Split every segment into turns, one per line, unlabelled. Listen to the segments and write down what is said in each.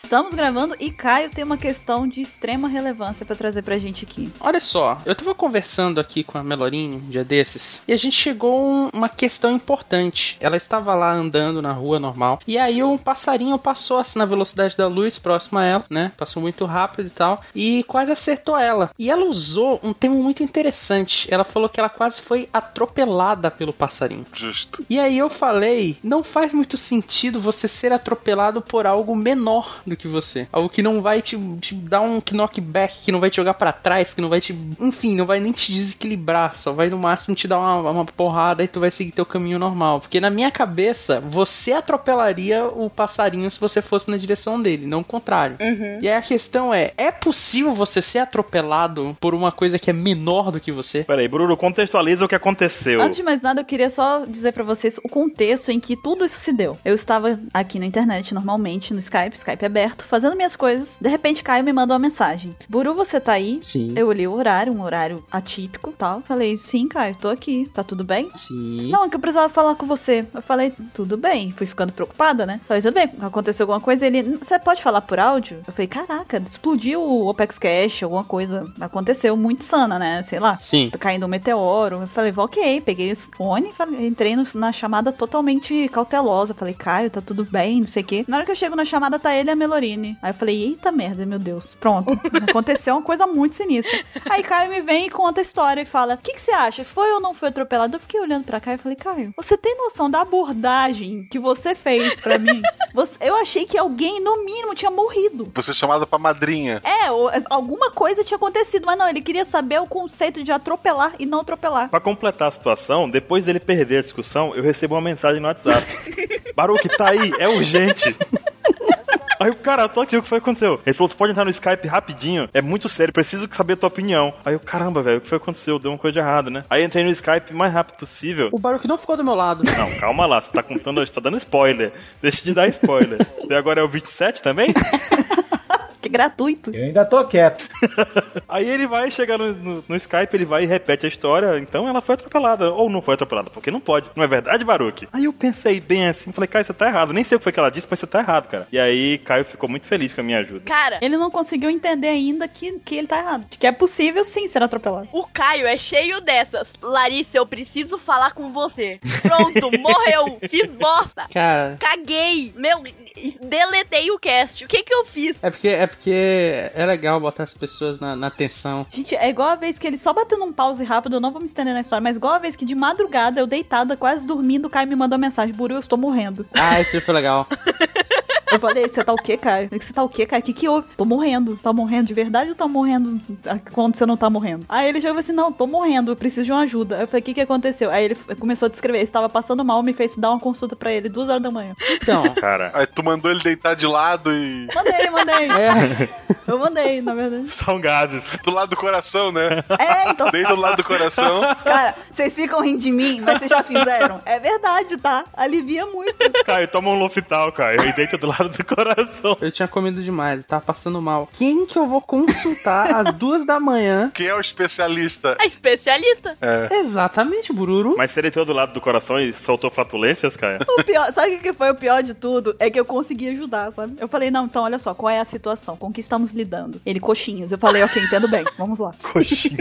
Estamos gravando e Caio tem uma questão de extrema relevância pra trazer pra gente aqui.
Olha só, eu tava conversando aqui com a Melorinha um dia desses e a gente chegou a um- uma questão importante. Ela estava lá andando na rua normal e aí um passarinho passou assim na velocidade da luz próximo a ela, né? Passou muito rápido e tal e quase acertou ela. E ela usou um termo muito interessante. Ela falou que ela quase foi atropelada pelo passarinho.
Justo.
E aí eu falei, não faz muito sentido você ser atropelado por algo menor do que você. Algo que não vai te, te dar um knockback, que não vai te jogar pra trás, que não vai te. Enfim, não vai nem te desequilibrar. Só vai no máximo te dar uma, uma porrada e tu vai seguir teu caminho normal. Porque na minha cabeça, você atropelaria o passarinho se você fosse na direção dele, não o contrário. E aí a questão é: é possível você ser atropelado por uma coisa que é menor do que você?
Peraí, Bruno, contextualiza o que aconteceu.
Antes de mais nada, eu queria só dizer pra vocês o contexto em que tudo isso se deu. Eu estava aqui na internet, normalmente, no Skype, Skype aberto, fazendo minhas coisas. De repente, Caio me manda uma mensagem. Buru, você tá aí?
Sim.
Eu olhei o horário, um horário atípico e tal. Falei, sim, Caio, tô aqui. Tá tudo bem?
Sim.
Não, é que eu precisava falar com você. Eu falei, tudo bem. Fui ficando preocupada, né? Falei, tudo bem, aconteceu alguma coisa. Ele, "N- você pode falar por áudio? Eu falei, caraca, explodiu o Opex Cash, alguma coisa. Aconteceu, muito sana, né? Sei lá.
Sim.
Tá Caindo um meteoro. Eu falei, ok, peguei o fone, falei- entrei no- na chamada totalmente cautelosa. Falei, Caio, tá tudo bem, não sei o quê. Na hora que eu chego na chamada, tá ele e a Melorine. Aí eu falei, eita merda, meu Deus. Pronto. Aconteceu uma coisa muito sinistra. Aí Caio me vem e conta a história e fala: O que, que você acha? Foi ou não foi atropelado? Eu fiquei olhando pra cá e falei: Caio, você tem noção da abordagem que você fez pra mim? Você- eu achei que alguém, no mínimo, tinha morrido.
Você é chamada pra madrinha.
É, ou- alguma coisa tinha acontecido, mas não, ele queria saber o conceito de atropelar e não atropelar.
Pra completar a situação, depois dele perder a discussão, eu recebo uma mensagem no WhatsApp. Baruque, tá aí, é urgente. Aí o cara, eu tô aqui, o que foi que aconteceu? Ele falou, tu pode entrar no Skype rapidinho, é muito sério, preciso saber a tua opinião. Aí eu, caramba, velho, o que foi que aconteceu? Deu uma coisa de errado, né? Aí eu entrei no Skype o mais rápido possível.
O Baruch não ficou do meu lado.
Não, calma lá, você tá contando, você tá dando spoiler. Deixa de dar spoiler. E agora é o 27 também?
Que é gratuito.
Eu ainda tô quieto.
Aí ele vai chegar no, no- no Skype, ele vai e repete a história. Então ela foi atropelada. Ou não foi atropelada, porque não pode. Não é verdade, Baruque? Aí eu pensei bem assim, falei, Caio, você tá errado. Nem sei o que foi que ela disse, mas você tá errado, cara. E aí Caio ficou muito feliz com a minha ajuda.
Cara,
Ele não conseguiu entender ainda que, que ele tá errado. Que é possível sim ser atropelado.
o Caio é cheio dessas. Larissa, eu preciso falar com você. Pronto, morreu. Fiz bosta.
Cara,
Caguei. Meu, deletei o cast. O que que eu fiz?
É porque, é porque é legal botar as pessoas na, na tensão.
Gente, é igual a vez que ele só batendo um pause rápido, eu não vou me estender na história, mas igual a vez que de madrugada eu deitada, quase dormindo, o Caio me mandou uma mensagem: Buru, eu estou morrendo.
Ah, isso foi legal.
Eu falei, você tá o quê, Caio? Eu falei, Você tá o quê, Caio? O que que houve? Tô morrendo. Tá morrendo de verdade ou tá morrendo quando você não tá morrendo? Aí ele chegou assim, não, tô morrendo, eu preciso de uma ajuda. Eu falei, o que que aconteceu? Aí ele f- começou a descrever, ele estava passando mal, me fez dar uma consulta pra ele, duas horas da manhã.
Então,
Cara,
Aí tu mandou ele deitar de lado e.
Mandei, mandei.
é,
Eu mandei, na verdade.
são gases.
Do lado do coração, né?
É, então...
Deita do lado do coração.
Cara, vocês ficam rindo de mim, mas vocês já fizeram. É verdade, tá? Alivia muito.
Caio, toma um Loftal, Caio, e deita do lado do coração.
eu tinha comido demais, eu tava passando mal. Quem que eu vou consultar às duas da manhã?
Quem é o especialista?
A especialista.
Exatamente, Bururu.
Mas se ele deitou do lado do coração e soltou flatulências, Caio?
O pior, sabe o que foi o pior de tudo? É que eu consegui ajudar, sabe? Eu falei, não, então olha só, qual é a situação? Com que estamos lidando? Ele, coxinhas. Eu falei, ok, entendo bem, vamos lá.
Coxinha.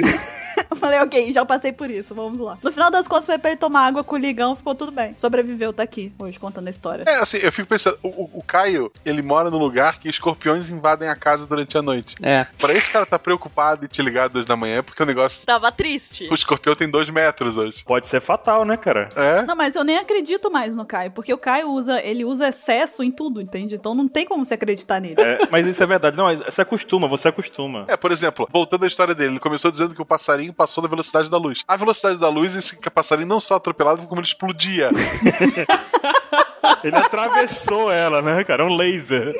Eu falei, ok, já passei por isso, vamos lá. No final das contas, foi pra ele tomar água com o ligão, ficou tudo bem. Sobreviveu, tá aqui, hoje, contando a história.
É, assim, eu fico pensando, o, o- o Caio, ele mora num lugar que escorpiões invadem a casa durante a noite.
É,
Pra esse cara tá preocupado e te ligar às duas da manhã, é porque o negócio.
Tava triste.
O escorpião tem dois metros hoje.
Pode ser fatal, né, cara?
É?
Não, mas eu nem acredito mais no Caio, porque o Caio usa, ele usa excesso em tudo, entende? Então não tem como você acreditar nele.
É, mas isso é verdade. Não, você acostuma, você acostuma.
É, por exemplo, voltando à história dele, ele começou dizendo que o passarinho passou na velocidade da luz. A velocidade da luz, esse passarinho não só atropelado, como ele explodia.
Ele atravessou ela, né, cara? É um laser.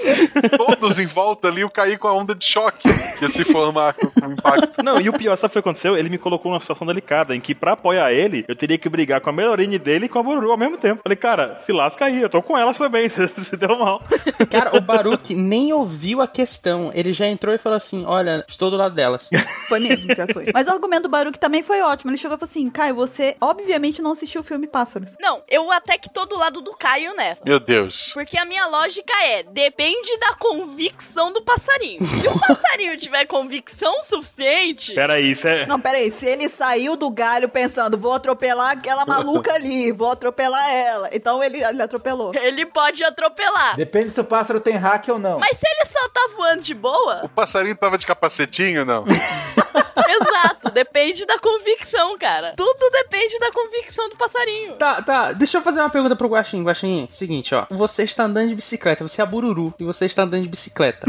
Todos em volta ali, eu caí com a onda de choque que ia se formar com o impacto.
Não, e o pior, sabe o que aconteceu? Ele me colocou numa situação delicada, em que pra apoiar ele, eu teria que brigar com a Melorine dele e com a Bururu ao mesmo tempo. Falei, cara, se lasca aí, eu tô com elas também, você se deu mal.
Cara, o Baruque nem ouviu a questão. Ele já entrou e falou assim: Olha, estou do lado delas.
Foi mesmo, pior que foi. Mas o argumento do Baruque também foi ótimo. Ele chegou e falou assim: Caio, você obviamente não assistiu o filme Pássaros.
Não, eu até que tô do lado do Caio nessa.
Meu Deus.
Porque a minha lógica é, depende da convicção do passarinho. Se o passarinho tiver convicção suficiente,
Peraí, isso é.
Não, peraí, se ele saiu do galho pensando, vou atropelar aquela maluca ali, vou atropelar ela. Então ele, ele atropelou.
ele pode atropelar.
Depende se o pássaro tem hack ou não.
Mas se ele só tá voando de boa,
O passarinho tava de capacetinho, não?
exato, depende da convicção, cara. Tudo depende da convicção do passarinho.
Tá, tá, deixa eu fazer uma pergunta pro Guaxin. Guaxin, seguinte, ó. Você está andando de bicicleta, você é a Bururu e você está andando de bicicleta.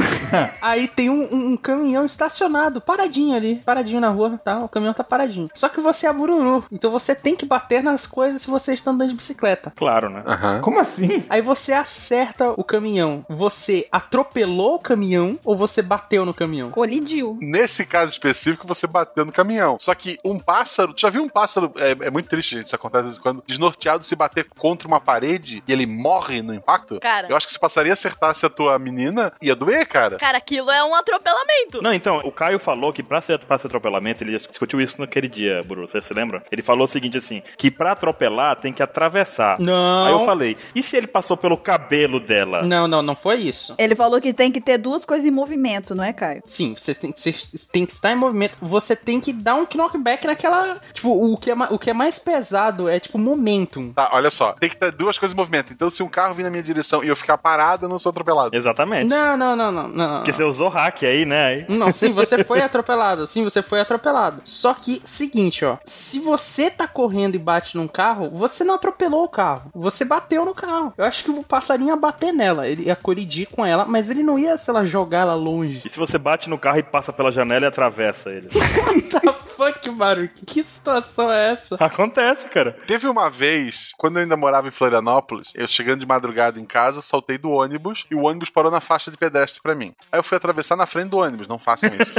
Aí tem um, um- um caminhão estacionado, paradinho ali, paradinho na rua, tá? O caminhão tá paradinho. Só que você é a Bururu, então você tem que bater nas coisas se você está andando de bicicleta.
Claro, né?
Aham.
Como assim?
Aí você acerta o caminhão. Você atropelou o caminhão ou você bateu no caminhão?
Colidiu.
Nesse caso específico, você bateu no caminhão. Só que um pássaro. Tu já viu um pássaro? É, é muito triste, gente. Isso acontece de vez em quando. Desnorteado se bater contra uma parede e ele morre no impacto?
Cara.
Eu acho que se o passarinho acertasse a tua menina, ia doer, cara.
Cara, aquilo é um atropelamento.
Não, então, o Caio falou que pra ser, pra ser atropelamento, ele discutiu isso naquele dia, Bruno, você se lembra? Ele falou o seguinte assim, que pra atropelar tem que atravessar.
Não.
Aí eu falei, e se ele passou pelo cabelo dela?
Não, não, não foi isso.
Ele falou que tem que ter duas coisas em movimento, não é, Caio?
Sim, você tem, você tem que estar em movimento. Você tem que dar um knockback naquela. Tipo, o que é, ma- o que é mais pesado é, tipo, momentum.
Tá, olha só. Tem que ter duas coisas em movimento. Então, se um carro vir na minha direção e eu ficar parado, eu não sou atropelado.
Exatamente.
Não, não, não, não, não.
Porque você usou hack aí, né? Aí-
Não, sim, você foi atropelado. Sim, você foi atropelado. Só que, seguinte, ó. Se você tá correndo e bate num carro, você não atropelou o carro. Você bateu no carro. Eu acho que o passarinho ia bater nela. Ele ia colidir com ela, mas ele não ia, sei lá, jogar ela longe.
E se você bate no carro e passa pela janela e atravessa ele?
What the fuck, Baruch? Que situação é essa?
Acontece, cara.
Teve uma vez, quando eu ainda morava em Florianópolis, eu chegando de madrugada em casa, saltei do ônibus e o ônibus parou na faixa de pedestre pra mim. Aí eu fui atravessar na frente do ônibus, não façam isso.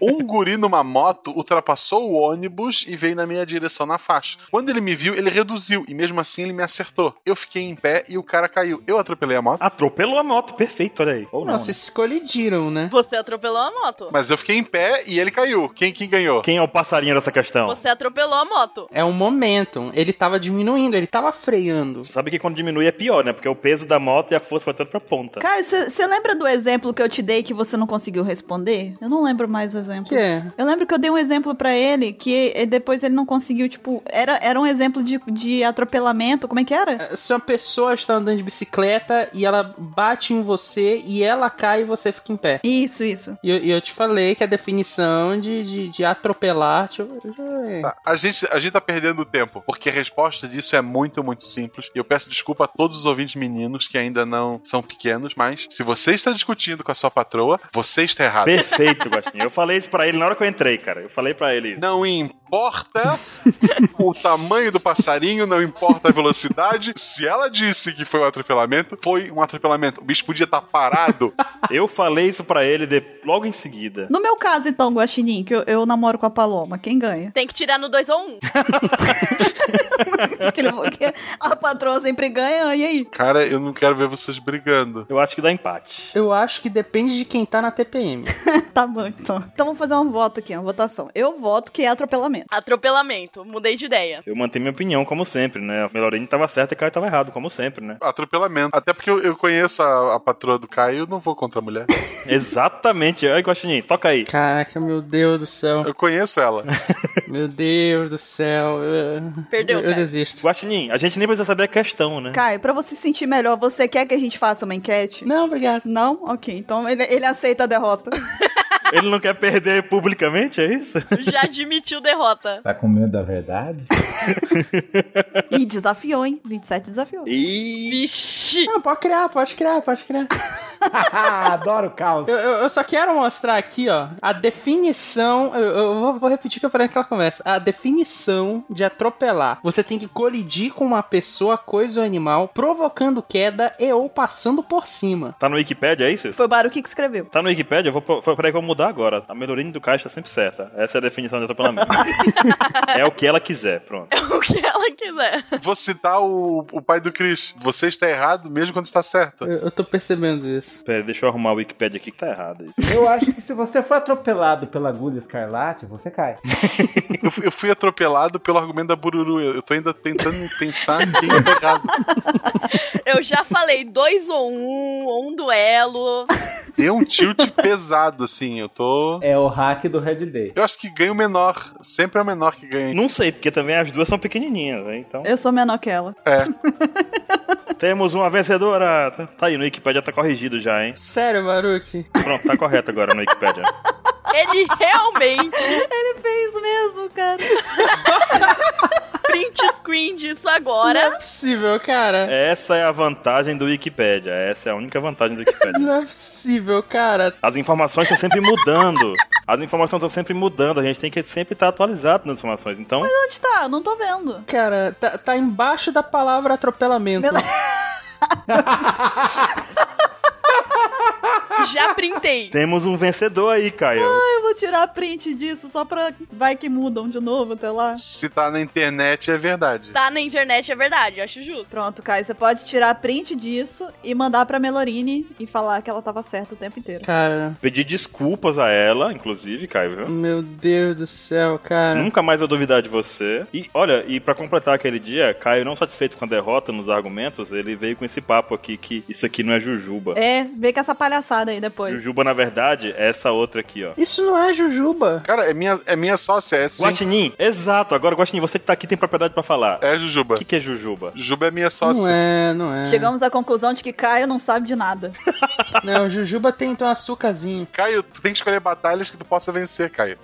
um guri numa moto ultrapassou o ônibus e veio na minha direção na faixa. Quando ele me viu, ele reduziu e mesmo assim ele me acertou. Eu fiquei em pé e o cara caiu. Eu atropelei a moto,
Atropelou a moto, perfeito, olha aí. Ou não,
Não,
né?
vocês colidiram, né?
Você atropelou a moto.
mas eu fiquei em pé e ele caiu. Quem que ganhou?
Quem é o passarinho dessa questão?
Você atropelou a moto.
É um momentum. Ele tava diminuindo, ele tava freando.
Você sabe que quando diminui é pior, né? Porque o peso da moto e a força vai tanto pra ponta.
Caio, você lembra do exemplo que eu te dei que você não conseguiu responder? Eu não lembro mais o exemplo.
O que é?
Eu lembro que eu dei um exemplo pra ele que eh, depois ele não conseguiu, tipo, era, era um exemplo de, de atropelamento, como é que era?
Se uma pessoa está andando de bicicleta e ela bate em você e ela cai e você fica em pé.
Isso, isso.
E eu, e eu te falei que a definição de, de, de atropelar. Deixa eu- deixa eu ver.
Tá, A gente, a gente tá perdendo tempo, porque a resposta disso é muito, muito simples. E eu peço desculpa a todos os ouvintes meninos que ainda não são pequenos, mas se você está discutindo com a sua patroa, você está errado.
Perfeito, Guaxinha. Eu falei isso pra ele na hora que eu entrei, cara. Eu falei pra ele. isso.
Não importa o tamanho do passarinho, não importa a velocidade. Se ela disse que foi um atropelamento, foi um atropelamento. O bicho podia estar parado.
Eu falei isso pra ele de- logo em seguida.
No meu caso, então, Guaxinim, que eu, eu namoro com a Paloma, quem ganha?
Tem que tirar no 2 ou 1. Um.
Aquele- Porque a patroa sempre ganha, e aí?
Cara, eu não quero ver vocês brigando.
Eu acho que dá empate.
Eu acho que depende de quem tá na TPM.
Tá bom, então. Então vamos fazer um voto aqui, uma votação. Eu voto que é atropelamento.
Atropelamento. Mudei de ideia.
Eu mantenho minha opinião, como sempre, né? A Melorine tava certa e o Caio tava errado, como sempre, né?
Atropelamento. Até porque eu, eu conheço a, a patroa do Caio, eu não vou contra a mulher.
Exatamente. Aí, Guaxinim, toca aí.
Caraca, meu Deus do céu.
Eu conheço ela.
Meu Deus do céu. Eu-
Perdeu,
Eu, eu
cara.
desisto.
Guaxinim, a gente nem precisa saber a questão, né?
Caio, pra você se sentir melhor, você quer que a gente faça uma enquete?
Não, obrigado.
Não? Ok, então ele, ele aceita a derrota.
Ele não quer perder publicamente, é isso?
Já admitiu derrota.
Tá com medo da verdade?
E desafiou, hein? 27 desafiou.
E...
Vixe.
Não, pode criar, pode criar, pode criar.
Adoro caos.
Eu, eu, eu só quero mostrar aqui, ó, a definição. Eu, eu vou, vou repetir o que eu falei naquela conversa. A definição de atropelar. Você tem que colidir com uma pessoa, coisa ou animal, provocando queda e ou passando por cima.
Tá no Wikipedia, é isso?
Foi o Baruque que escreveu.
Tá no Wikipedia? Eu vou, pro- peraí que eu vou mudar agora. A Melorine do Caixa tá sempre certa. Essa é a definição de atropelamento. é o que ela quiser, pronto.
o que ela quiser.
Vou citar o, o pai do Chris. Você está errado mesmo quando está certa.
Eu, eu tô percebendo isso.
Pera, deixa eu arrumar o Wikipedia aqui que tá errado.
Eu acho que se você for atropelado pela agulha escarlate, você cai.
Eu, fui- eu fui atropelado pelo argumento da Bururu. Eu, eu tô ainda tentando pensar em quem está errado.
Eu já falei dois ou um, ou um duelo.
Deu um tilt pesado, assim. Eu tô.
É o hack do Red Day.
Eu acho que ganha o menor. Sempre é o menor que ganha.
Não sei, porque também as duas são pequenininhas, né? Então.
Eu sou menor que ela.
Temos uma vencedora! Tá- Tá aí, no Wikipedia tá corrigido já, hein?
Sério, Baruque?
Pronto, tá correto agora no Wikipedia.
Ele realmente
Ele fez mesmo, cara. Então,
print screen disso
Não
agora.
é possível, cara.
Essa é a vantagem do Wikipedia. Essa é a única vantagem do Wikipedia.
Não é possível, cara.
As informações estão sempre mudando. As informações estão sempre mudando. A gente tem que sempre estar atualizado nas informações. Então,
Onde tá? Não tô vendo.
Cara, tá, tá embaixo da palavra atropelamento.
Meu-
Já printei.
temos um vencedor aí, Caio.
Eu vou tirar a print disso só pra. Vai que mudam de novo até lá.
Se tá na internet, é verdade.
Tá na internet, é verdade, eu acho justo.
Pronto, Caio, você pode tirar a print disso e mandar pra Melorine e falar que ela tava certa o tempo inteiro.
Cara,
Pedi desculpas a ela, inclusive, Caio, viu?
meu Deus do céu, cara.
Nunca mais vou duvidar de você. E olha, e pra completar aquele dia, Caio, não satisfeito com a derrota nos argumentos, ele veio com esse papo aqui que isso aqui não é Jujuba.
É, vê com essa palhaçada aí depois.
Jujuba, na verdade, é essa outra aqui, ó.
Isso não é Jujuba.
Cara, é minha, é minha sócia, é sim.
Guaxinim, exato. Agora, Guaxinim, você que tá aqui tem propriedade pra falar.
É Jujuba.
O que, que é Jujuba?
Juba é minha
Não
sócia.
é, não é.
Chegamos à conclusão de que Caio não sabe de nada.
Não, Jujuba tem então açúcarzinho.
Caio, tu tem que escolher batalhas que tu possa vencer, Caio.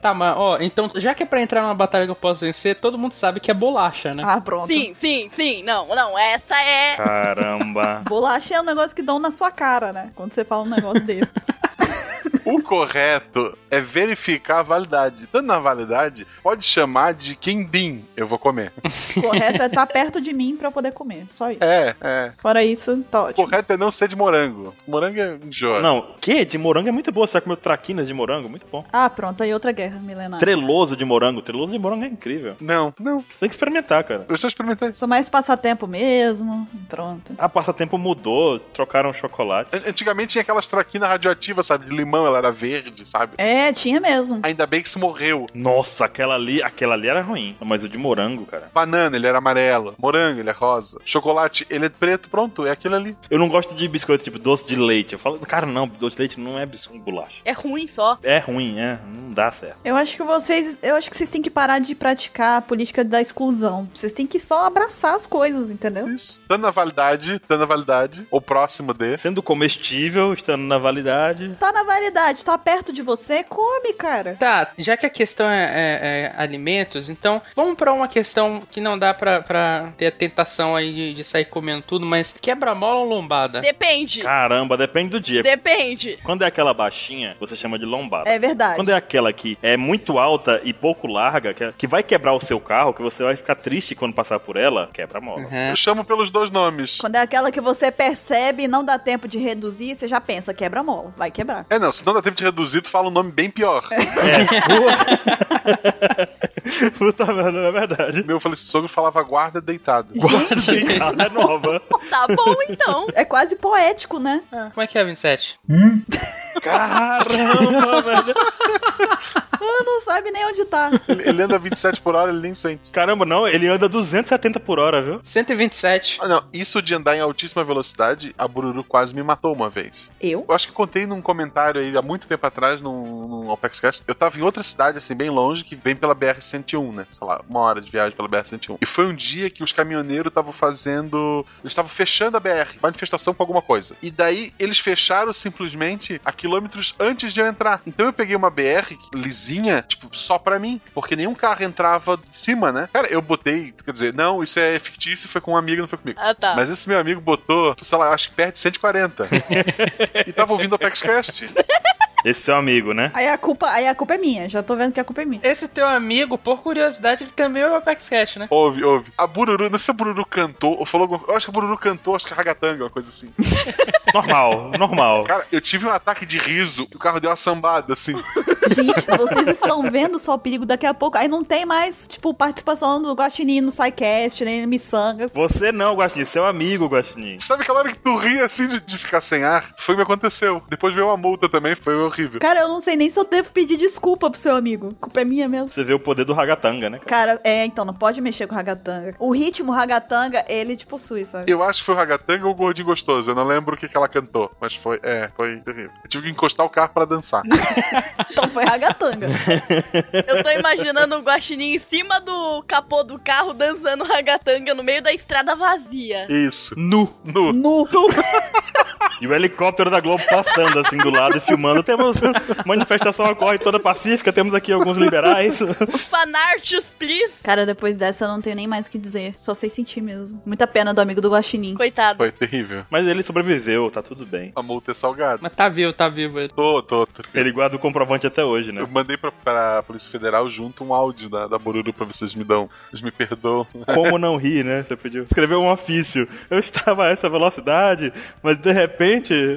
Tá, mas ó, então já que é pra entrar numa batalha que eu posso vencer, todo mundo sabe que é bolacha, né?
Ah, pronto.
Sim, sim, sim. Não, não, essa é.
Caramba.
Bolacha é um negócio que dão na sua cara, né? Quando você fala um negócio desse.
O correto é verificar a validade. Dando na validade, pode chamar de quindim. Eu vou comer.
O correto é estar perto de mim pra eu poder comer. Só isso.
É, é.
Fora isso, tá
O
ótimo.
correto é não ser de morango. Morango é enjoa.
Não, que? De morango é muito boa. Será que meu traquinas de morango? Muito bom.
Ah, pronto, aí outra guerra
Ah.
milenar.
Treloso de morango. Treloso de morango é incrível.
Não, não.
Você tem que experimentar, cara.
Eu já experimentei.
Sou mais passatempo mesmo. Pronto.
Ah, passatempo mudou, trocaram chocolate.
An- Antigamente tinha aquelas traquinas radioativas, sabe? De limão, ela era verde, sabe?
É, tinha mesmo.
Ainda bem que isso morreu.
Nossa, aquela ali, aquela ali era ruim. Mas o de morango, cara.
Banana, ele era amarelo. Morango, ele é rosa. Chocolate, ele é preto. Pronto, é aquilo ali.
Eu não gosto de biscoito tipo doce de leite. Eu falo, cara, não, doce de leite não é biscoito, bolacha.
É ruim só.
É ruim, é, não dá certo.
Eu acho que vocês. Eu acho que vocês têm que parar de praticar a política da exclusão. Vocês têm que só abraçar as coisas, entendeu?
Isso. Dando a validade, dando a validade. Ou próximo de.
Sendo comestível, estando na validade.
Tá na validade, tá perto de você, come, cara.
Tá, já que a questão é, é- é alimentos, então vamos pra uma questão que não dá pra, pra ter a tentação aí de, de sair comendo tudo, mas quebra-mola ou lombada?
Depende.
Caramba, depende do dia.
Depende.
Quando é aquela baixinha, você chama de lombada.
É verdade.
Quando é aquela que é muito alta e pouco larga, que, que vai quebrar o seu carro, que você vai ficar triste quando passar por ela, quebra a mola.
Uhum.
Eu chamo pelos dois nomes.
Quando é aquela que você percebe e não dá tempo de reduzir, você já pensa, quebra mola, vai quebrar.
É, não, se não dá tempo de reduzir, tu fala um nome bem pior.
É, puta. Puta merda, é verdade.
Meu falei, sogro falava guarda deitado.
Guarda é nova.
Tá bom então.
É quase poético, né?
Ah, como é que é, 27?
Caramba, velho.
Ah, não sabe nem onde tá.
Ele, ele anda 27 por hora, ele nem sente.
Caramba, não, ele anda 270 por hora, viu?
127.
Ah, não, isso de andar em altíssima velocidade, a Bururu quase me matou uma vez.
Eu?
Eu acho que eu contei num comentário aí há muito tempo atrás, num, num ApexCast. Eu tava em outra cidade, assim, bem longe, que vem pela BR-101, né? Sei lá, uma hora de viagem pela BR-101. E foi um dia que os caminhoneiros estavam fazendo. Eles estavam fechando a BR, manifestação com alguma coisa. E daí eles fecharam simplesmente a quilômetros antes de eu entrar. Então eu peguei uma BR lisinha tipo, só pra mim. Porque nenhum carro entrava de cima, né? Cara, eu botei, quer dizer, não, isso é fictício, foi com um amigo, não foi comigo.
Ah, tá.
Mas esse meu amigo botou, sei lá, acho que perto de 140. e tava ouvindo o Cast.
Esse seu amigo, né?
Aí a culpa, aí a culpa é minha, já tô vendo que a culpa é minha.
Esse teu amigo, por curiosidade, ele também é o Apex Cash, né?
Ouve, ouve. A Bururu, não sei se a Bururu cantou ou falou alguma coisa. Eu acho que a Bururu cantou, acho que a Hagatanga, uma coisa assim.
Normal, normal.
Cara, eu tive um ataque de riso e o carro deu uma sambada, assim.
Gente, vocês estão vendo só o perigo daqui a pouco. Aí não tem mais, tipo, participação do Guaxinim no SciCast, nem no Missangas.
Você não, Guaxinim, seu amigo, Guaxinim.
Sabe aquela hora que tu ri assim de, de ficar sem ar? Foi o que aconteceu. Depois veio uma multa também, foi horrível.
Cara, eu não sei nem se eu devo pedir desculpa pro seu amigo. A culpa é minha mesmo.
Você vê o poder do ragatanga, né?
Cara, é, então, não pode mexer com o ragatanga. O ritmo ragatanga, ele te possui, sabe?
Eu acho que foi o Hagatanga ou o Gordinho Gostoso. Eu não lembro o que, que ela cantou, mas foi, é, foi terrível. Eu tive que encostar o carro pra dançar.
Então foi ragatanga.
Eu tô imaginando o guaxinim em cima do capô do carro dançando ragatanga no meio da estrada vazia.
Isso.
Nu.
Nu.
Nu.
E o helicóptero da Globo passando assim do lado e filmando. Temos manifestação ocorre toda pacífica, temos aqui alguns liberais.
Os fanarts, please.
Cara, depois dessa eu não tenho nem mais o que dizer. Só sei sentir mesmo. Muita pena do amigo do Guaxinim.
Coitado.
Foi terrível.
Mas ele sobreviveu, tá tudo bem.
A multa é salgada.
Mas tá vivo, tá vivo ele.
Tô, tô. tô.
Ele guarda o comprovante até hoje, né?
Eu mandei pra, pra Polícia Federal junto um áudio da, da Bururu pra vocês me dão. Vocês me perdoam.
Como não rir, né? Você pediu. Escreveu um ofício. Eu estava a essa velocidade, mas de repente,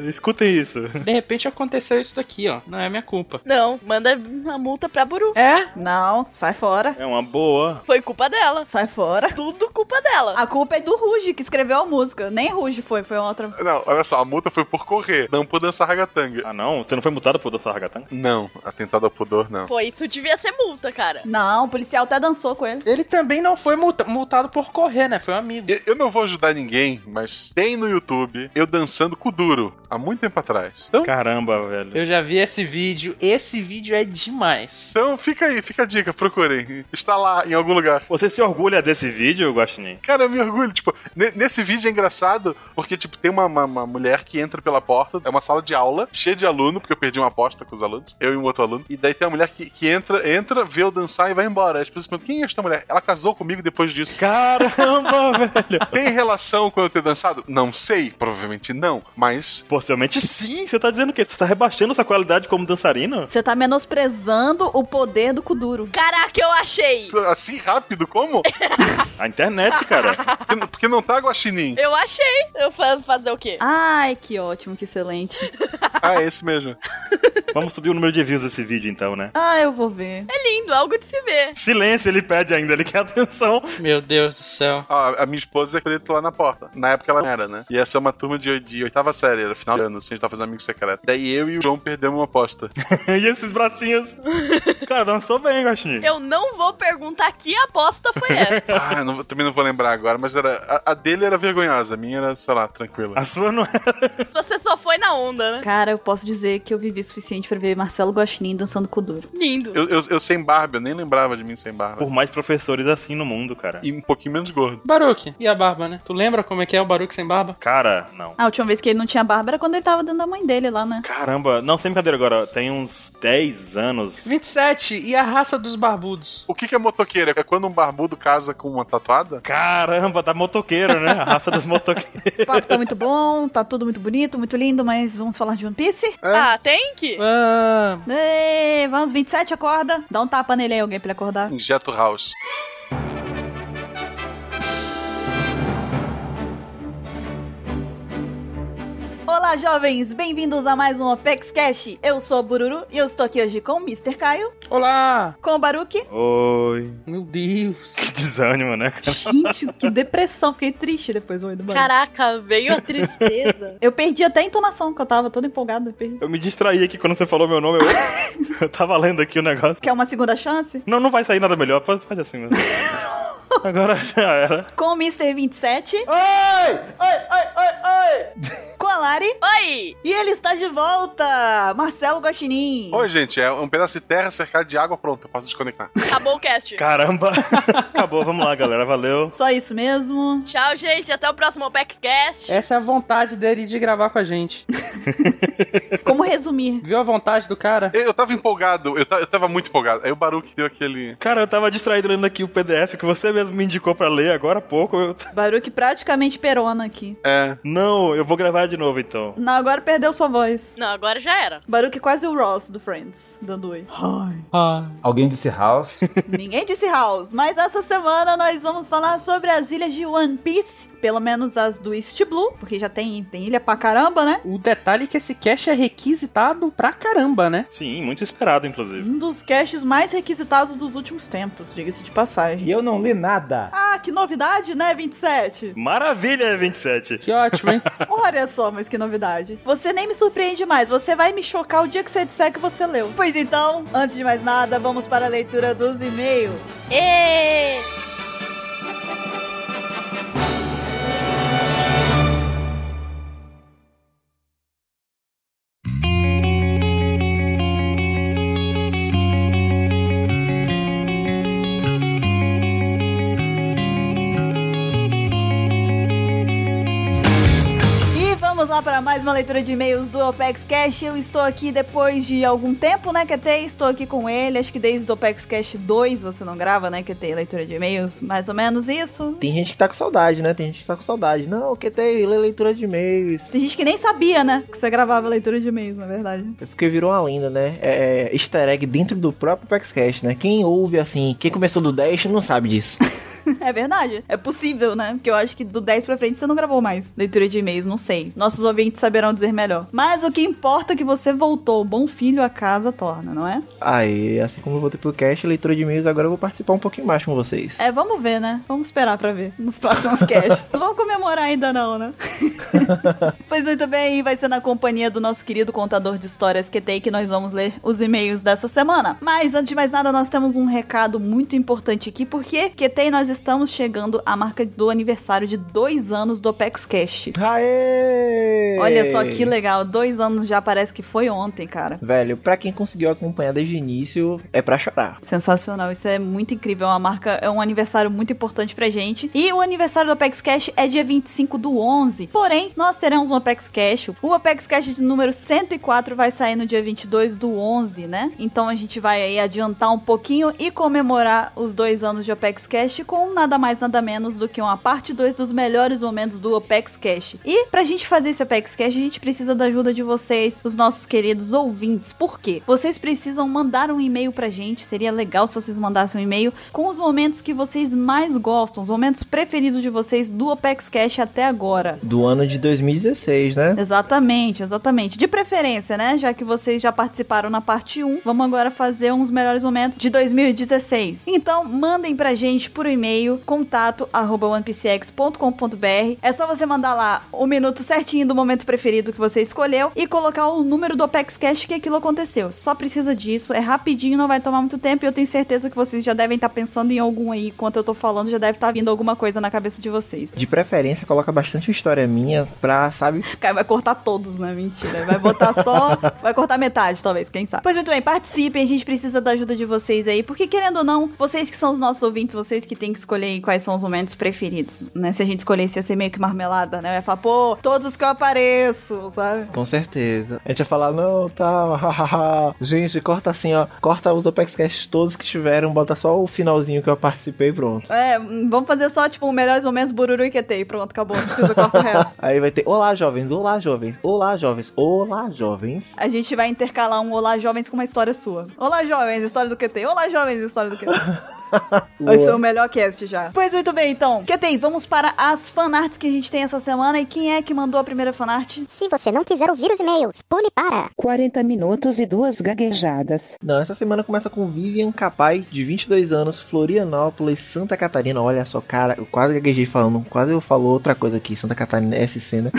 escutem isso.
De repente aconteceu isso daqui, ó. Não é minha culpa.
Não, manda a multa pra Buru.
É?
Não, sai fora.
É uma boa.
Foi culpa dela.
Sai fora.
Tudo culpa dela.
A culpa é do Ruge, que escreveu a música. Nem Ruge foi, foi outra.
Não, olha só, a multa foi por correr, não por dançar ragatanga.
Ah, não? Você não foi multado por dançar ragatanga?
Não, atentado ao pudor, não.
Pô, isso devia ser multa, cara.
Não, o policial até dançou com ele.
Ele também não foi multa- multado por correr, né? Foi um amigo.
Eu, eu não vou ajudar ninguém, mas tem no YouTube eu dançando com o duro, há muito tempo atrás. Então,
Caramba, velho.
Eu já vi esse vídeo. Esse vídeo é demais.
então fica aí, fica a dica, procurem. Está lá em algum lugar.
Você se orgulha desse vídeo, Guaxinim?
Cara, eu me orgulho. Tipo, ne- nesse vídeo é engraçado porque, tipo, tem uma, uma- uma mulher que entra pela porta, é uma sala de aula, cheia de aluno, porque eu perdi uma aposta com os alunos, eu e um outro aluno. E daí tem uma mulher que, que entra, entra, vê eu dançar e vai embora. Aí As pessoas perguntam: quem é esta mulher? Ela casou comigo depois disso.
Caramba, velho.
Tem relação com eu ter dançado? Não sei, provavelmente não, mas.
Possivelmente sim. Você tá dizendo o quê? Você tá rebaixando sua qualidade como dançarino?
Você tá menosprezando o poder do Kuduro.
Caraca, eu achei.
Assim rápido, como?
A internet, cara.
Porque, porque não tá guaxinim.
Eu achei. Eu fa fazer o quê?
Ai, que ótimo, que excelente.
Ah, é esse mesmo.
Vamos subir o número de views desse vídeo então, né?
Ah, eu vou ver.
É lindo, algo de se ver.
Silêncio, ele pede ainda, ele quer atenção.
Meu Deus do céu.
Ah, a minha esposa é preto lá na porta. Na época ela não era, né? E essa é uma turma de, de oitava série, era final de ano, assim, a gente tava fazendo amigo secreto. Daí eu e o João perdemos uma aposta.
E esses bracinhos. Cara, dançou bem, Guaxinim.
Eu não vou perguntar que aposta foi essa.
Ah, eu não vou- também não vou lembrar agora, mas era. A, a dele era vergonhosa, a minha era, sei lá, tranquila.
A sua não é.
Se você só foi na onda, né?
Cara, eu posso dizer que eu vivi o suficiente pra ver Marcelo Guaxinim dançando Kuduro.
Lindo.
Eu, eu, eu sem barba, eu nem lembrava de mim sem barba.
Por mais professores assim no mundo, cara.
E um pouquinho menos gordo.
Baruque. E a barba, né? Tu lembra como é que é o Baruque sem barba?
Cara, não.
A última vez que ele não tinha barba era quando ele tava dentro da mãe dele lá, né?
Caramba, não, sem brincadeira agora, tem uns 10 anos.
27. E a raça dos barbudos?
O que, que é motoqueira? É quando um barbudo casa com uma tatuada?
Caramba, da motoqueiro, né? A raça dos motoqueiros.
O papo tá muito bom, tá tudo muito bonito, muito lindo, mas vamos falar de One Piece?
É.
Ah, tem que?
Ah,
Ei, vamos, 27, acorda. Dá um tapa nele aí, alguém, pra ele acordar.
Injeto House.
Olá, jovens! Bem-vindos a mais um Opex Cash. Eu sou a Bururu e eu estou aqui hoje com o Mr. Caio,
olá.
com o Baruque.
Oi.
Meu Deus.
Que desânimo, né?
Gente, que depressão. Fiquei triste depois do banho.
Caraca, veio a tristeza.
Eu perdi até a entonação, que eu tava toda empolgada. eu Perdi.
Eu me distraí aqui quando você falou meu nome. Eu, eu tava lendo aqui o negócio.
Quer uma segunda chance?
Não, não vai sair nada melhor. Faz, faz assim mesmo. Agora já era.
Com o Mr. 27,
Oi! Oi, oi, oi, oi!
com a Lari
Oi!
e ele está de volta! Marcelo Guaxinim!
Oi, gente, é um pedaço de terra cercado de água, pronto, eu posso desconectar.
Acabou o cast.
Caramba. Acabou, vamos lá, galera. Valeu.
Só isso mesmo.
Tchau, gente. Até o próximo Opex Cast.
Essa é a vontade dele de gravar com a gente.
Como resumir?
Viu a vontade do cara?
Eu, eu tava empolgado, eu, ta- eu tava muito empolgado. Aí o Baruque deu aquele.
Cara, eu tava distraído lendo aqui o PDF que você mesmo me indicou pra ler agora há pouco. Eu t-
Baruque praticamente perona aqui.
É.
Não, eu vou gravar de novo então.
Não, agora perdeu sua voz.
Não, agora já era.
Baruque é quase o Ross do Friends, dando oi. Hi.
Alguém disse House?
Ninguém disse House, mas essa semana nós vamos falar sobre as ilhas de One Piece, pelo menos as do East Blue, porque já tem, tem ilha pra caramba, né?
O detalhe é que esse cash é requisitado pra caramba, né?
Sim, muito esperado, inclusive.
Um dos caches mais requisitados dos últimos tempos, diga-se de passagem.
E eu não li nada.
Ah, que novidade, né, 27?
Maravilha, 27.
Que ótimo, hein?
Olha só, mas que novidade. Você nem me surpreende mais, você vai me chocar o dia que você disser que você leu. Pois então, antes de mais nada, vamos para a leitura dos e-mails.
Ê!
E vamos lá para mais uma leitura de e-mails do Opex Cash. Eu estou aqui depois de algum tempo, né, QT? Estou aqui com ele. Acho que desde o Opex Cash 2 você não grava, né, QT? Leitura de e-mails, mais ou menos isso.
Tem gente que tá com saudade, né? Tem gente que tá com saudade. Não, que tem lê leitura de e-mails.
Tem gente que nem sabia, né, que você gravava leitura de e-mails, na verdade.
É Porque virou uma lenda, né? É, é, easter egg dentro do próprio Paxcast, né? Quem ouve assim, quem começou do 10 não sabe disso.
É verdade. É possível, né? Porque eu acho que do 10 pra frente você não gravou mais. Leitura de e-mails, não sei. Nossos ouvintes saberão dizer melhor. Mas o que importa é que você voltou. Bom filho a casa torna, não é?
Aí, assim como eu voltei pro cast, leitura de e-mails, agora eu vou participar um pouquinho mais com vocês.
É, vamos ver, né? Vamos esperar pra ver nos próximos casts. não vamos comemorar ainda não, né? pois muito bem, vai ser na companhia do nosso querido contador de histórias QT que nós vamos ler os e-mails dessa semana. Mas antes de mais nada, nós temos um recado muito importante aqui, porque QT nós estamos chegando à marca do aniversário de dois anos do Opex Cash.
Aê!
Olha só que legal, dois anos já parece que foi ontem, cara.
Velho, pra quem conseguiu acompanhar desde o início, é pra chorar.
Sensacional, isso é muito incrível. É uma marca, é um aniversário muito importante pra gente. E o aniversário do Apex Cash é dia 25 do 11. Porém, nós teremos um Apex Cash. O Apex Cash de número 104 vai sair no dia 22 do 11, né? Então a gente vai aí adiantar um pouquinho e comemorar os dois anos de Apex Cash com nada mais, nada menos do que uma parte 2 dos melhores momentos do Apex Cash. E pra gente fazer esse Apex Cash, a gente precisa da ajuda de vocês, os nossos queridos ouvintes. Por quê? Vocês precisam mandar um e-mail pra gente. Seria legal se vocês mandassem um e-mail com os momentos que vocês mais gostam, os momentos preferidos de vocês do Apex Cash até agora.
Do ano de 2016, né?
Exatamente, exatamente. De preferência, né? Já que vocês já participaram na parte 1, vamos agora fazer uns melhores momentos de 2016. Então, mandem pra gente por e-mail contato arroba onepcx.com.br. É só você mandar lá o minuto certinho do momento preferido que você escolheu e colocar o número do Opex Cash que aquilo aconteceu. Só precisa disso, é rapidinho, não vai tomar muito tempo e eu tenho certeza que vocês já devem estar pensando em algum aí. Enquanto eu tô falando, já deve estar vindo alguma coisa na cabeça de vocês.
De preferência, coloca bastante história minha pra, sabe?
Cara, vai cortar todos, né? Mentira. Vai botar só. vai cortar metade, talvez, quem sabe. Pois muito bem, participem, a gente precisa da ajuda de vocês aí, porque querendo ou não, vocês que são os nossos ouvintes, vocês que têm que escolher aí quais são os momentos preferidos, né? Se a gente escolhesse ia ser meio que marmelada, né? Eu ia falar, pô, todos os que eu apareço, sabe?
Com certeza. A gente vai falar, não, tal, hahaha. gente, corta assim, ó. Corta os Opexcasts todos que tiveram, bota só o finalzinho que eu participei e pronto.
É, hum, vamos fazer só, tipo, um melhores momentos Bururu e Ketei. Pronto, acabou, não precisa cortar o resto.
Aí vai ter, olá jovens, olá jovens, olá jovens, olá jovens.
A gente vai intercalar um Olá Jovens com uma história sua. Olá Jovens, história do QT. Olá Jovens, história do QT. Vai ser o melhor cast já. Pois muito bem, então. QT, vamos para as fanarts que a gente tem essa semana. E quem é que mandou a primeira fanart?
Se você não quiser ouvir os e-mails, pule para.
40 minutos e duas gaguejadas.
Não, essa semana começa com Vivian Capai, de 22 anos, Florianópolis, Santa Catarina. Olha só, cara, eu quase gaguejei falando, quase eu falo outra coisa aqui, Santa Catarina SC, né?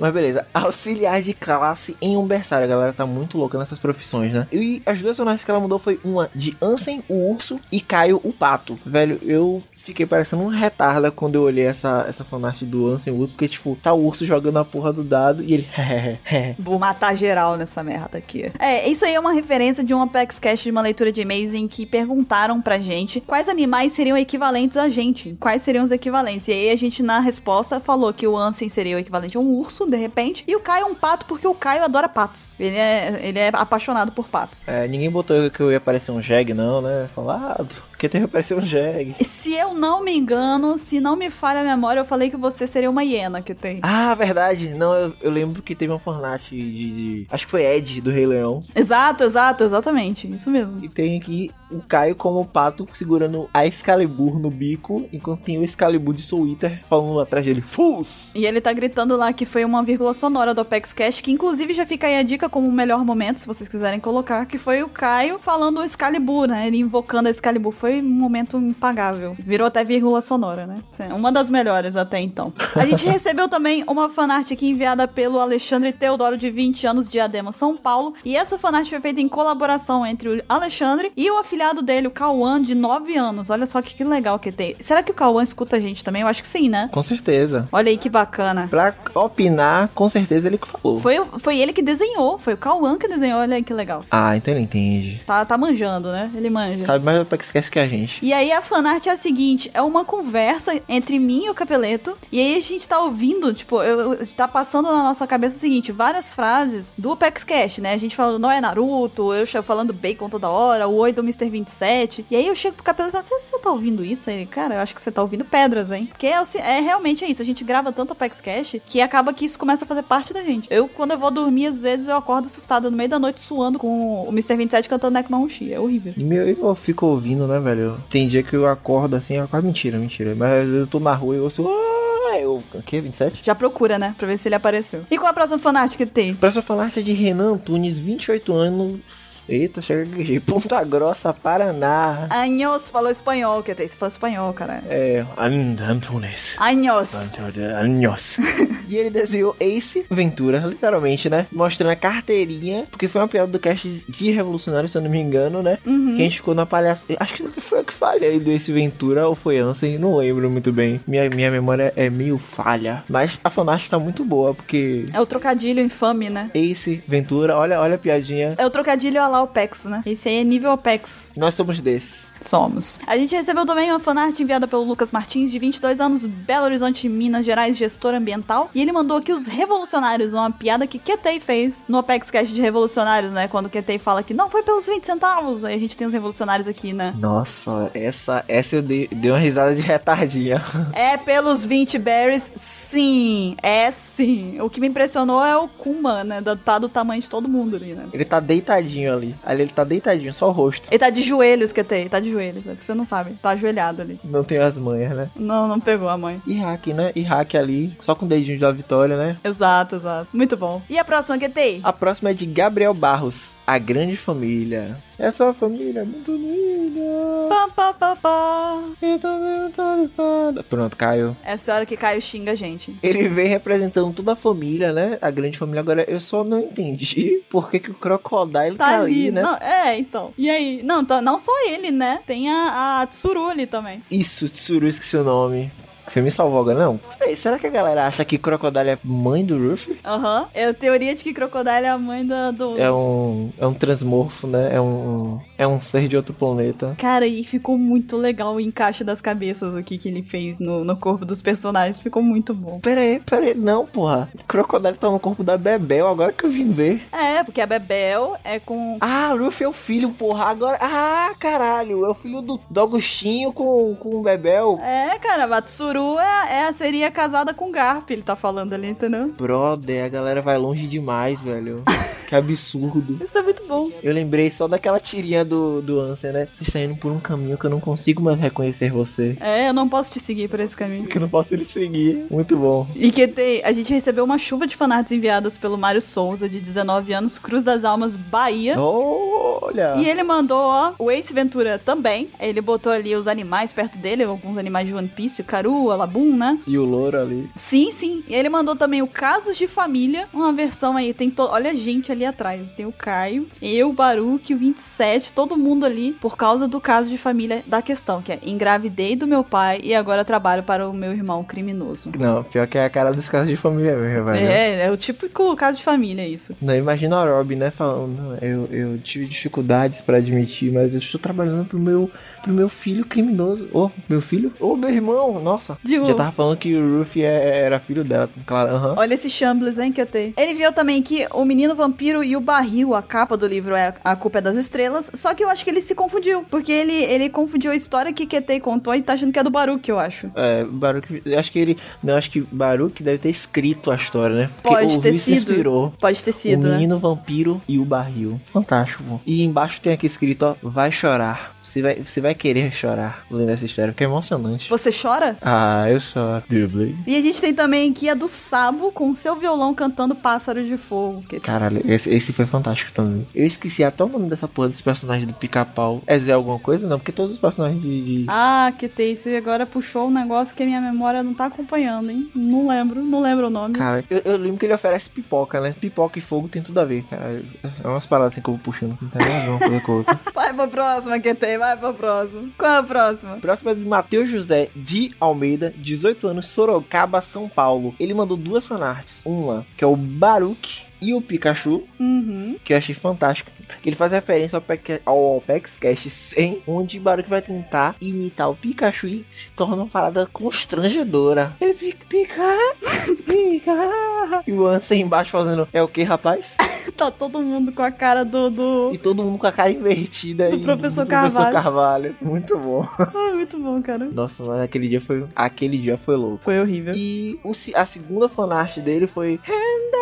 Mas beleza, auxiliar de classe em um berçário. A galera tá muito louca nessas profissões, né? E as duas personagens que ela mudou foi uma de Ansem, o urso, e Caio, o pato. Velho, eu fiquei parecendo um retarda quando eu olhei essa, essa fanart do Ansem Urso, porque, tipo, tá o urso jogando a porra do dado e ele.
Vou matar geral nessa merda aqui. É, isso aí é uma referência de um Apex Cash de uma leitura de e-mails em que perguntaram pra gente quais animais seriam equivalentes a gente, quais seriam os equivalentes. E aí a gente, na resposta, falou que o Ansem seria o equivalente a um urso, de repente, e o Caio é um pato, porque o Caio adora patos. Ele é, ele é apaixonado por patos.
É, ninguém botou que eu ia aparecer um jegue, não, né? Falar, ah, porque tem que aparecer um jegue.
Se eu não me engano, se não me falha a memória, eu falei que você seria uma hiena que tem.
Ah, verdade. Não, eu, eu lembro que teve uma fanart de, de- Acho que foi Ed do Rei Leão.
Exato, exato, exatamente. Isso mesmo.
E tem aqui o Caio como pato segurando a Excalibur no bico, enquanto tem o Excalibur de Soul Eater falando atrás dele: Fools!
E ele tá gritando lá que foi uma vírgula sonora do Apex Cash, que inclusive já fica aí a dica como o melhor momento, se vocês quiserem colocar, que foi o Caio falando o Excalibur, né? Ele invocando a Excalibur. Foi um momento impagável. Virou até vírgula sonora, né? Uma das melhores até então. A gente recebeu também uma fanart aqui enviada pelo Alexandre Teodoro, de 20 anos, de Adema, São Paulo. E essa fanart foi feita em colaboração entre o Alexandre e o afilhado dele, o Cauã, de 9 anos. Olha só que, que legal que tem. Será que o Cauã escuta a gente também? Eu acho que sim, né?
Com certeza.
Olha aí que bacana.
Pra opinar, com certeza ele que falou.
Foi, o- foi ele que desenhou, foi o Cauã que desenhou, olha aí que legal.
Ah, então ele entende.
Tá, tá manjando, né? Ele manja.
Sabe mais do Apex Cash que a gente.
E aí a fanart é a seguinte, é uma conversa entre mim e o Capeleto, e aí a gente tá ouvindo, tipo, eu, eu- tá passando na nossa cabeça o seguinte, várias frases do Apex Cash, né? A gente falando, não é Naruto, eu chego falando bacon toda hora, o oi do Mr. 27, e aí eu chego pro Capeleto e falo, "Cê- você tá ouvindo isso? Ele, cara, eu acho que você tá ouvindo pedras, hein? Porque é, o se- é realmente é isso, a gente grava tanto Apex Cash que acaba que isso começa a fazer parte da gente. Eu, quando eu vou dormir, às vezes eu acordo assustada no meio da noite suando com o Mr. 27 cantando Necmaunchi, é horrível.
E meu, eu fico ouvindo, né, velho? Tem dia que eu acordo assim, eu acordo, mentira, mentira. Mas às vezes eu tô na rua e eu ouço. Ah, eu. O quê? 27?
Já procura, né? Pra ver se ele apareceu. E qual a próxima fanart que tem?
Pra sua falar de Renan Antunes, 28 anos. Eita, chega de Ponta Grossa, Paraná.
Anhos falou espanhol, que até se fosse espanhol, cara.
É, And- Antunes.
Anhos.
Anhos. e ele desenhou Ace Ventura, literalmente, né? Mostrando a carteirinha, porque foi uma piada do cast de Revolucionário, se eu não me engano, né?
Uhum.
Que a gente ficou na palhaça. Acho que foi eu que falhei do Ace Ventura ou foi Ansem, não lembro muito bem. Minha, minha memória é meio falha. Mas a fanart tá muito boa, porque.
É o trocadilho infame, né?
Ace Ventura, olha, olha a piadinha.
É o trocadilho a lá Opex, né? Esse aí é nível Opex.
Nós somos desses.
Somos. A gente recebeu também uma fanart enviada pelo Lucas Martins, de 22 anos, Belo Horizonte, Minas Gerais, gestor ambiental. E ele mandou aqui os revolucionários, uma piada que Ketei fez no Apex Cash de Revolucionários, né? Quando Ketei fala que não foi pelos 20 centavos. Aí a gente tem os revolucionários aqui, né?
Nossa, essa, essa eu dei, dei uma risada de retardinha.
É pelos 20 berries, sim. É sim. O que me impressionou é o Kuma, né? da- Tá do tamanho de todo mundo ali, né?
Ele tá deitadinho ali. Ali ele tá deitadinho, só o rosto.
Ele tá de joelhos, QT. Ele tá de joelhos. É que você não sabe. Tá ajoelhado ali.
Não tem as manhas, né?
Não, não pegou a mãe.
E hack, né? E hack ali, só com o dedinho da vitória, né?
Exato, exato. Muito bom. E a próxima, QT?
A próxima é de Gabriel Barros, a grande família. Essa é uma família muito linda.
Pá, pá, pá, pá.
Eu tô vendo toda foda. Pronto, Caio.
Essa é a hora que Caio xinga a gente.
Ele vem representando toda a família, né? A grande família. Agora, eu só não entendi por que, que o Crocodile tá, ali, né?
Não, é, então. E aí? Não, tá- não só ele, né? Tem a, a Tsuru ali também.
Isso, Tsuru, esqueci o nome. Você me salvou agora, não? Peraí, será que a galera acha que Crocodile é mãe do Ruffy?
Aham. É a teoria de que Crocodile é a mãe da- do.
É um, é um transmorfo, né? É um, é um ser de outro planeta.
Cara, e ficou muito legal o encaixe das cabeças aqui que ele fez no, no corpo dos personagens. Ficou muito bom.
Pera aí, pera aí, não, porra. Crocodile tá no corpo da Bebel, agora que eu vim ver.
É, porque a Bebel é com.
Ah, o Luffy é o filho, porra, agora... Ah, caralho, é o filho do, do Agostinho com, com o Bebel.
É, cara, a Tsuru é, é- seria casada com Garp, ele tá falando ali, entendeu?
Brother, a galera vai longe demais, velho. Que absurdo.
Isso é muito bom.
Eu lembrei só daquela tirinha do, do Ansem, né? Você está indo por um caminho que eu não consigo mais reconhecer você.
É, eu não posso te seguir por esse caminho.
Que eu não posso lhe seguir. Muito bom.
E que tem, a gente recebeu uma chuva de fanarts enviadas pelo Mário Souza, de 19 anos, Cruz das Almas, Bahia.
Olha!
E ele mandou, ó, o Ace Ventura também. Ele botou ali os animais perto dele, alguns animais de One Piece, o Caru, a Labum, né?
E o louro ali.
Sim, sim. E ele mandou também o Casos de Família, uma versão aí, tem to... olha a gente ali atrás. Tem o Caio, eu, o Baruque, o 27, todo mundo ali por causa do caso de família da questão, que é engravidei do meu pai e agora trabalho para o meu irmão criminoso.
Não, pior que é a cara dos casos de família mesmo, velho.
É, é o típico caso de família isso.
Não, imagina a Rob, né, falando, não, eu, eu tive dificuldades para admitir, mas eu estou trabalhando pro meu, pro meu filho criminoso. Ô, oh, meu filho? Ô, oh, meu irmão, nossa.
Digo-
Já tava falando que o Ruffy é- era filho dela, claro, aham.
Olha esse Shambles, hein, que eu tenho. Ele viu também que o Menino Vampiro e o Barril, a capa do livro é A Culpa é das Estrelas, só que eu acho que ele se confundiu, porque ele, ele confundiu a história que Ketei contou e tá achando que é do Baruque, eu acho.
É, Baruch, eu acho que ele, não, acho que Baruch deve ter escrito a história, né? Porque
Pode
o
ter
Rui se
sido.
inspirou.
Pode ter sido,
O
né?
menino vampiro e o barril. Fantástico, pô. E embaixo tem aqui escrito, ó, vai chorar. Você vai, você vai querer chorar lendo essa história, porque é emocionante.
Você chora?
Ah, eu choro. Driblei.
E a gente tem também aqui a do Sabo com o seu violão cantando Pássaros de Fogo. Que-
Caralho, esse, esse foi fantástico também. Eu esqueci até o nome dessa porra dos personagens do pica-pau. É Zé alguma coisa? Não, porque todos os personagens de. de-
Ah, que tem, você agora puxou um negócio que a minha memória não tá acompanhando, hein? Não lembro, não lembro o nome.
Cara, eu, eu lembro que ele oferece pipoca, né? Pipoca e fogo tem tudo a ver, cara. É umas paradas assim que eu vou puxando. Não tem nada a ver uma coisa com a outra.
Vai pra próxima, que tem, vai pra próxima. Qual é a próxima?
Próximo é do Matheus José de Almeida, 18 anos, Sorocaba, São Paulo. Ele mandou duas fanarts. Uma, que é o Baruque e o Pikachu,
Uhum.
que eu achei fantástico. Que ele faz referência ao, Peca- ao Apex Cash 100, onde Baruque vai tentar imitar o Pikachu e se torna uma parada constrangedora. Ele fica, Pikachu, Pikachu. E o Ansem embaixo fazendo, é o que, rapaz?
Tá todo mundo com a cara do. do...
E todo mundo com a cara invertida.
Do
e
professor
professor
Carvalho.
Carvalho. Muito bom.
Ah, muito bom, cara.
Nossa, mas aquele dia foi, aquele dia foi louco.
Foi horrível.
E né? o se- a segunda fanart dele foi. Renda!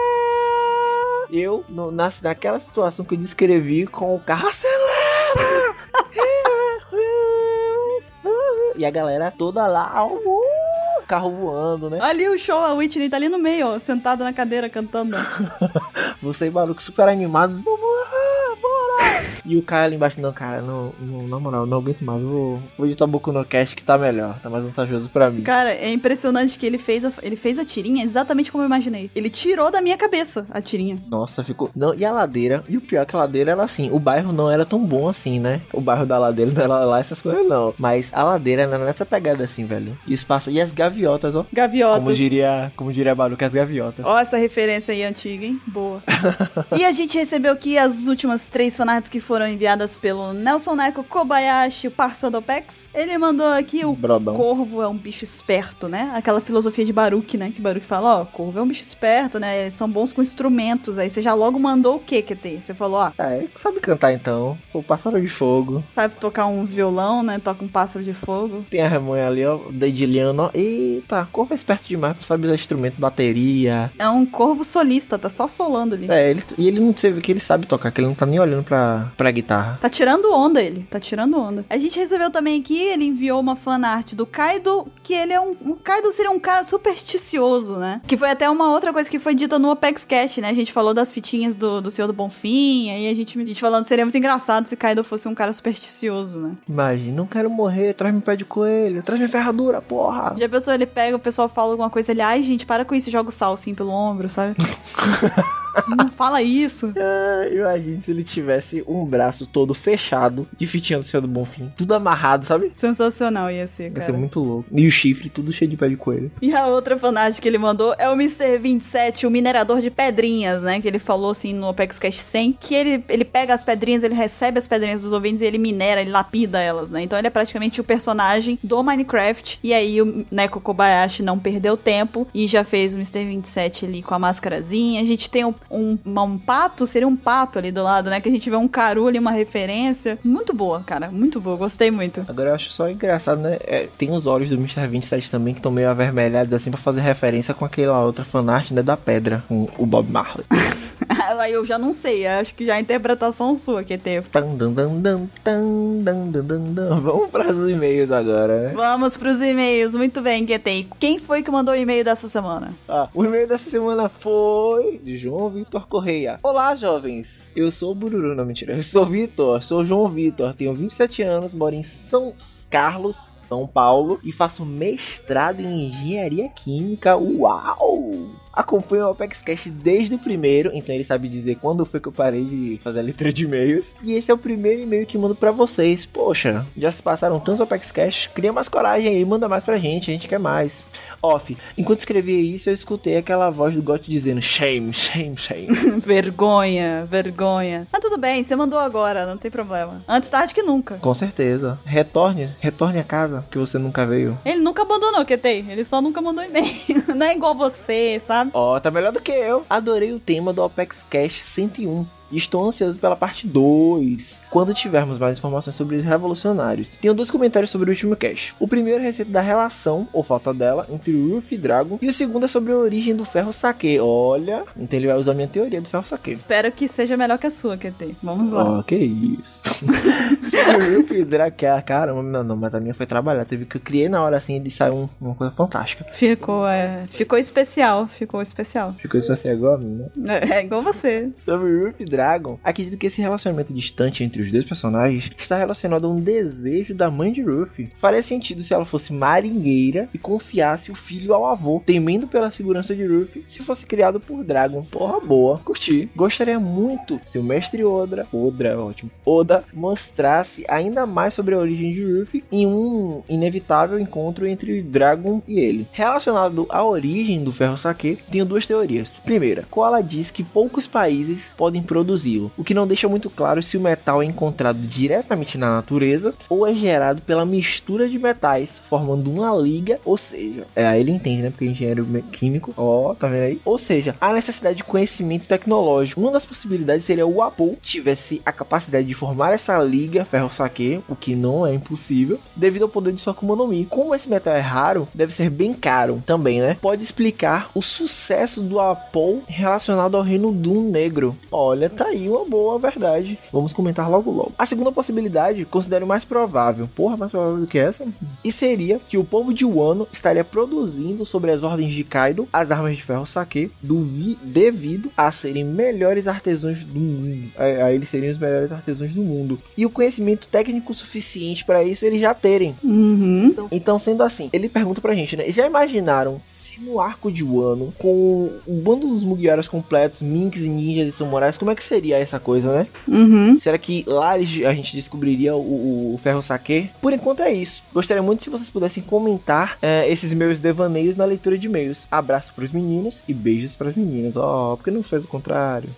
Eu, no, na, naquela situação que eu descrevi com o carro acelera! e a galera toda lá, uh, carro voando, né?
Ali o show, a Whitney tá ali no meio, ó, sentada na cadeira cantando.
Você e maluco super animados, vamos lá, bora! e o cara ali embaixo, não, cara, não, não, na moral, não aguento mais, vou, vou editar Boku no Cast que tá melhor, tá mais vantajoso pra mim.
Cara, é impressionante que ele fez a, ele fez a tirinha exatamente como eu imaginei. Ele tirou da minha cabeça a tirinha.
Nossa, ficou. Não, e a ladeira? E o pior é que a ladeira era assim. O bairro não era tão bom assim, né? O bairro da ladeira não era lá essas coisas, não. Mas a ladeira era nessa pegada assim, velho. E os passa E as gaviotas, ó. Como
Gaviotas.
diria, como diria Baruca, as gaviotas.
Ó, essa referência aí antiga, hein? Boa. e a gente recebeu aqui as últimas três fanarts que foram enviadas pelo Nelson Neco Kobayashi, o parça do Apex. Ele mandou aqui o
Brodão.
Corvo é um bicho esperto, né? Aquela filosofia de Baruch, né? Que Baruch fala, ó, corvo é um bicho esperto, né? Eles são bons com instrumentos. Aí você já logo mandou o que que tem? Você falou, ó,
Ah, é que sabe cantar então. Sou pássaro de fogo.
sabe tocar um violão, né? Toca um pássaro de fogo.
Tem a remonha ali, ó. Dedilhando, ó. Eita, corpo é esperto demais pra saber usar instrumento, bateria.
É um corvo solista, tá só solando ali.
É, ele, e ele não sabe que ele sabe tocar, que ele não tá nem olhando pra, pra guitarra.
Tá tirando onda ele, tá tirando onda. A gente recebeu também aqui, ele enviou uma fanart do Kaido, que ele é um. O Kaido seria um cara supersticioso, né? Que foi até uma outra coisa que foi dita no Apex Cash, né? A gente falou das fitinhas do, do Senhor do Bonfim, aí a gente, a gente falando seria muito engraçado se Kaido fosse um cara supersticioso, né?
Imagina, não quero morrer, traz-me pé de coelho, traz-me ferradura, porra.
Já pensou, ele pega, o pessoal fala alguma coisa, ele, ai gente, para com isso, e joga o sal assim pelo ombro, sabe? Não fala isso.
Ah, Imagina se ele tivesse um braço todo fechado de fitinha do Senhor do Bonfim, tudo amarrado, sabe?
Sensacional ia ser,
Vai
cara.
ser muito louco. E o chifre tudo cheio de pé de coelho.
E a outra fanart que ele mandou é o Mr. 27, o minerador de pedrinhas, né? Que ele falou assim no Apex Cash 100, que ele, ele pega as pedrinhas, ele recebe as pedrinhas dos ouvintes e ele minera, ele lapida elas, né? Então ele é praticamente o personagem do Minecraft. E aí o Neko Kobayashi não perdeu tempo e já fez o Mr. 27 ali com a máscarazinha. A gente tem um, um, uma- um pato, seria um pato ali do lado, né? Que a gente vê um caru ali, uma referência. Muito boa, cara, muito boa, gostei muito.
Agora eu acho só engraçado, né? É, tem os olhos do Mr. 27 também que estão meio avermelhados assim pra fazer referência com aquela outra fanart, né? Da pedra, com o Bob Marley.
aí eu já não sei, acho que já é a interpretação sua que teve.
Tan, dan, dan, dan, tan, dan, dan, dan, dan. Vamos para os e-mails agora, né?
Vamos pros e-mails, muito bem, Getei. Quem foi que mandou o e-mail dessa semana?
Ah, o e-mail dessa semana foi de João Vitor Correia. Olá, jovens. Eu sou o Bururu, não mentira. Eu sou o Vitor, sou o João Vitor, tenho 27 anos, moro em São Carlos, São Paulo e faço mestrado em engenharia química. Uau! Acompanho o Apex Cash desde o primeiro, então ele sabe dizer quando foi que eu parei de fazer a leitura de e-mails. E esse é o primeiro e-mail que mando para vocês. Poxa, já se passaram tantos Apex Cash, cria mais coragem aí, manda mais pra gente, a gente quer mais. Off, enquanto escrevia isso, eu escutei aquela voz do Got dizendo shame, shame, shame.
vergonha, vergonha. Mas tudo bem, você mandou agora, não tem problema. Antes tarde que nunca.
Com certeza. Retorne, retorne a casa que você nunca veio.
Ele nunca abandonou, Ketei. Ele só nunca mandou e-mail. não é igual você, sabe?
Ó, oh, tá melhor do que eu. Adorei o tema do Apex Cash 101. Estou ansioso pela parte 2, quando tivermos mais informações sobre os revolucionários. Tenho dois comentários sobre o último cast. O primeiro é a respeito da relação, ou falta dela, entre Ruff e Drago, e o segundo é sobre a origem do ferro saque. Olha, então ele vai usar a minha teoria do ferro saque.
Espero que seja melhor que a sua, QT. Vamos lá.
Oh, que isso. sobre Ruff e Drago, caramba, é não, não, mas a minha foi trabalhada. Você viu que eu criei na hora assim e saiu um, uma coisa fantástica.
Ficou, é. Ficou especial, ficou especial.
Ficou especial igual a mim,
né? É, é igual você.
sobre Ruff e Dragon, acredito que esse relacionamento distante entre os dois personagens está relacionado a um desejo da mãe de Ruffy. Faria sentido se ela fosse marinheira e confiasse o filho ao avô, temendo pela segurança de Ruffy se fosse criado por Dragon. Porra boa, curti. Gostaria muito se o mestre Oda, Oda, ótimo, Oda mostrasse ainda mais sobre a origem de Ruffy em um inevitável encontro entre Dragon e ele. Relacionado à origem do Ferro Sake, tenho duas teorias. Primeira, Koala diz que poucos países podem produzir o que não deixa muito claro se o metal é encontrado diretamente na natureza ou é gerado pela mistura de metais, formando uma liga, ou seja, é, aí ele entende, né? Porque é engenheiro químico, ó, tá vendo aí? Ou seja, a necessidade de conhecimento tecnológico. Uma das possibilidades seria o Apple tivesse a capacidade de formar essa liga ferro-saque, o que não é impossível, devido ao poder de sua Akuma no Mi. Como esse metal é raro, deve ser bem caro também, né? Pode explicar o sucesso do Apple relacionado ao reino do negro. Olha, tá aí uma boa verdade. Vamos comentar logo logo. A segunda possibilidade, considero mais provável. Porra, mais provável do que essa? E seria que o povo de Wano estaria produzindo sobre as ordens de Kaido as armas de ferro saque devido a serem melhores artesãos do mundo. A, a, eles seriam os melhores artesãos do mundo. E o conhecimento técnico suficiente para isso eles já terem.
Uhum.
Então, sendo assim, ele pergunta pra gente, né? Já imaginaram se no arco de Wano, com o bando dos Mugiwaras completos, Minks e ninjas e samurais, como é que seria essa coisa, né?
Uhum.
Será que lá a gente descobriria o, o, o ferro saque? Por enquanto é isso. Gostaria muito se vocês pudessem comentar é, esses meus devaneios na leitura de e-mails. Abraço pros meninos e beijos pras meninas. Ó, oh, porque não fez o contrário?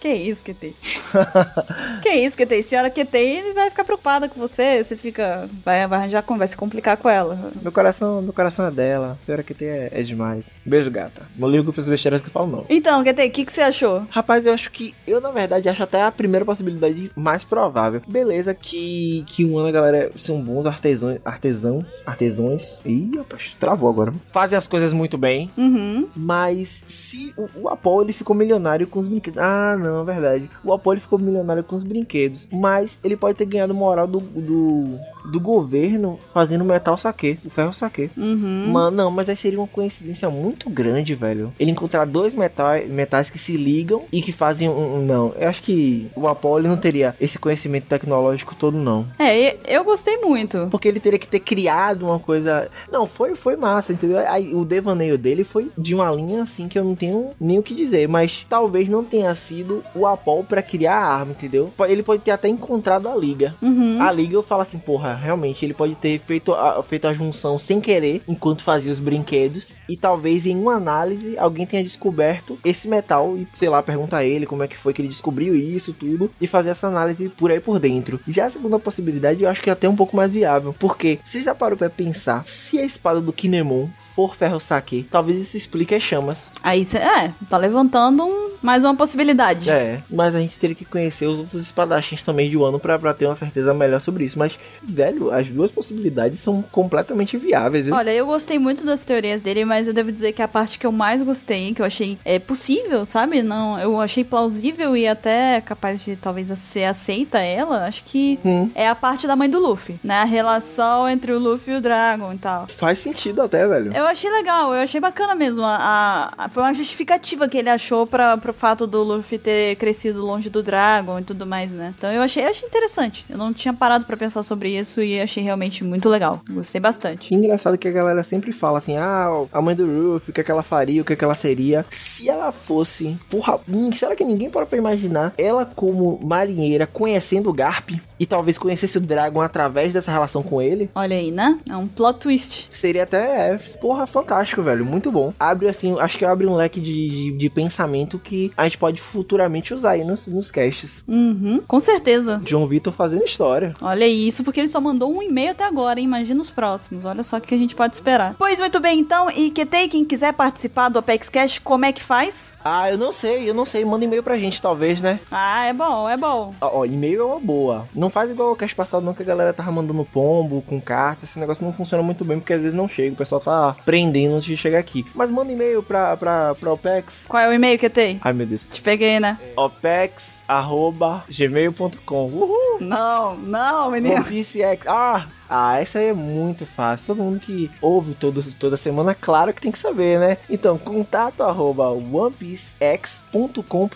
que isso, que tem? que isso, que tem? Se a hora que tem, ele vai ficar preocupada com você. Você fica. Vai, vai arranjar vai se complicar com ela.
Meu coração, meu coração é dela. A senhora que tem é, é demais. Beijo, gata. Não ligo pras besteiras que eu falo, não.
Então, que tem, o que, que você achou?
Rapaz, eu acho que eu, na verdade, acho até a primeira possibilidade mais provável. Beleza que, que o ano, galera, são bons artesãos. Artesãos. Artesões. Ih, rapaz, travou agora. Fazem as coisas muito bem.
Uhum.
Mas se o, o Apollo ele ficou milionário com os brinquedos. Ah, não, é verdade. O Apollo ficou milionário com os brinquedos. Mas ele pode ter ganhado moral do, do do governo fazendo metal saque, o ferro saque.
Uhum.
Mano, não, mas aí seria uma coincidência muito grande, velho. Ele encontrar dois metais, metais que se ligam e que fazem um, um não. Eu acho que o Apollo não teria esse conhecimento tecnológico todo não.
É, eu gostei muito.
Porque ele teria que ter criado uma coisa. Não, foi foi massa, entendeu? Aí, o devaneio dele foi de uma linha assim que eu não tenho nem o que dizer, mas talvez não tenha sido o Apollo para criar a arma, entendeu? Ele pode ter até encontrado a liga.
Uhum.
A liga eu falo assim, porra, realmente ele pode ter feito a, feito a junção sem querer enquanto fazia os brinquedos e talvez em uma análise alguém tenha descoberto esse metal e sei lá perguntar a ele como é que foi que ele descobriu isso tudo e fazer essa análise por aí por dentro. Já a segunda possibilidade eu acho que é até um pouco mais viável porque se já parou para pensar se a espada do Kinemon for ferro saque talvez isso explique as chamas.
Aí cê, é tá levantando um, mais uma possibilidade.
É, mas a gente teria que conhecer os outros espadachins também de um ano para ter uma certeza melhor sobre isso, mas velho, as duas possibilidades são completamente viáveis. Viu?
Olha, eu gostei muito das teorias dele, mas eu devo dizer que a parte que eu mais gostei, que eu achei é, possível, sabe? Não, eu achei plausível e até capaz de talvez ser aceita ela, acho que
hum.
é a parte da mãe do Luffy, né? A relação entre o Luffy e o Dragon e tal.
Faz
é
sentido até, velho.
Eu achei legal, eu achei bacana mesmo. A, a foi uma justificativa que ele achou pra, pra pro fato do Luffy ter crescido longe do Dragon e tudo mais, né? Então eu achei, eu achei interessante. Eu não tinha parado pra pensar sobre isso e achei realmente muito legal. Gostei bastante.
Engraçado que a galera sempre fala assim: ah, a mãe do Ruff, o que, é que ela faria, o que, é que ela seria. Se ela fosse, porra, hum, será que ninguém para pra imaginar ela como marinheira conhecendo o Garp e talvez conhecesse o Dragon através dessa relação com ele?
Olha aí, né? É um plot twist.
Seria até, é, porra, fantástico, velho. Muito bom. Abre assim, acho que abre um leque de, de, de pensamento que a gente pode futuramente usar aí nos, nos casts.
Uhum, com certeza.
John Vitor fazendo história.
Olha aí, isso, porque ele só mandou um e-mail até agora, hein? Imagina os próximos. Olha só o que a gente pode esperar. Pois muito bem, então, e QT, quem quiser participar do Apex Cash, como é que faz?
Ah, eu não sei, eu não sei. Manda e-mail pra gente, talvez, né?
Ah, é bom, é bom.
Ó, ó, e-mail é uma boa. Não faz igual o cast passado, não, que a galera tava mandando pombo com carta. Esse negócio não funciona muito bem, porque às vezes não chega. O pessoal tá prendendo antes de chegar aqui. Mas manda e-mail pra, pra, pra OPEX.
Qual é o e-mail que tem?
Ai, meu Deus.
Te peguei, né?
É. opex.gmail.com. Uhul!
Não, não, menino.
OPCX. Ah, ah, essa aí é muito fácil. Todo mundo que ouve todo, toda semana, claro que tem que saber, né? Então, contato arroba onepiecex.com.br.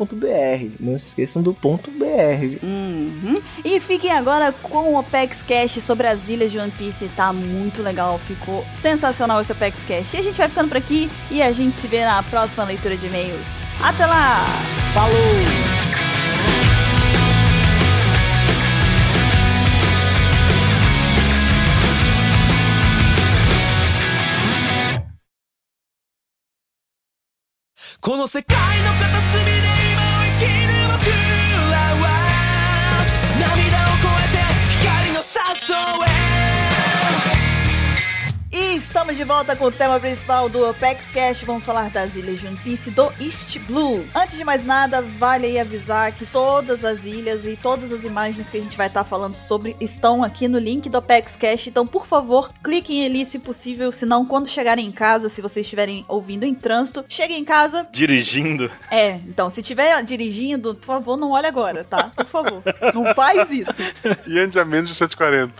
Não se esqueçam do ponto .br.
Uhum. E fiquem agora com o Apex Cash sobre as ilhas de One Piece. Tá muito legal, ficou sensacional esse Apex Cash. E a gente vai ficando por aqui e a gente se vê na próxima leitura de e-mails. Até lá!
Falou!「この世界の片隅で今を生きる僕らは涙を超えて光の
さそうへ」E estamos de volta com o tema principal do Apex Cash. Vamos falar das ilhas de One Piece do East Blue. Antes de mais nada, vale aí avisar que todas as ilhas e todas as imagens que a gente vai estar tá falando sobre estão aqui no link do Apex Cash. Então, por favor, cliquem ali se possível. Senão, quando chegarem em casa, se vocês estiverem ouvindo em trânsito, cheguem em casa.
Dirigindo?
É, então, se estiver dirigindo, por favor, não olhe agora, tá? Por favor. não faz isso.
E ande a menos de 140.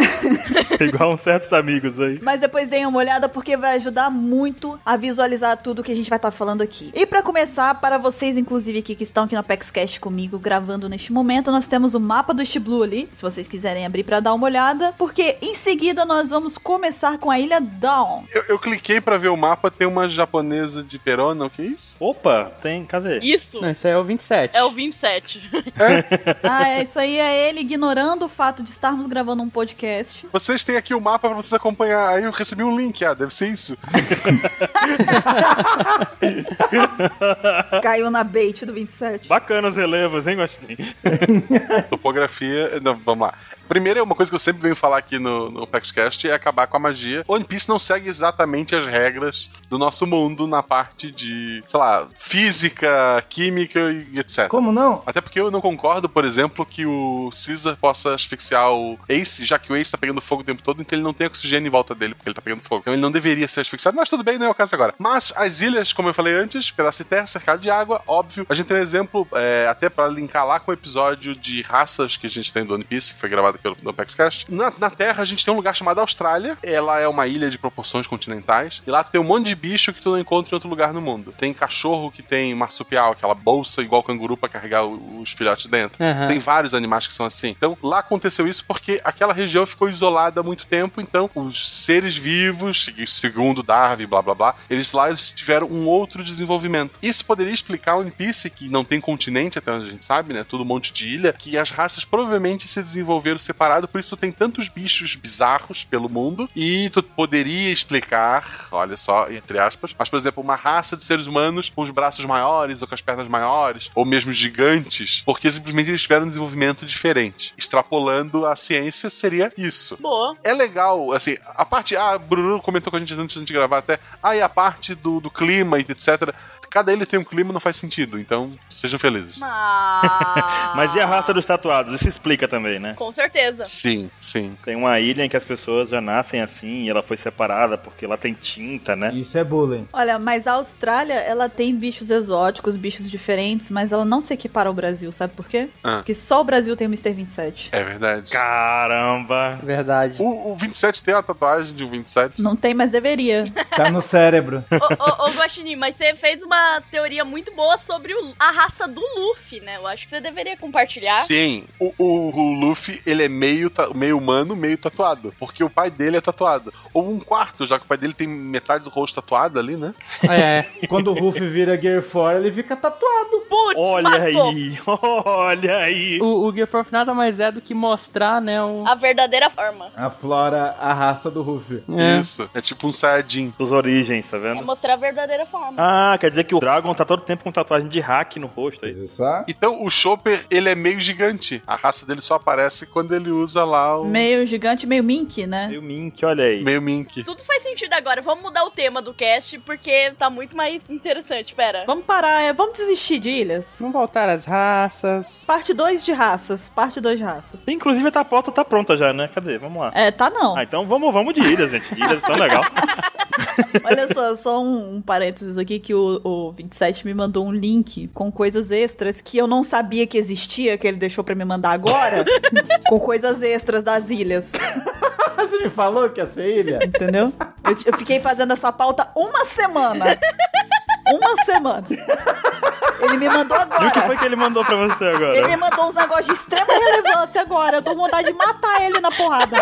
Igual uns certos amigos aí.
Mas depois deem uma olhada porque vai ajudar muito a visualizar tudo que a gente vai estar tá falando aqui. E para começar, para vocês inclusive aqui que estão aqui no PaxCast comigo gravando neste momento, nós temos o mapa do East Blue ali, se vocês quiserem abrir para dar uma olhada, porque em seguida nós vamos começar com a Ilha Dawn.
Eu, eu cliquei para ver o mapa, tem uma japonesa de Perona, o que é isso?
Opa, tem, cadê?
Isso.
Não, isso é o 27.
É o 27.
É? ah, é, isso aí é ele ignorando o fato de estarmos gravando um podcast.
Vocês têm aqui o mapa para vocês acompanhar. Aí eu recebi um link, ah, deve ser isso.
Caiu na bait do 27.
Bacana os relevos, hein, Gostinho?
Topografia. Não, vamos lá. Primeiro é uma coisa que eu sempre venho falar aqui no, no PaxCast, é acabar com a magia. One Piece não segue exatamente as regras do nosso mundo na parte de, sei lá, física, química e etc.
Como não?
Até porque eu não concordo, por exemplo, que o Caesar possa asfixiar o Ace, já que o Ace tá pegando fogo o tempo todo, então ele não tem oxigênio em volta dele, porque ele tá pegando fogo. Então ele não deveria ser asfixiado, mas tudo bem, não é o caso agora. Mas as ilhas, como eu falei antes, pedaço de terra cercado de água, óbvio. A gente tem um exemplo, é, até para linkar lá com o episódio de raças que a gente tem do One Piece, que foi gravado pelo do Cast. Na, na, Terra, a gente tem um lugar chamado Austrália. Ela é uma ilha de proporções continentais. E lá tem um monte de bicho que tu não encontra em outro lugar no mundo. Tem cachorro que tem marsupial, aquela bolsa igual canguru para carregar os filhotes dentro. Uhum. Tem vários animais que são assim. Então, lá aconteceu isso porque aquela região ficou isolada há muito tempo. Então, os seres vivos, segundo Darwin, blá blá blá, eles lá eles tiveram um outro desenvolvimento. Isso poderia explicar o One Piece, que não tem continente, até onde a gente sabe, né? Tudo um monte de ilha, que as raças provavelmente se desenvolveram separado, por isso tu tem tantos bichos bizarros pelo mundo e tu poderia explicar, olha só, entre aspas, mas por exemplo, uma raça de seres humanos com os braços maiores ou com as pernas maiores ou mesmo gigantes, porque simplesmente eles tiveram um desenvolvimento diferente. Extrapolando a ciência seria isso.
Boa.
É legal, assim, a parte, ah, Bruno comentou com a gente antes de gravar até, ah, e a parte do, do clima e etc cada ele tem um clima não faz sentido, então sejam felizes.
Ah.
Mas e a raça dos tatuados? Isso explica também, né?
Com certeza.
Sim, sim.
Tem uma ilha em que as pessoas já nascem assim e ela foi separada porque lá tem tinta, né?
Isso é bullying.
Olha, mas a Austrália, ela tem bichos exóticos, bichos diferentes, mas ela não se equipara ao Brasil, sabe por quê? Ah. Porque só o Brasil tem o Mr. 27.
É verdade.
Caramba!
Verdade.
O, o 27 tem uma tatuagem de um 27?
Não tem, mas deveria.
Tá no cérebro.
ô, ô, ô, Guaxinim, mas você fez uma teoria muito boa sobre o- a raça do Luffy, né? Eu acho que você deveria compartilhar.
Sim, o, o- o Luffy, ele é meio, ta- meio humano, meio tatuado. Porque o pai dele é tatuado. Ou um quarto, já que o pai dele tem metade do rosto tatuado ali, né?
É. Quando o Ruff vira Gear 4, ele fica tatuado.
Putz,
Olha
matou.
aí, olha aí.
O, o Gear Prof nada mais é do que mostrar, né? O...
A verdadeira forma.
Aflora a raça do Ruff.
Ah.
É.
Isso. É tipo um Saiyajin.
Suas origens, tá
É
vendo?
mostrar a verdadeira forma.
Ah, quer dizer que o Dragon tá todo tempo com tatuagem de hack no rosto aí.
Então o Chopper, ele é meio gigante. A raça dele só aparece quando ele usa lá o.
Meio gigante, meio mink, né?
E o Mink, olha aí.
Meio Mink.
Tudo faz sentido agora. Vamos mudar o tema do cast, porque tá muito mais interessante. Pera.
Vamos parar, é, vamos desistir de ilhas.
Vamos voltar às raças.
Parte 2 de raças, parte 2 de raças.
Inclusive, a pauta tá pronta já, né? Cadê? Vamos lá.
É, tá não.
Ah, então vamos, vamos de ilhas, gente. Ilhas tão legal.
Olha só, só um, um parênteses aqui que o, o 27 me mandou um link com coisas extras que eu não sabia que existia, que ele deixou pra me mandar agora, com coisas extras das ilhas,
Você me falou que ia ser ilha?
entendeu? Eu, eu fiquei fazendo essa pauta uma semana. Uma semana. Ele me mandou
E o que
agora.
foi que ele mandou pra você
Ele me
agora?
mandou uns negócios de extrema relevância agora. Eu tô com vontade de matar ele na porrada.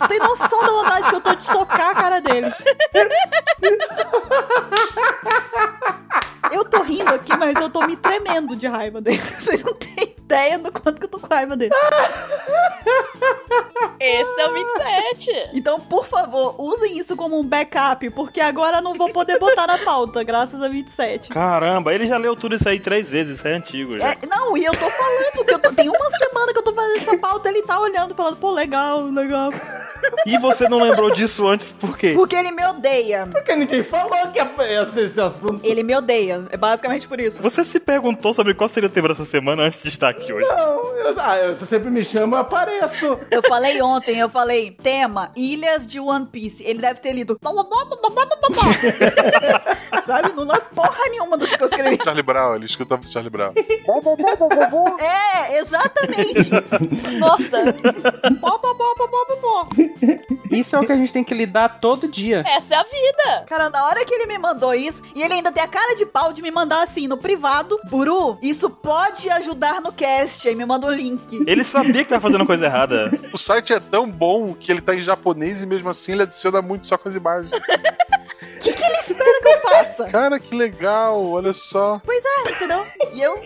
Não tem noção da vontade que eu tô de socar a cara dele. Eu tô rindo aqui, mas eu tô me tremendo de raiva dele. Vocês não têm ideia do quanto que eu tô com raiva dele.
Esse é o 27.
Então, por favor, usem isso como um backup, porque agora eu não vou poder botar na pauta, graças a 27.
Caramba, ele já leu tudo isso aí três vezes, isso aí é antigo já.
É, não, e eu tô falando que eu tô, tem uma semana que eu tô fazendo essa pauta, ele tá olhando, falando, pô, legal, legal.
E você não lembrou disso antes por quê?
Porque ele me odeia.
Porque ninguém falou que ia ia ser esse assunto.
Ele me odeia. É basicamente por isso.
Você se perguntou sobre qual seria o tema dessa semana antes de estar aqui hoje?
Não, eu, ah, eu- você sempre me chama, eu apareço.
Eu falei ontem, eu falei, tema, ilhas de One Piece. Ele deve ter lido. Sabe? Não é porra nenhuma do que eu escrevi.
Charlie Brown, ele escuta Charlie Brown.
É, exatamente.
Nossa.
Pó, pó, pó, pó, pó, pó, pó.
Isso é o que a gente tem que lidar todo dia.
Essa é a vida.
Cara, na hora que ele me mandou isso, e ele ainda tem a cara de pau de me mandar assim no privado, Buru, isso pode ajudar no cast. Aí me manda o link.
Ele sabia que tava fazendo coisa errada.
O site é tão bom que ele tá em japonês e mesmo assim ele adiciona muito só com as imagens.
O que, que ele espera que eu faça?
Cara, que legal, olha só.
entendeu? E eu.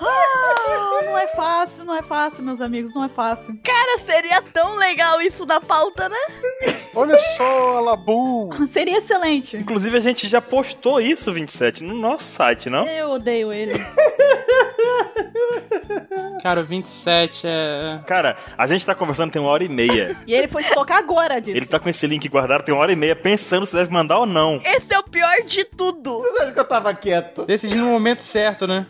Ah, não é fácil, não é fácil, meus amigos, não é fácil.
Cara, né? seria tão legal isso na pauta, né?
Olha só, Alabum.
Seria excelente.
Inclusive, a gente já postou isso, 27, no nosso site, não?
Eu odeio ele.
Cara, o 27 é.
Cara, a gente tá conversando tem uma hora e meia.
E ele foi se tocar agora disso.
Ele tá com esse link guardado tem uma hora e meia pensando se deve mandar ou não.
Esse é o pior de tudo.
Você acha que eu tava quieto?
Decidir no é momento certo, né?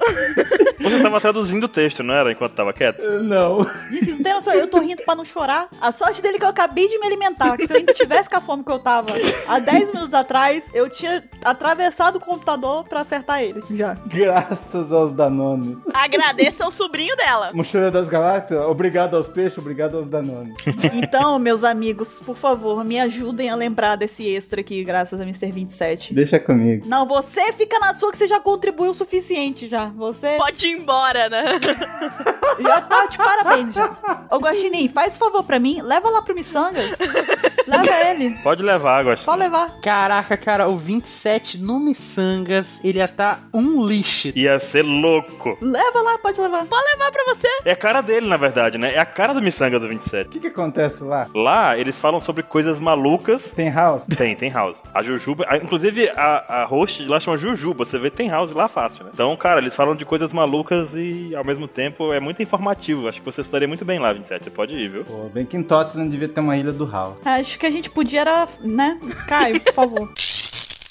Você tava traduzindo o texto, não era? Enquanto tava quieto?
Não.
Disse, "Isso não tem noção, eu tô rindo pra não chorar. A sorte dele é que eu acabei de me alimentar. Que se eu ainda tivesse com a fome que eu tava há 10 minutos atrás, eu tinha atravessado o computador pra acertar ele. Já.
Graças aos Danone.
Agradeça ao sobrinho dela.
Mochila das Galáxias, obrigado aos peixes, obrigado aos Danone.
Então, meus amigos, por favor, me ajudem a lembrar desse extra aqui, graças a Mr. 27.
Deixa comigo.
Não, você fica na sua que você já contribuiu o suficiente já. Você
Pode ir embora, né?
Já tá de parabéns, já. Ô, Guaxinim, faz favor pra mim, leva lá pro Missangas. Leva ele.
Pode levar agora.
Pode levar.
Caraca, cara, o 27 no Missangas, ele ia tá um lixo.
Ia ser louco.
Leva lá, pode levar.
Levar pra você.
É a cara dele, na verdade, né? É a cara do Missanga do 27.
O que que acontece lá?
Lá, eles falam sobre coisas malucas.
Tem house?
Tem, tem house. A Jujuba. a- inclusive, a, a host de lá chama Jujuba. Você vê tem house lá fácil, né? Então, cara, eles falam de coisas malucas e, ao mesmo tempo, é muito informativo. Acho que você estaria muito bem lá, 27. Você pode ir, viu?
Pô, bem que em
É,
Tottenham devia ter uma ilha do house.
Acho que a gente podia era, né? Caio, por favor.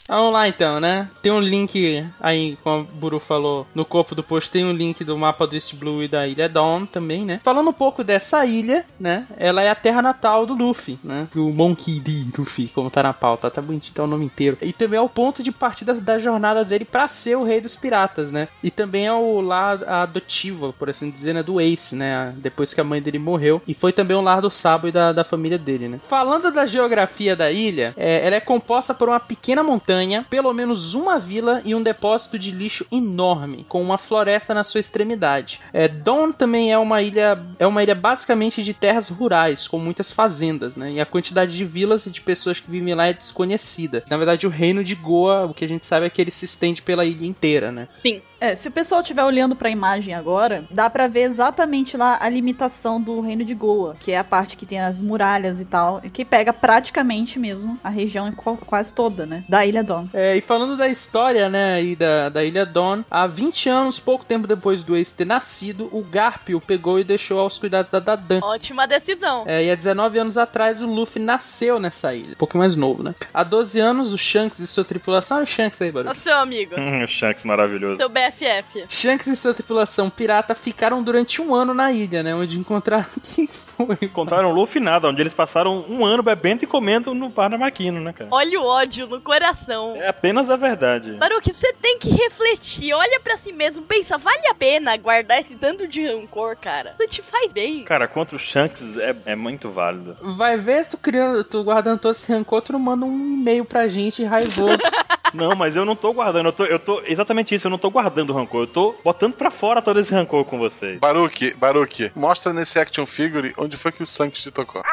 Vamos lá então, né? Tem um link aí, como o Buru falou, no corpo do post tem um link do mapa do East Blue e da ilha Dawn também, né? Falando um pouco dessa ilha, né? Ela é a terra natal do Luffy, né? O Monkey D. Luffy, como tá na pauta, tá bonitinho tá o nome inteiro. E também é o ponto de partida da jornada dele pra ser o rei dos piratas, né? E também é o lar adotivo, por assim dizer, né? Do Ace, né? Depois que a mãe dele morreu. E foi também o lar do Sabo e da, da família dele, né? Falando da geografia da ilha, é, ela é composta por uma pequena montanha, pelo menos uma vila e um depósito de lixo enorme, com uma floresta na sua extremidade. É, Dawn também é uma ilha é uma ilha basicamente de terras rurais, com muitas fazendas, né? E a quantidade de vilas e de pessoas que vivem lá é desconhecida. Na verdade, o reino de Goa, o que a gente sabe é que ele se estende pela ilha inteira, né?
Sim.
É, se o pessoal estiver olhando para a imagem agora, dá para ver exatamente lá a limitação do reino de Goa, que é a parte que tem as muralhas e tal, que pega praticamente mesmo a região quase toda, né, da Ilha Dawn.
É, e falando da história, né, e da, da Ilha Dawn, há 20 anos, pouco tempo depois do Ace ter nascido, o Garpio pegou e deixou aos cuidados da Dadan.
Ótima decisão.
É, e há 19 anos atrás o Luffy nasceu nessa ilha, um pouco mais novo, né? Há 12 anos o Shanks e sua tripulação, olha o Shanks aí, barulho.
O seu amigo.
Hum, o Shanks maravilhoso.
Seu BF FF.
Shanks e sua tripulação pirata ficaram durante um ano na ilha, né? Onde encontraram. Quem foi?
Encontraram Luffy nada, onde eles passaram um ano bebendo e comendo no bar na Maquino, né, cara?
Olha o ódio no coração.
É apenas a verdade.
Baruque, você tem que refletir. Olha para si mesmo. Pensa, vale a pena guardar esse tanto de rancor, cara? Você te faz bem.
Cara, contra o Shanks é, é muito válido.
Vai ver se tu, criando, tu guardando todo esse rancor, tu não manda um e-mail pra gente raivoso.
não, mas eu não tô guardando. Eu tô, eu tô exatamente isso. Eu não tô guardando guardando rancor. Eu tô botando pra fora todo esse rancor com vocês.
Baruque, Baruque, mostra nesse action figure onde foi que o Shanks te tocou.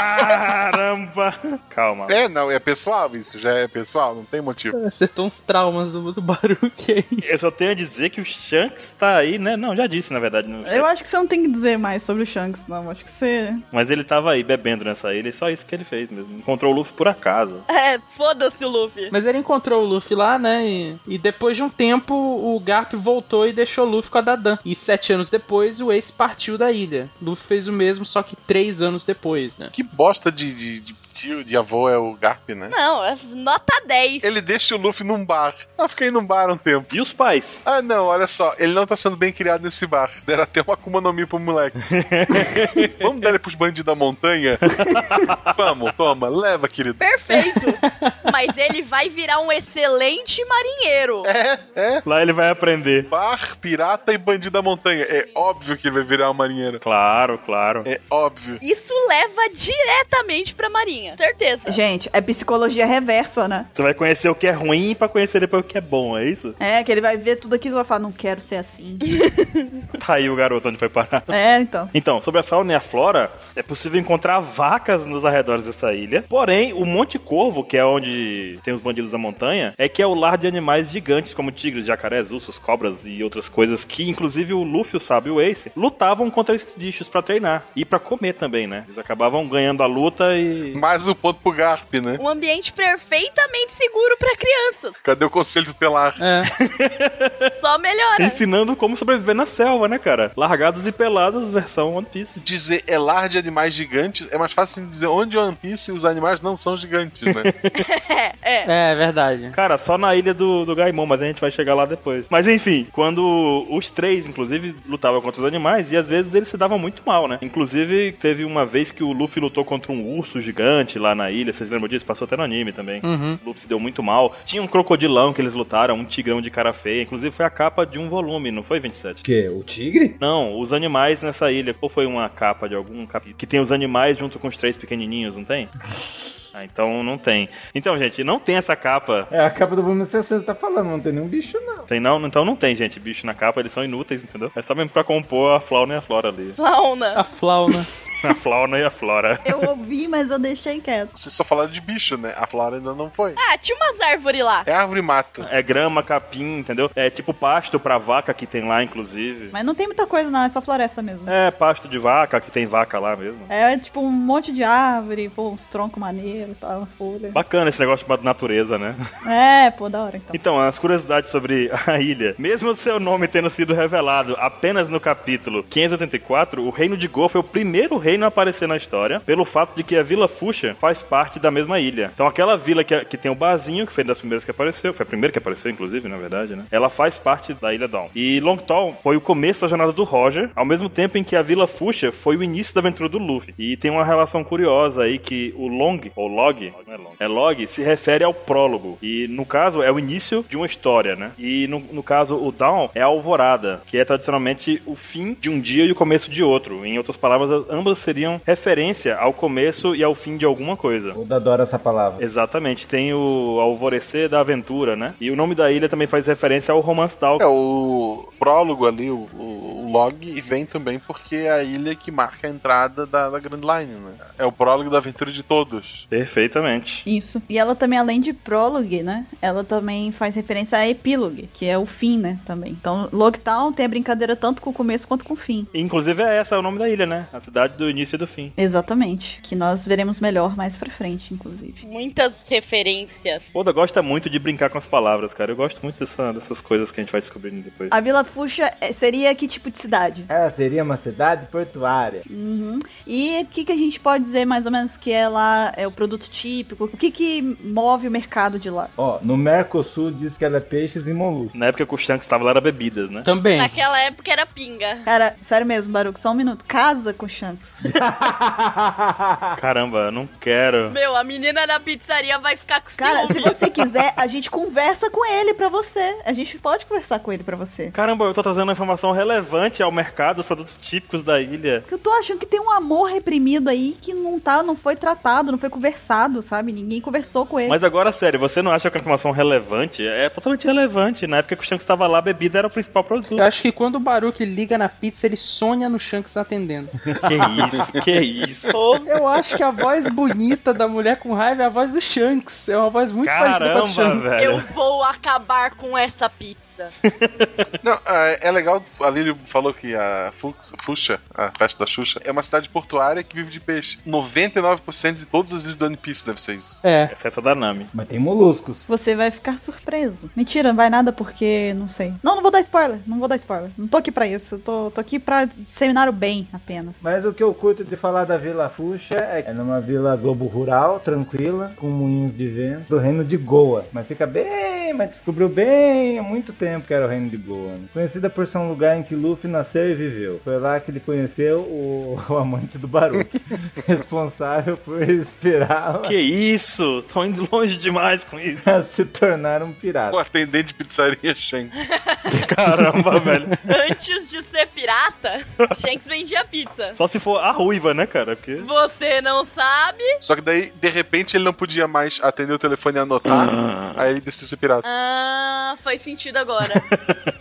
Caramba! Calma.
É, não, é pessoal isso, já é pessoal, não tem motivo.
Acertou uns traumas do, é do Baruque aí.
Eu só tenho a dizer que o Shanks tá aí, né? Não, já disse, na verdade. No...
Eu acho que você não tem que dizer mais sobre o Shanks, não. Acho que você.
Mas ele tava aí bebendo nessa ilha e só isso que ele fez mesmo. Encontrou o Luffy por acaso.
É, foda-se o Luffy.
Mas ele encontrou o Luffy lá, né? E, e, depois de um tempo, o Garp voltou e deixou o Luffy com a Dadan. E sete anos depois, o Ace partiu da ilha. Luffy fez o mesmo, só que três anos depois, né?
Que bosta de, de, de tio de avô é o Garp, né?
Não, é nota 10.
Ele deixa o Luffy num bar. Ah, fiquei num bar um tempo.
E os pais?
Ah, não, olha só. Ele não tá sendo bem criado nesse bar. Deram até uma Akuma no Mi pro moleque. Vamos dar ele pros bandidos da montanha? Vamos, toma, leva, querido.
Perfeito. Mas ele vai virar um excelente marinheiro.
É, é.
Lá ele vai aprender.
Bar, pirata e bandido da montanha. É óbvio que ele vai virar um marinheiro.
Claro, claro.
É óbvio.
Isso leva diretamente pra marinha. Certeza.
Gente, é psicologia reversa, né?
Você vai conhecer o que é ruim pra conhecer depois o que é bom, é isso?
É, que ele vai ver tudo aquilo e vai falar, não quero ser assim.
tá aí o garoto onde foi parar.
É, então.
Então, sobre a fauna e a flora, é possível encontrar vacas nos arredores dessa ilha. Porém, o Monte Corvo, que é onde tem os bandidos da montanha, é que é o lar de animais gigantes, como tigres, jacarés, ursos, cobras e outras coisas que, inclusive, o Luffy, o Sábio e o Ace lutavam contra esses bichos para treinar e para comer também, né? Eles acabavam ganhando a luta e.
Mas mais um ponto pro Garp, né?
Um ambiente perfeitamente seguro para crianças.
Cadê o conselho tutelar?
É.
Só melhora.
Ensinando como sobreviver na selva, né, cara? Largados e pelados, versão One Piece.
Dizer é lar de animais gigantes é mais fácil de dizer onde One Piece os animais não são gigantes, né?
é,
é. é, verdade.
Cara, só na ilha do, do Gaimon, mas a gente vai chegar lá depois. Mas enfim, quando os três, inclusive, lutavam contra os animais, e às vezes eles se davam muito mal, né? Inclusive, teve uma vez que o Luffy lutou contra um urso gigante lá na ilha. Vocês lembram disso? Passou até no anime também.
Uhum.
O Luffy se deu muito mal. Tinha um crocodilão que eles lutaram, um tigrão de cara feia. Inclusive foi a capa de um volume, não foi 27?
Que? O tigre?
Não, os animais nessa ilha. Ou foi uma capa de algum capítulo? Que tem os animais junto com os três pequenininhos, não tem? Ah, então não tem. Então, gente, não tem essa capa.
É, a capa do volume 60 tá falando, não tem nenhum bicho, não.
Tem não? Então não tem, gente, bicho na capa, eles são inúteis, entendeu? É só mesmo pra compor a fauna e a flora ali.
Flauna!
A né? flauna.
a fauna e a flora.
Eu ouvi, mas eu deixei quieto.
Vocês só falaram de bicho, né? A flora ainda não foi.
Ah, tinha umas árvores lá.
É árvore mato.
É grama, capim, entendeu? É tipo pasto pra vaca que tem lá, inclusive.
Mas não tem muita coisa, não. É só floresta mesmo.
É, pasto de vaca, que tem vaca lá mesmo.
É, tipo um monte de árvore, pô, uns troncos maneiros, tá, umas folhas.
Bacana esse negócio de natureza, né?
É, pô, da hora então.
Então, as curiosidades sobre a ilha. Mesmo seu nome tendo sido revelado apenas no capítulo 584, o reino de Go foi o primeiro reino rei não aparecer na história pelo fato de que a Vila Fuxa faz parte da mesma ilha. Então aquela vila que, que tem o barzinho, que foi das primeiras que apareceu, foi a primeira que apareceu, inclusive, na verdade, né? Ela faz parte da Ilha Dawn. E Long Tall foi o começo da jornada do Roger, ao mesmo tempo em que a Vila Fuxa foi o início da aventura do Luffy. E tem uma relação curiosa aí que o Long, ou Log, não é Long, é Log, se refere ao prólogo. E no caso, é o início de uma história, né? E no, no caso, o Dawn é a alvorada, que é tradicionalmente o fim de um dia e o começo de outro. Em outras palavras, ambas seriam referência ao começo e ao fim de alguma coisa.
Eu adoro essa palavra.
Exatamente. Tem o alvorecer da aventura, né? E o nome da ilha também faz referência ao romance Dawn.
É, o prólogo ali, o, o log, vem também porque é a ilha que marca a entrada da, da Grand Line, né? É o prólogo da aventura de todos.
Perfeitamente.
Isso. E ela também, além de prólogo, né? Ela também faz referência a epílogo, que é o fim, né? Também. Então, Logtown tem a brincadeira tanto com o começo quanto com o fim.
Inclusive é essa é o nome da ilha, né? A cidade do início e do fim.
Exatamente. Que nós veremos melhor mais pra frente, inclusive.
Muitas referências.
Oda gosta muito de brincar com as palavras, cara. Eu gosto muito dessa, dessas coisas que a gente vai descobrindo depois.
A Vila Fuxa seria que tipo de cidade?
Ela É, seria uma cidade portuária.
Uhum. E o que, que a gente pode dizer mais ou menos que ela é o produto típico? O que, que move o mercado de lá?
Ó, no Mercosul diz que era peixes e moluscos.
Na época que o Shanks estava lá era bebidas, né?
Também.
Tá
Naquela época era pinga.
Cara, sério mesmo, Baruco, só um minuto. Casa com o Shanks.
Ah.
Caramba, eu não quero.
Meu, a menina da pizzaria vai ficar com
Cara, se
ciúme.
você quiser, a gente conversa com ele pra você. A gente pode conversar com ele pra você.
Caramba, eu tô trazendo uma informação relevante ao mercado, os produtos típicos da ilha.
Porque eu tô achando que tem um amor reprimido aí que não tá, não foi tratado, não foi conversado, sabe? Ninguém conversou com ele.
Mas agora, sério, você não acha que a informação relevante? É totalmente relevante. Na época que o Shanks estava lá, a bebida era o principal produto.
Eu acho que quando o Baruque liga na pizza, ele sonha no Shanks atendendo.
Que isso, que isso.
Eu acho que a voz bonita da mulher com raiva é a voz do Shanks. É uma voz muito parecida com a do
Caramba,
Shanks.
velho.
Eu vou acabar com essa pizza.
Não, é, é legal, a Lili falou que a Fu- Fuxa, a festa da Xuxa, é uma cidade portuária que vive de peixe. 99% de todas as ilhas do One Piece deve ser isso.
É.
É festa da Nami.
Mas tem moluscos.
Você vai ficar surpreso. Mentira, não vai nada porque não sei. Não, não vou dar spoiler. Não vou dar spoiler. Não tô aqui pra isso. Eu tô, tô aqui pra disseminar o bem apenas.
Mas o que eu curto de falar da Vila Fuxa é que é numa vila globo rural, tranquila, com moinhos de vento, do reino de Goa. Mas fica bem, mas descobriu bem há muito tempo que era o reino de Goa. né? Conhecida por ser um lugar em que Luffy nasceu e viveu. Foi lá que ele conheceu o, o amante do Baruch, responsável por inspirá-lo
Que isso? Tô indo longe demais com isso.
a se tornar um pirata.
O atendente de pizzaria Shanks.
Caramba, velho.
Antes de ser pirata, Shanks vendia pizza.
Só se for a ruiva, né, cara? Porque.
Você não sabe?
Só que daí, de repente, ele não podia mais atender o telefone e anotar. aí ele decidiu ser pirata.
Ah, faz sentido agora.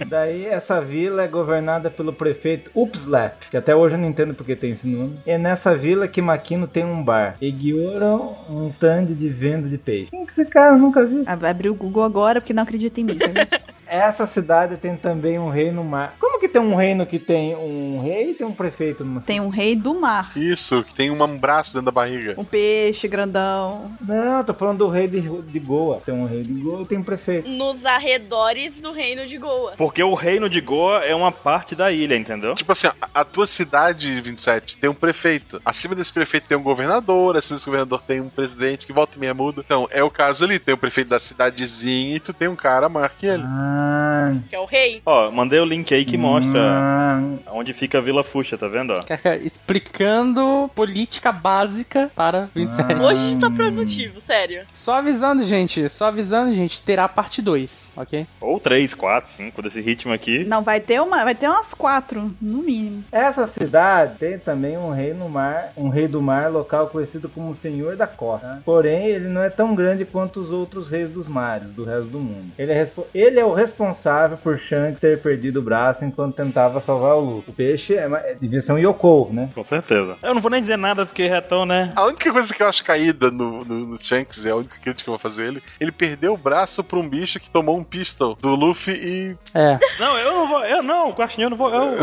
Daí essa vila é governada pelo prefeito Upslap, que até hoje eu não entendo porque tem esse nome. É nessa vila que Makino tem um bar. Ignora um stand de venda de peixe. Quem que esse cara Eu nunca viu?
Ah, Vai abrir o Google agora porque não acredita em mim. tá vendo?
Essa cidade tem também um reino mar. Como que tem um reino que tem um rei e tem um prefeito? numa-
Tem um rei do mar.
Isso, que tem um braço dentro da barriga.
Um peixe grandão.
Não, eu tô falando do rei de, de Goa. Tem um rei de Goa e tem um prefeito.
Nos arredores do reino de Goa.
Porque o reino de Goa é uma parte da ilha, entendeu?
Tipo assim, a- a tua cidade, 27, tem um prefeito. Acima desse prefeito tem um governador, acima desse governador tem um presidente que volta e meia muda. Então, é o caso ali. Tem o prefeito da cidadezinha e tu tem um cara maior que ele.
Ah,
Que é o rei.
Ó, mandei o link aí que mostra
ah,
onde fica a Vila Fuxa, tá vendo? Ó?
Explicando política básica para 27.
Hoje tá produtivo, sério.
Só avisando, gente. Só avisando, gente. Terá parte 2, ok?
Ou 3, 4, 5, desse ritmo aqui.
Não, vai ter uma. Vai ter umas quatro, no mínimo.
Essa cidade tem também um rei no mar, um rei do mar, local conhecido como Senhor da Costa. Porém, ele não é tão grande quanto os outros reis dos mares do resto do mundo. Ele é, respo- ele é o responsável por Shanks ter perdido o braço enquanto tentava salvar o Luffy. O peixe é, ma- é- devia ser um yokou, né?
Com certeza. Eu não vou nem dizer nada porque já tão, né?
A única coisa que eu acho caída no, no, no Shanks, é a única crítica que eu vou fazer a ele, ele perdeu o braço pra um bicho que tomou um pistol do Luffy e.
É.
Não, eu não vou. Eu não, Guaxinim, eu não vou. Eu...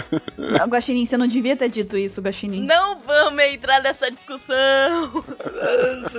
Ah, Guaxinim, você não devia ter dito isso, Guaxinim.
Não vamos entrar nessa discussão.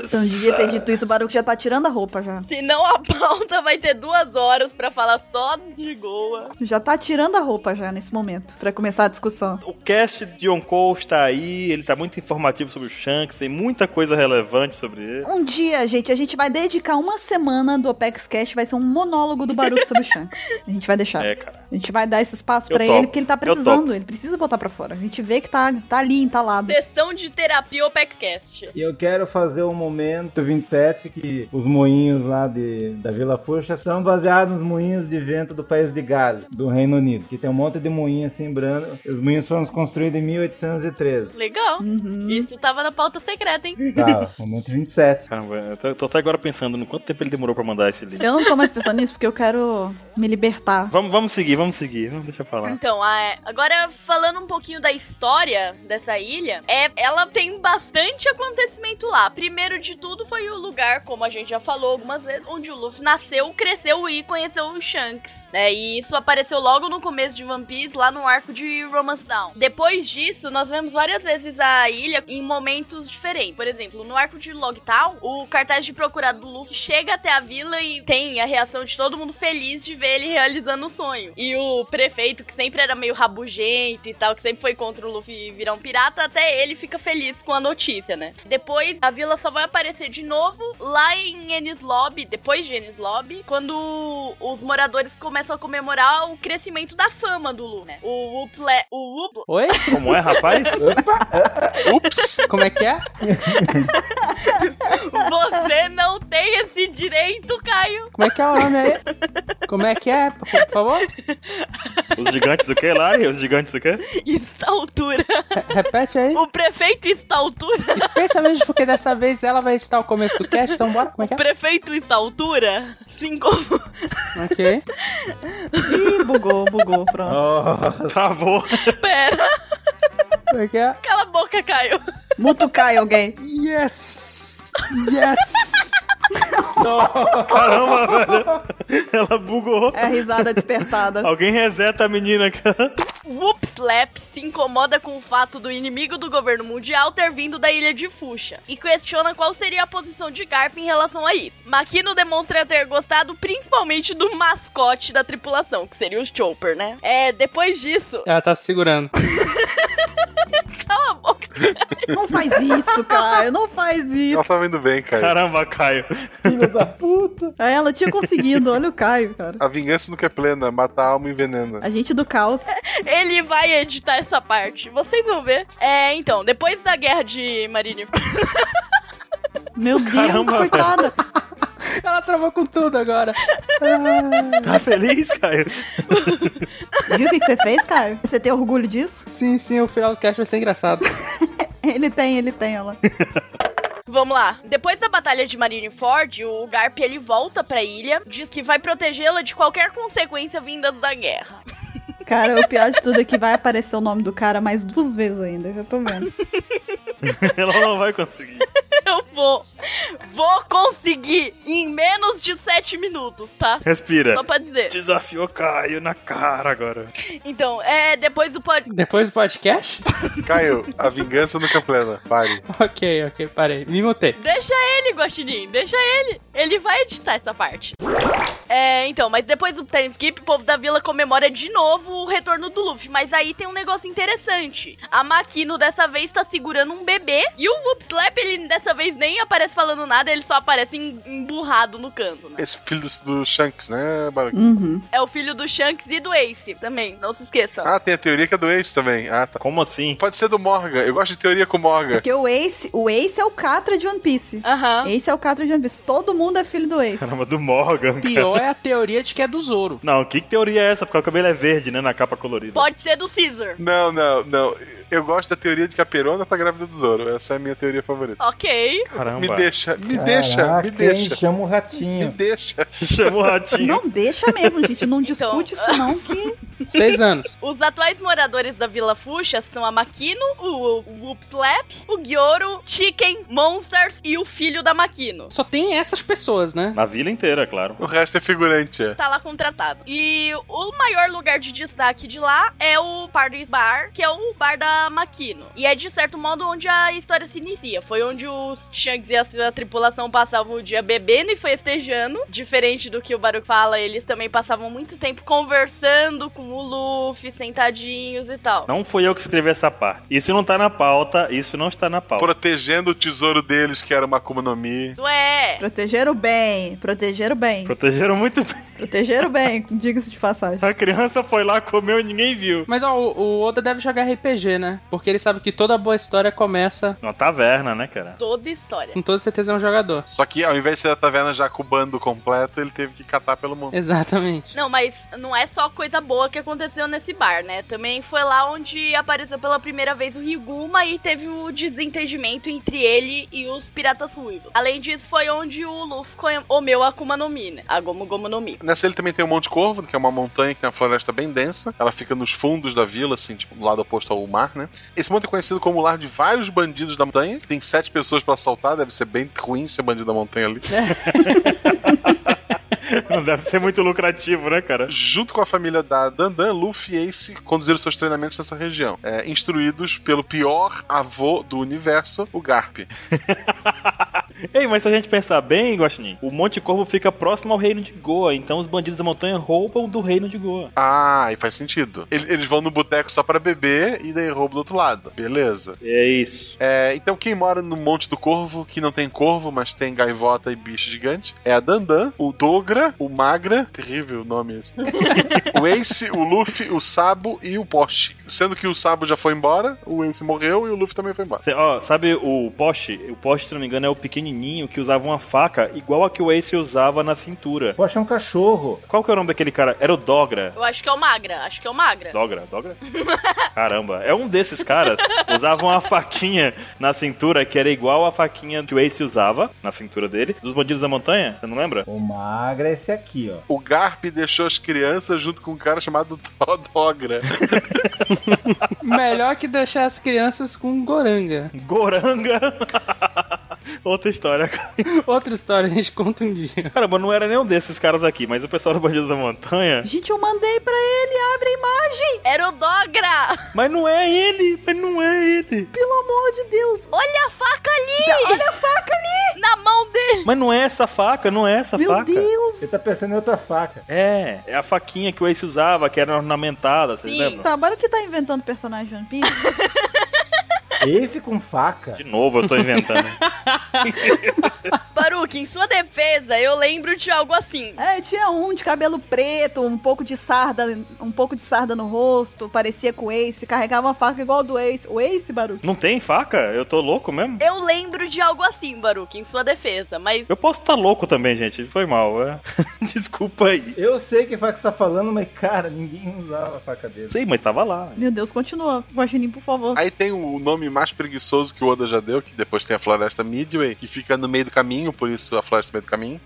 Você não devia ter dito isso, o Baruco já tá tirando a roupa já.
Se não, a pauta vai ter duas horas pra falar só de Goa.
Já tá tirando a roupa já nesse momento, pra começar a discussão.
O cast de Yonkou está aí, ele tá muito informativo sobre o Shanks, tem muita coisa relevante sobre ele.
Um dia, gente, a gente vai dedicar uma semana do Opex Cast, vai ser um monólogo do Baruco sobre o Shanks. A gente vai deixar.
É, cara.
A gente vai dar esse espaço
Eu
pra
topo.
ele, porque ele tá
Eu topo.
precisando, ele precisa botar pra fora. A gente vê que tá, tá ali entalado.
Sessão de terapia Opexcast.
E eu quero fazer um momento 27 que os moinhos lá de, da Vila Furcha são baseados nos moinhos de vento do país de Gales, do Reino Unido, que tem um monte de moinhos assim, branco. Os moinhos foram construídos em 1813.
Legal.
Uhum.
Isso tava na pauta secreta, hein?
Tá, momento 27.
Caramba, eu tô, tô até agora pensando no quanto tempo ele demorou pra mandar esse link.
Eu não tô mais pensando nisso porque eu quero me libertar.
Vamos, vamos seguir, vamos seguir, vamos deixar pra lá.
Então, a- agora falando um pouquinho da história dessa ilha, é, ela tem bastante acontecimento lá. Primeiro de tudo foi o lugar, como a gente já falou algumas vezes, onde o Luffy nasceu, cresceu e conheceu o Shanks. né? E isso apareceu logo no começo de One Piece, lá no arco de Romance Down. Depois disso, nós vemos várias vezes a ilha em momentos diferentes. Por exemplo, no arco de Logtown, o cartaz de procurado do Luffy chega até a vila e tem a reação de todo mundo feliz de ver ele realizando o sonho. E o prefeito, que sempre era meio rabugento e tal, que sempre foi contra o Luffy virar um pirata, até ele fica feliz com a notícia, né? Depois, a vila só vai aparecer de novo lá em Ennis Lobby, depois de Ennis Lobby, quando os moradores começam a comemorar o crescimento da fama do Luffy, né? O Wuple... O Wuple...
Oi?
Como é, rapaz?
Ups, como é que é?
Você não tem esse direito, Caio!
Como é que é o nome aí? Como é que é? Por por favor?
Os gigantes o quê, Lari? Os gigantes o quê?
Está altura.
Re- Repete aí.
O prefeito está altura.
Especialmente porque dessa vez ela vai editar o começo do cast, então bora. Como é que é?
Prefeito está altura. Cinco.
Ok.
Ih, bugou, bugou, pronto.
Oh,
Tá bom.
Pera.
Como é que é?
Cala a boca, Caio.
Mutucai alguém.
Yes! Yes!
Caramba, velho. Ela bugou.
É a risada despertada.
Alguém reseta a menina, cara.
Whoopslap se incomoda com o fato do inimigo do governo mundial ter vindo da ilha de Fuxa e questiona qual seria a posição de Garp em relação a isso. Makino demonstra ter gostado principalmente do mascote da tripulação, que seria o Chopper, né? É, depois disso,
Ela tá se segurando.
cala a boca.
Não faz isso, Caio, não faz isso.
Ela tava indo bem, cara.
Caramba, Caio.
filho da puta!
Aí É Ela tinha conseguido, olha o Caio, cara.
A vingança nunca é plena, mata a alma e envenena.
A gente do caos.
Ele vai editar essa parte, vocês vão ver. É, então, depois da guerra de Marineford.
Meu Deus,
Caramba,
coitada.
Ela travou com tudo agora.
Tá feliz, Caio?
Viu o que que você fez, Caio? Você tem orgulho disso?
Sim, sim, o final do cast vai ser engraçado.
Ele tem, ele tem, ela.
Vamos lá. Depois da batalha de Marineford, o Garp ele volta pra ilha, diz que vai protegê-la de qualquer consequência vinda da guerra.
Cara, o pior de tudo é que vai aparecer o nome do cara mais duas vezes ainda, eu já tô vendo.
Ela não vai conseguir.
Eu vou. Vou conseguir em menos de 7 minutos, tá?
Respira.
Só pra dizer.
Desafiou Caio na cara agora.
Então, é. Depois do pod.
Depois do podcast?
Caio, a vingança nunca é plena. Pare.
Ok, ok, parei. Me mutei.
Deixa ele, Guaxinim, deixa ele. Ele vai editar essa parte. É, então, mas depois do time skip, o povo da vila comemora de novo o retorno do Luffy. Mas aí tem um negócio interessante. A Makino dessa vez tá segurando um bebê. E o Whoopslap, ele dessa vez nem aparece falando nada, ele só aparece em- emburrado no canto, né?
Esse filho do- do Shanks, né, Baruch?
Uhum.
É o filho do Shanks e do Ace também, não se esqueçam.
Ah, tem a teoria que é do Ace também. Ah, tá.
Como assim?
Pode ser do Morgan. Eu gosto de teoria com o Morgan.
Porque o Ace, o Ace é o Catra de One Piece.
Aham.
Ace é o Catra de One Piece. Todo mundo é filho do Ace.
Caramba, do Morgan. Cara.
Pior é a teoria de que é do Zoro.
Não, que teoria é essa? Porque o cabelo é verde, né? Na capa colorida.
Pode ser do Caesar.
Não, não, não. Eu gosto da teoria de que a Perona tá grávida do Zoro. Essa é a minha teoria favorita.
Ok.
Caramba.
Me deixa, me
Caraca,
deixa, me
hein?
deixa.
Chama o
Me
ratinho.
deixa.
Chamou o ratinho.
Não deixa mesmo, gente. Não
Então-
discute isso, não, que
Seis anos.
Os atuais moradores da Vila Fuxa são a Makino, o Whoopslap, o Gyoro, Chicken, Monsters e o filho da Makino.
Só tem essas pessoas, né?
Na vila inteira, claro.
O resto é figurante, é.
Tá lá contratado. E o maior lugar de destaque de lá é o Party Bar, que é o bar da Makino. E é de certo modo onde a história se inicia. Foi onde os Shanks e a sua tripulação passavam o dia bebendo e festejando. Diferente do que o Baruch fala, eles também passavam muito tempo conversando com o Luffy, sentadinhos e tal.
Não fui eu que escrevi essa parte. Isso não tá na pauta, isso não está na pauta.
Protegendo o tesouro deles, que era uma Akuma no Mi.
Ué!
Protegeram bem, protegeram bem.
Protegeram muito bem.
Protegeram bem, diga-se de passagem.
A criança foi lá, comeu e ninguém viu.
Mas ó, o- o Oda deve jogar RPG, né? Porque ele sabe que toda boa história começa
Uma taverna, né, cara?
Toda história.
com toda certeza é um jogador.
Só que ao invés de ser a taverna já com o bando completo, ele teve que catar pelo mundo.
Exatamente.
Não, mas não é só coisa boa que aconteceu nesse bar, né? Também foi lá onde apareceu pela primeira vez o Riguma e teve o desentendimento entre ele e os piratas ruivos. Além disso, foi onde o Luffy conhe- comeu a Akuma no Mi, né? A Gomu Gomu no Mi.
Nessa ele também tem o Monte Corvo, que é uma montanha que tem uma floresta bem densa. Ela fica nos fundos da vila, assim, tipo, do lado oposto ao mar, né? Esse monte é conhecido como o lar de vários bandidos da montanha. Tem sete pessoas pra assaltar, deve ser bem ruim ser bandido da montanha ali.
Não deve ser muito lucrativo, né, cara?
Junto com a família da Dandan, Luffy e Ace conduziram seus treinamentos nessa região, é, instruídos pelo pior avô do universo, o Garp.
Ei, mas se a gente pensar bem, Guaxinim, o Monte Corvo fica próximo ao reino de Goa, então os bandidos da montanha roubam do reino de Goa.
Ah, e faz sentido. Ele- Eles vão no boteco só pra beber e daí roubam do outro lado. Beleza.
É isso.
É, então quem mora no Monte do Corvo, que não tem corvo, mas tem gaivota e bicho gigante, é a Dandan, o Dogra, o Magra, terrível o nome esse, o Ace, o Luffy, o Sabo e o Porsche. Sendo que o Sabo já foi embora, o Ace morreu e o Luffy também foi embora.
Cê, ó, sabe o poste? O poste, se não me engano, é o pequenininho que usava uma faca igual a que o Ace usava na cintura.
Poxa, é um cachorro.
Qual que é o nome daquele cara? Era o Dogra.
Eu acho que é o Magra, acho que é o Magra.
Dogra? Dogra? Caramba, é um desses caras. Usava uma faquinha na cintura que era igual a faquinha que o Ace usava na cintura dele, dos bandidos da montanha. Você não lembra?
O magra é esse aqui, ó.
O Garp deixou as crianças junto com um cara chamado Do- Dogra.
Melhor que deixar as crianças com goranga.
Goranga! Outra história.
Outra história a gente conta um dia.
Caramba, não era nenhum desses caras aqui, mas o pessoal do Bandido da Montanha.
Gente, eu mandei pra ele, abre a imagem!
Era o Dogra!
Mas não é ele! Mas não é ele!
Pelo amor de Deus!
Olha a faca ali!
Olha a faca ali!
Na mão dele!
Mas não é essa faca, não é essa
Meu
faca.
Ele
Deus!
tá pensando em outra faca.
É, é a faquinha que o Ace usava, que era ornamentada, vocês
Sim.
lembram?
Tá, bora que tá inventando personagem de One Piece.
Esse com faca.
De novo, eu tô inventando.
Baruque, em sua defesa, eu lembro de algo assim.
É, tinha um de cabelo preto, um pouco de sarda, um pouco de sarda no rosto, parecia com o Ace, carregava uma faca igual a do Ace. O Ace, Baruque?
não tem faca? Eu tô louco mesmo?
Eu lembro de algo assim, Baruque, em sua defesa, mas
Eu posso estar louco também, gente. Foi mal. é. Desculpa aí.
Eu sei que faca você tá falando, mas cara, ninguém usava a faca dele.
Sei, mas tava lá.
Meu Deus, continua. Guaxinim, por favor.
Aí tem o nome mais preguiçoso que o Oda já deu, que depois tem a Floresta Midway, que fica no meio do caminho, por isso a Floresta no meio do caminho.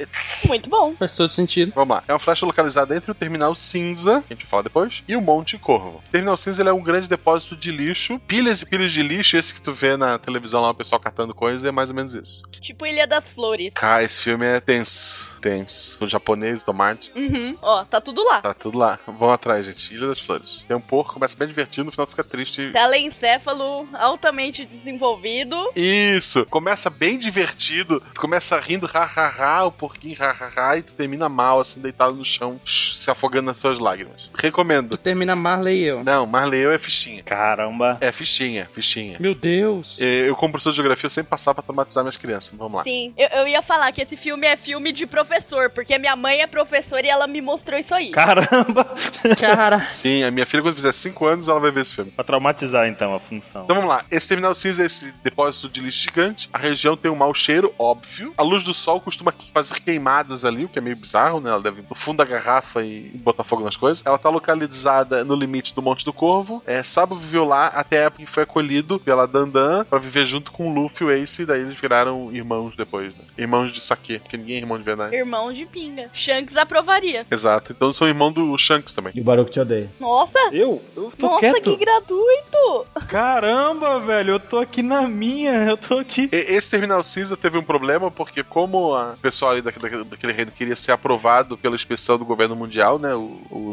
muito bom.
Faz todo sentido.
Vamos lá. É uma flecha localizada entre o Terminal Cinza, que a gente vai falar depois, e o Monte Corvo. O Terminal Cinza ele é um grande depósito de lixo, pilhas e pilhas de lixo, esse que tu vê na televisão lá, o pessoal catando coisa, é mais ou menos isso.
Tipo Ilha das Flores.
Cara, esse filme é tenso. Tenso. O japonês, o tomate.
Uhum. Ó, tá tudo lá.
Tá tudo lá. Vão atrás, gente. Ilha das Flores. Tem um porco, começa bem divertido, no final tu fica triste.
Telencéfalo altamente desenvolvido.
Isso! Começa bem divertido, tu começa rindo, ha, ha, ha, o porquinho, ha, ha, ha, e tu termina mal, assim, deitado no chão, se afogando nas tuas lágrimas. Recomendo.
Termina Marley e eu.
Não, Marley eu é fichinha.
Caramba.
É, fichinha, fichinha.
Meu Deus.
Eh, Eu, como professor de geografia, eu sempre passava pra traumatizar minhas crianças. Vamos lá.
Sim, eu, eu ia falar que esse filme é filme de professor, porque minha mãe é professora e ela me mostrou isso aí.
Caramba.
Cara.
Sim, a minha filha, quando fizer 5 anos, ela vai ver esse filme.
pra traumatizar, então, a função.
Então vamos lá. Esse terminal cinza é esse depósito de lixo gigante. A região tem um mau cheiro, óbvio. A luz do sol costuma que- fazer queimadas ali, o que é meio bizarro, né? Ela deve ir pro fundo da garrafa e botar fogo nas coisas. Ela tá localizada no limite do Monte do Corvo. É, Sabo viveu lá até a época em que foi acolhido pela Dandan pra viver junto com o Luffy e o Ace. E daí eles viraram irmãos depois, né? Irmãos de saque, porque ninguém é irmão de verdade.
Irmão de pinga. Shanks aprovaria.
Exato. Então eu sou irmão do Shanks também.
E o Baruch te odeia.
Nossa!
Eu? Eu tô
Nossa,
quieto.
que gratuito!
Caramba, velho, eu tô aqui na minha, eu tô aqui.
E- Esse Terminal Cinza teve um problema porque, como a- o pessoal ali daquele, daquele- daquele reino queria ser aprovado pela inspeção do governo mundial, né? O,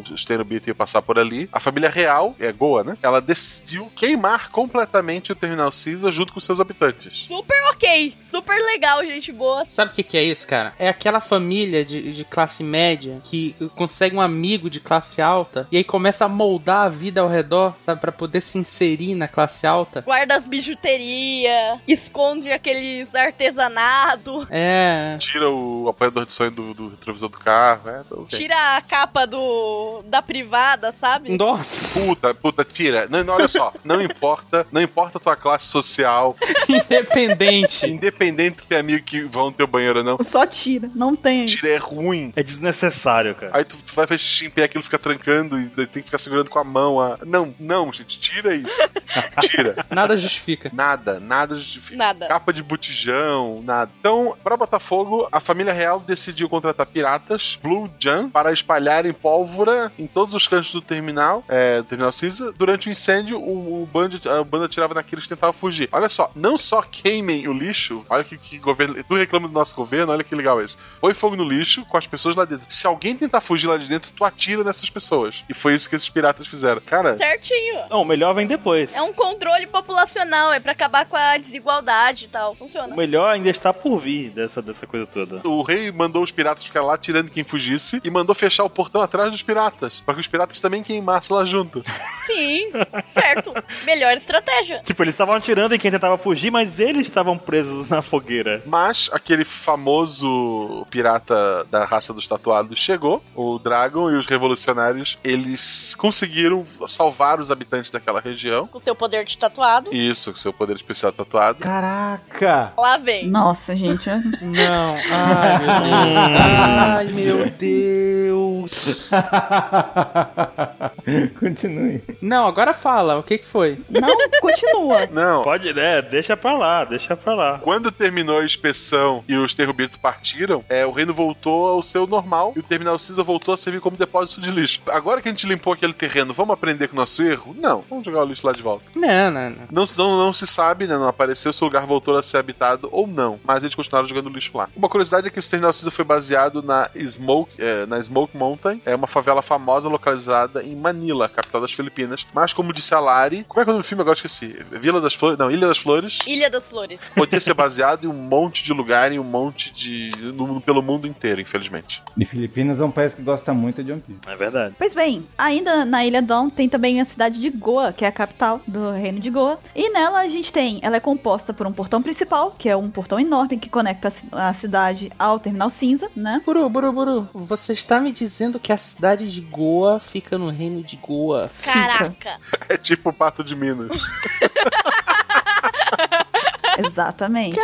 o Stenobit ia passar por ali. A família real, é Goa, né? Ela decidiu queimar completamente o Terminal Cinza junto com seus habitantes.
Super ok, super legal, gente boa.
Sabe o que, que é isso, cara? É aquela família de, de classe média que consegue um amigo de classe alta e aí começa a moldar a vida ao redor, sabe? Pra poder se inserir na classe alta.
Guarda as bijuterias, esconde aqueles artesanato,
É.
Tira o apoiador de sonho do, do retrovisor do carro, é. ok.
tira a capa do da privada, sabe?
Nossa!
Puta, puta, tira. Não, não, olha só. Não importa, não importa a tua classe social.
Independente.
Independente se tem amigo que vão no teu banheiro ou não.
Só tira, não tem.
Tira é ruim.
É desnecessário, cara.
Aí tu tu vai fazer xixi em pé, aquilo fica trancando e daí tem que ficar segurando com a mão. A... Não, não, gente, tira isso. Tira.
Nada justifica.
Nada, nada justifica.
Nada.
Capa de botijão, nada. Então, pra Botafogo, a família real decidiu contratar piratas, Blue Jam, para espalharem pólvora em todos os cantos do terminal, é, do terminal Cisa. Durante o incêndio, o, o bando, a banda atirava naqueles que tentavam fugir. Olha só, não só queimem o lixo, olha que, que governo. Tu reclama do nosso governo, olha que legal esse. Põe fogo no lixo com as pessoas lá dentro. Se alguém tentar fugir lá de dentro, tu atira nessas pessoas. E foi isso que esses piratas fizeram. Cara,
Certinho.
Não, o melhor vem depois.
É um controle populacional, é pra acabar com a desigualdade e tal. Funciona.
O melhor ainda está por vir dessa, dessa coisa toda.
O rei mandou os piratas ficar lá tirando quem fugisse e mandou fechar o portão atrás dos piratas, para que os piratas também queimassem lá junto.
Sim, certo. Melhor estratégia.
Tipo, eles estavam atirando em quem tentava fugir, mas eles estavam presos na fogueira.
Mas aquele famoso pirata da raça dos tatuados chegou, o Dragon e os revolucionários, eles conseguiram salvar os habitantes daquela região.
Com seu poder de tatuado.
Isso, com seu poder especial tatuado.
Caraca!
Lá vem.
Nossa, gente. eu-
Não. Ai, meu Deus. Ai, meu Deus.
Continue.
Não, agora fala. O que, que foi?
Não, continua.
Não,
Pode, né? Deixa pra lá, deixa pra lá.
Quando terminou a inspeção e os terrubitos partiram, é, o reino voltou ao seu normal e o terminal cinza voltou a servir como depósito de lixo. Agora que a gente limpou aquele terreno, vamos aprender com o nosso erro? Não, vamos jogar o lixo lá de volta.
Não, não, não.
Não, não, não se sabe, né? Não apareceu se o lugar voltou a ser habitado ou não, mas eles continuaram jogando lixo lá. Uma curiosidade é que esse terminal cinza foi baseado na Smoke, é, na Smoke Mountain, é uma favela famosa localizada em Manila, capital das Filipinas. Mas como disse a Lari, como é que é o nome do filme? Agora esqueci. Vila das Flores, não, Ilha das Flores
Ilha das Flores.
podia ser baseado em um monte de lugar, em um monte de. no- pelo mundo inteiro, infelizmente.
E Filipinas é um país que gosta muito de One Piece.
É verdade.
Pois bem, ainda na Ilha Dawn tem também a cidade de Goa, que é a capital do reino de Goa. E nela a gente tem, ela é composta por um portão principal, que é um portão enorme que conecta a ci- a cidade ao Terminal Cinza, né?
Buru, Buru, Buru, você está me dizendo que a cidade de Goa fica no reino de Goa.
Caraca.
É tipo o Pato de Minas.
Exatamente.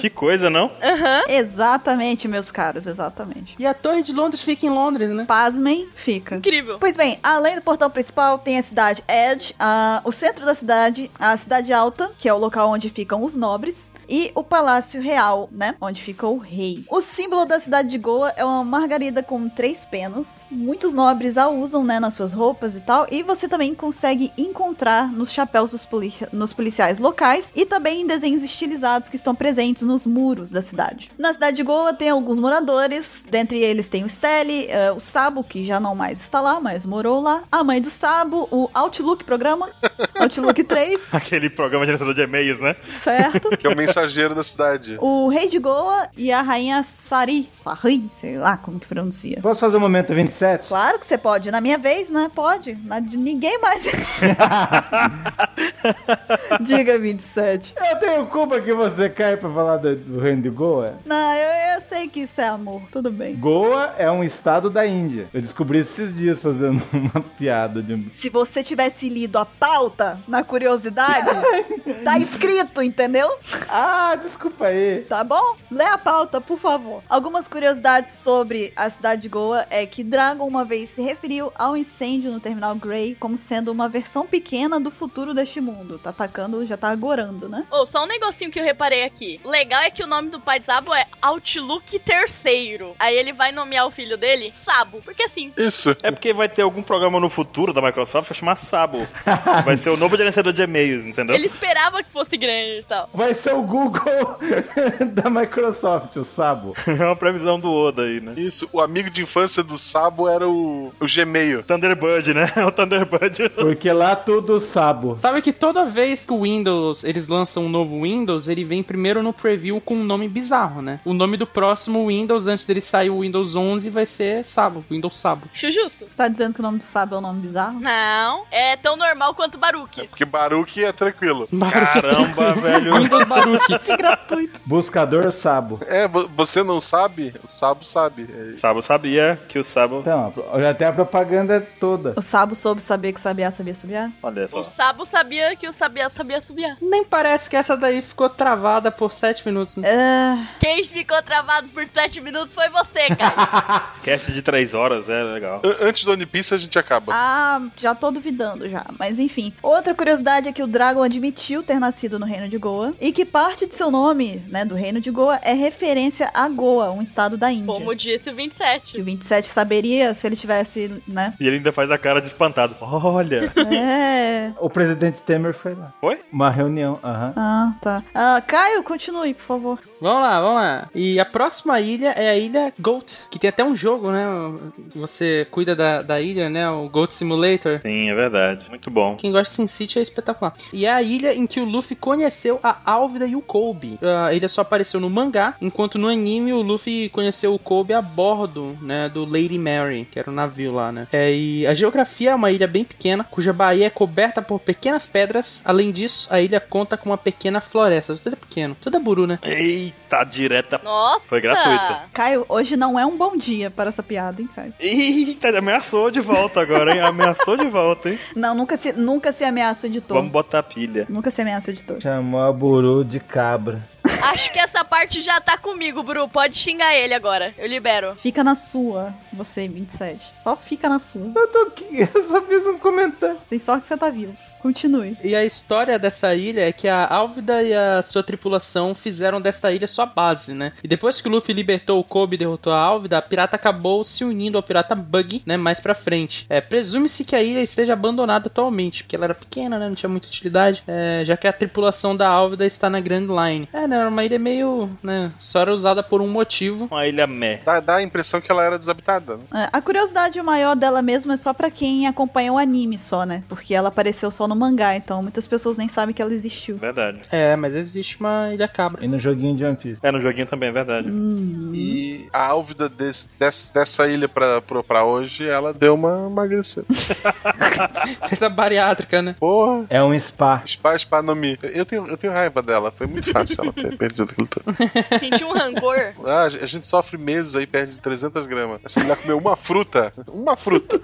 Que coisa, não?
Exatamente, meus caros, exatamente.
E a Torre de Londres fica em Londres, né?
Pasmem, fica.
Incrível.
Pois bem, além do portão principal, tem a cidade Edge, a- o centro da cidade, a cidade alta, que é o local onde ficam os nobres, e o palácio real, né, onde fica o rei. O símbolo da cidade de Goa é uma margarida com três penas. Muitos nobres a usam, né, nas suas roupas e tal, e você também consegue encontrar nos chapéus dos policia- nos policiais locais e também em desenhos estilizados que estão presentes nos muros da cidade. Na cidade de Goa tem alguns moradores, dentre eles tem o Steli, eh, o Sabo, que já não mais está lá, mas morou lá, a mãe do Sabo, o Outlook programa, Outlook 3,
Aquele programa gerador de e-mails, né?
certo?
Que é o mensageiro da cidade.
O rei de Goa e a rainha Sari, Sari, sei lá como que pronuncia.
Posso fazer o momento 27?
Claro que você pode, na minha vez, né? Pode, na de ninguém mais. Diga 27.
Eu tenho culpa que você cai pra falar do, do reino de Goa?
Não, eu, eu sei que isso é amor, tudo bem.
Goa é um estado da Índia. Eu descobri esses dias fazendo uma piada de um.
Se você tivesse lido a pauta na curiosidade, Tá escrito, entendeu?
Ah, desculpa aí.
Tá bom? Lê a pauta, por favor. Algumas curiosidades sobre a cidade de Goa é que Dragon uma vez se referiu ao incêndio no terminal Grey como sendo uma versão pequena do futuro deste mundo. Tá atacando, já tá agorando, né?
Ô, só um negocinho que eu reparei aqui. Legal é que o nome do pai de Sabo é Outlook Terceiro. Aí ele vai nomear o filho dele Sabo. Porque assim,
Isso.
É porque vai ter algum programa no futuro da Microsoft que vai chamar Sabo. Vai ser o novo gerenciador de e-mails, entendeu?
ele esperava que fosse grande e tal.
Vai ser o Google da Microsoft, o Sabo.
É uma previsão do Oda aí, né?
Isso. O amigo de infância do Sabo era o, o Gmail.
Thunderbird, né? É o Thunderbird.
Porque lá tudo Sabo.
Sabe que toda vez que o Windows, eles lançam um novo Windows, ele vem primeiro no preview com um nome bizarro, né? O nome do próximo Windows, antes dele sair o Windows 11, vai ser Sabo, Windows Sabo.
Acho justo.
Você tá dizendo que o nome do Sabo é um nome bizarro?
Não, é tão normal quanto Baruque.
Porque Baruque é tranquilo.
Caramba, velho.
Windows Baruque.
Que gratuito.
Buscador Sabo.
É, vo- você não sabe? O Sabo sabe. É,
Sabo sabia que o Sabo.
Então, já tem a propaganda é toda.
O Sabo soube saber que sabia sabia subiar?
Olha só.
O Sabo sabia que o Sabiá sabia subir.
Nem parece que essa daí ficou travada por 7 minutos. Né?
Ah,
Quem ficou travado por 7 minutos foi você, cara.
Cast de 3 horas, é legal.
an- Antes do One Piece a gente acaba.
ah, já tô duvidando já, mas enfim. Outra curiosidade é que o Dragon admitiu ter nascido no Reino de Goa e que parte de seu nome, né, do Reino de Goa é referência a Goa, um estado da Índia.
Como disse o
Que
27.
o 27 saberia se ele tivesse, né?
E ele ainda faz a cara de espantado. Olha.
É.
O presidente Temer foi lá.
Foi?
Uma reunião, aham.
Ah, tá. Ah, Caio, continue, por favor.
Vamos lá, vamos lá. E a próxima ilha é a ilha Goat, que tem até um jogo, né? Você cuida da, da ilha, né? O Goat Simulator.
Sim, é verdade. Muito bom.
Quem gosta de Sin City é espetacular. E é a ilha em que o Luffy conheceu a Álvida e o Kobe. A ilha só apareceu no mangá, enquanto no anime o Luffy conheceu o Kobe a bordo, né, do Lady Mary, que era o navio lá, né. É, e a geografia é uma ilha bem pequena, cuja baía é coberta por pequenas pedras. Além disso, a ilha conta com uma pequena floresta. Tudo é pequeno, tudo é buru, né?
Eita, direta.
Nossa!
Foi
Ah.
gratuita.
Caio, hoje não é um bom dia para essa piada, hein, Caio?
Eita, ele ameaçou de volta agora, hein? Ameaçou de volta, hein?
Não, nunca se, nunca se ameaça o editor.
Vamos botar a pilha.
Nunca se ameaça o editor.
Chamou a Buru de cabra.
Acho que essa parte já tá comigo, Bru. Pode xingar ele agora. Eu libero.
Fica na sua, você, 27. Só fica na sua.
Eu tô aqui, eu só fiz um comentário.
Sem sorte que você tá vivo. Continue.
E a história dessa ilha é que a Álvida e a sua tripulação fizeram desta ilha sua base, né? E depois que o Luffy libertou o Kobe e derrotou a Álvida, a pirata acabou se unindo ao pirata Buggy, né? Mais pra frente. É, presume-se que a ilha esteja abandonada atualmente, porque ela era pequena, né? Não tinha muita utilidade. É, já que a tripulação da Álvida está na Grand Line. É, né? Era uma ilha meio, né? Só era usada por um motivo.
Uma ilha meh.
Dá, dá a impressão que ela era desabitada. Né?
É, A curiosidade maior dela mesmo é só pra quem acompanha o anime só, né? Porque ela apareceu só no mangá, então muitas pessoas nem sabem que ela existiu.
Verdade.
É, mas existe uma ilha cabra.
E no joguinho de One Piece.
É, no joguinho também, é verdade.
E a álvida desse, desse- dessa ilha pra, pro- pra hoje, ela deu uma emagrecida.
Essa bariátrica, né?
Porra.
É um spa.
Spa, spa, no mi. Eu tenho, eu tenho raiva dela. Foi muito fácil ela ter perdido aquilo tudo.
Senti um rancor.
Ah, a gente sofre meses aí, perde 300 gramas. Essa mulher comeu uma fruta. Uma fruta.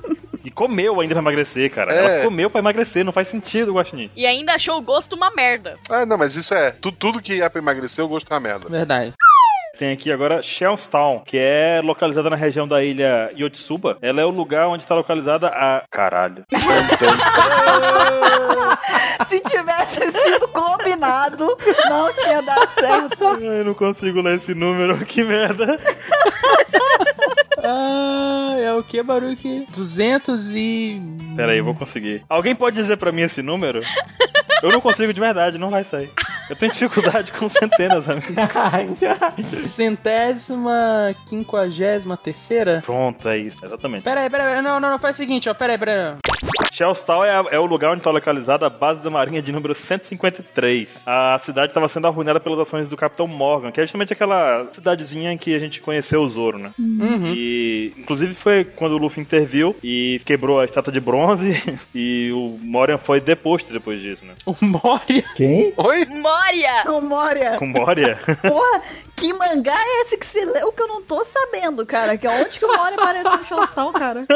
E comeu ainda pra emagrecer, cara.
É.
Ela comeu pra emagrecer, não faz sentido, Guaxinim.
E ainda achou o gosto uma merda.
Ah, não, mas isso é. tu- tudo que é pra emagrecer, eu gosto da merda.
Verdade.
Tem aqui agora Shellstown, que é localizada na região da ilha Yotsuba. Ela é o lugar onde está localizada a. Caralho.
Se tivesse sido combinado, não tinha dado certo.
Eu não consigo ler esse número, que merda.
Ah, é o que, Baruque? 200 e...
Pera aí, eu vou conseguir. Alguém pode dizer pra mim esse número? Eu não consigo de verdade, não vai sair. Eu tenho dificuldade com centenas, amigo.
Centésima, quinquagésima terceira?
Pronto, é isso, exatamente.
Pera aí, pera aí, não, não, não, faz o seguinte, ó, pera aí, pera aí.
Shellstown é, a- é o lugar onde está localizada a base da Marinha de número 153. A cidade estava sendo arruinada pelas ações do Capitão Morgan, que é justamente aquela cidadezinha que a gente conheceu o Zoro, né?
Uhum.
E inclusive foi quando o Luffy interviu e quebrou a estátua de bronze e o Morian foi deposto depois disso, né?
O Moria.
Quem?
Oi?
Mó Moria!
Não, Moria!
Com Moria?
Porra, que mangá é esse que você leu que eu não tô sabendo, cara? Que é onde que o Moria aparece no Showstown, cara?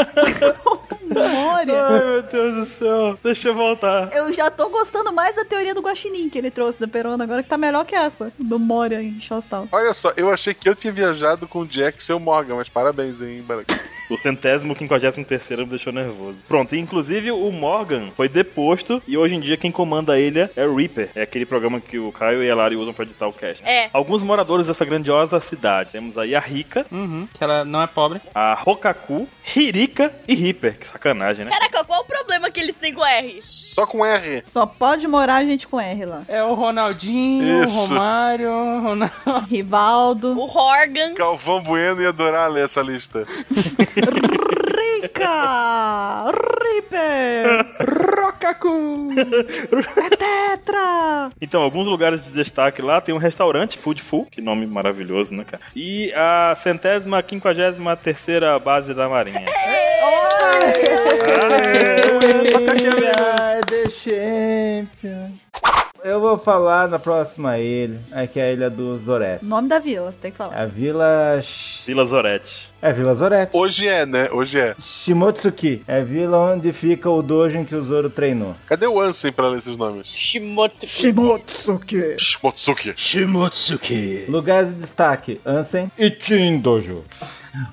Moria!
Ai, meu Deus do céu. Deixa eu voltar.
Eu já tô gostando mais da teoria do Guaxinim que ele trouxe do Perona agora, que tá melhor que essa, do Moria em Showstown.
Olha só, eu achei que eu tinha viajado com o Jack e seu Morgan, mas parabéns, hein, Barack.
O centésimo, quinquagésimo terceiro me deixou nervoso. Pronto, e inclusive o Morgan foi deposto e hoje em dia quem comanda a ilha é o Reaper. É aquele programa que o Caio e a Lari usam pra editar o cast.
É.
Alguns moradores dessa grandiosa cidade. Temos aí a Rika,
Uhum, que ela não é pobre.
a Rokaku, Hirika e Reaper. Que sacanagem, né?
Caraca, qual o problema que eles têm com R?
Só com R.
Só pode morar gente com R lá.
É o Ronaldinho, o
Isso.
Romário, o Ronaldo.
Rivaldo.
O Horgan.
Calvão Bueno ia adorar ler essa lista.
Rica! Reaper!
Rocacu!
É Tetra!
Então, alguns lugares de destaque lá tem um restaurante Food Full, que nome maravilhoso, né, cara? E a centésima, quinquagésima terceira base da Marinha.
Ai, the champion. Eu vou falar na próxima ilha, é que é a ilha dos Zoretes.
Nome da vila, você tem que falar.
A vila...
Vila Zorete.
É Vila Zoretes.
Hoje é, né? Hoje é.
Shimotsuki é a vila onde fica o dojo em que o Zoro treinou.
Cadê o Ansem pra ler esses nomes?
Shimotsuki.
Shimotsuki!
Shimotsuki.
Shimotsuki.
Lugares de destaque: Ansem e Chin Dojo.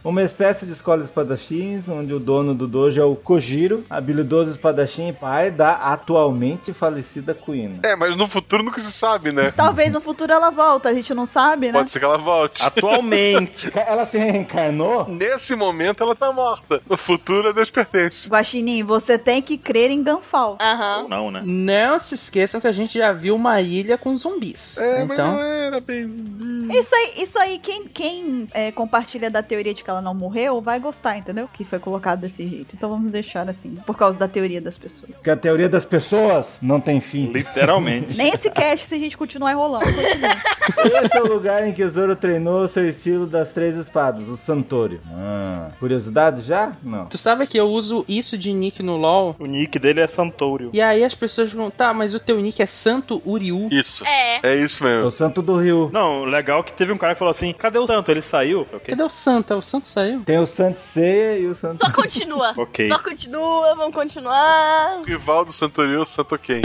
Uma espécie de escola de espadachins, onde o dono do dojo é o Kojiro, habilidoso espadachim e pai da atualmente falecida Kuina.
É, mas no futuro nunca se sabe, né?
Talvez no futuro ela volta, a gente não sabe, Tá, né?
Pode ser que ela volte.
Atualmente.
Ela se reencarnou?
Nesse momento ela tá morta. No futuro a Deus pertence.
Guaxinim, você tem que crer em Ganfal.
Aham.
Não, né?
Não se esqueçam que a gente já viu uma ilha com zumbis.
É, mas
então,
não era bem.
Isso aí, isso aí quem, quem é, compartilha da teoria de que ela não morreu vai gostar, entendeu? Que foi colocado desse jeito. Então vamos deixar assim, por causa da teoria das pessoas.
Que a teoria das pessoas não tem fim.
Literalmente.
Nem esse cast, se a gente continuar enrolando. continua.
Esse é o lugar em que o Zoro treinou seu estilo das três espadas, o Santorio. Ah, curiosidade já? Não.
tu sabe que eu uso isso de nick no LoL?
O nick dele é Santourio.
E aí as pessoas vão, tá, mas o teu nick é Santo Uriu.
Isso.
É.
É isso
É
mesmo.
o Santo do Rio.
Não, legal que teve um cara que falou assim: cadê o Santo? Ele saiu? Ok.
Cadê o Santo? É O Santo saiu?
Tem o Santo Ceia e o Santo.
Só continua.
Ok.
Só continua, vamos continuar.
Rivaldo Santoril Santoquem.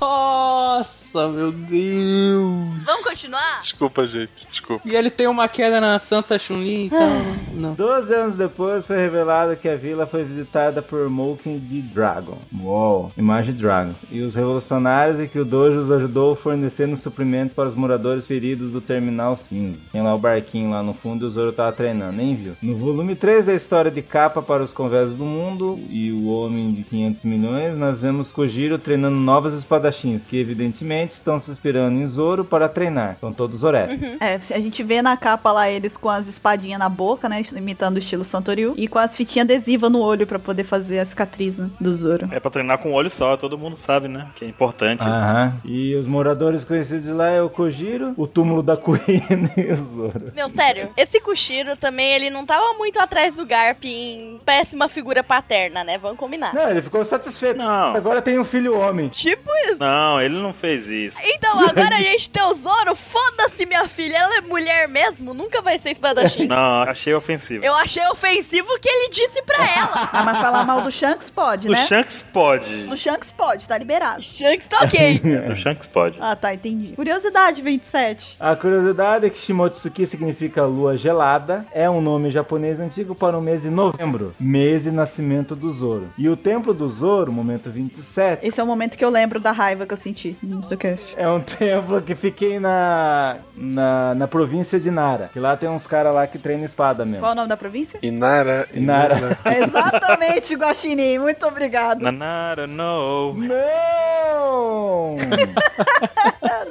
Nossa, meu Deus!
Vamos continuar?
Desculpa, gente. Desculpa.
E ele tem uma queda na Santa Chun-Li e tal. Não.
Doze anos depois foi revelado que a vila foi visitada por Moken de Dragon. Uou, imagem de Dragon. E os revolucionários e que o Dojo os ajudou fornecendo suprimento para os moradores feridos do Terminal Cinza. Tem lá o barquinho lá no fundo e o Zoro tava treinando, nem viu? No volume 3 da história de capa para os conversos do mundo e o homem de 500 milhões, nós vemos Kojiro treinando novos espadachins, que evidentemente estão se inspirando em Zoro para treinar. São todos Zoretos.
É, a gente vê na capa lá eles com as espadinhas na boca, né? Imitando o estilo Santoril. E com as fitinhas adesivas no olho pra poder fazer a cicatriz, né? Do Zoro.
É pra treinar com o olho só, todo mundo sabe, né? Que é importante.
Aham. E os moradores conhecidos de lá é o Kojiro, o túmulo da Kuina e o Zoro.
Meu, sério, esse Kushiro também, ele não tava muito atrás do Garp em péssima figura paterna, né? Vamos combinar.
Não, ele ficou satisfeito.
Não.
Agora tem um filho homem.
Tipo isso.
Não, ele não fez isso.
Então, agora a gente tem o Zoro. Foda-se, minha filha. Ela é mulher mesmo, nunca vai ser espadachim.
Não, achei ofensivo.
Eu achei ofensivo o que ele disse pra ela.
Ah, mas falar mal do Shanks pode,
O
né?
Shanks pode.
Do Shanks pode, tá liberado.
Shanks, tá ok.
O Shanks pode.
Ah, tá, entendi. Curiosidade 27.
A curiosidade é que Shimotsuki significa lua gelada, é um nome japonês antigo para o mês de novembro, mês de nascimento do Zoro. E o templo do Zoro, momento 27,
Esse é o momento que eu lembro da raiva que eu senti no início do cast.
É um templo que fiquei na, na, na província de Nara. Que lá tem uns caras lá que treinam espada mesmo.
Qual o nome da província?
Inara,
Inara.
Inara.
É Exatamente, Guaxinim. Muito obrigado.
Nanara, no.
Não!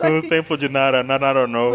No templo de Nara, Nanarono.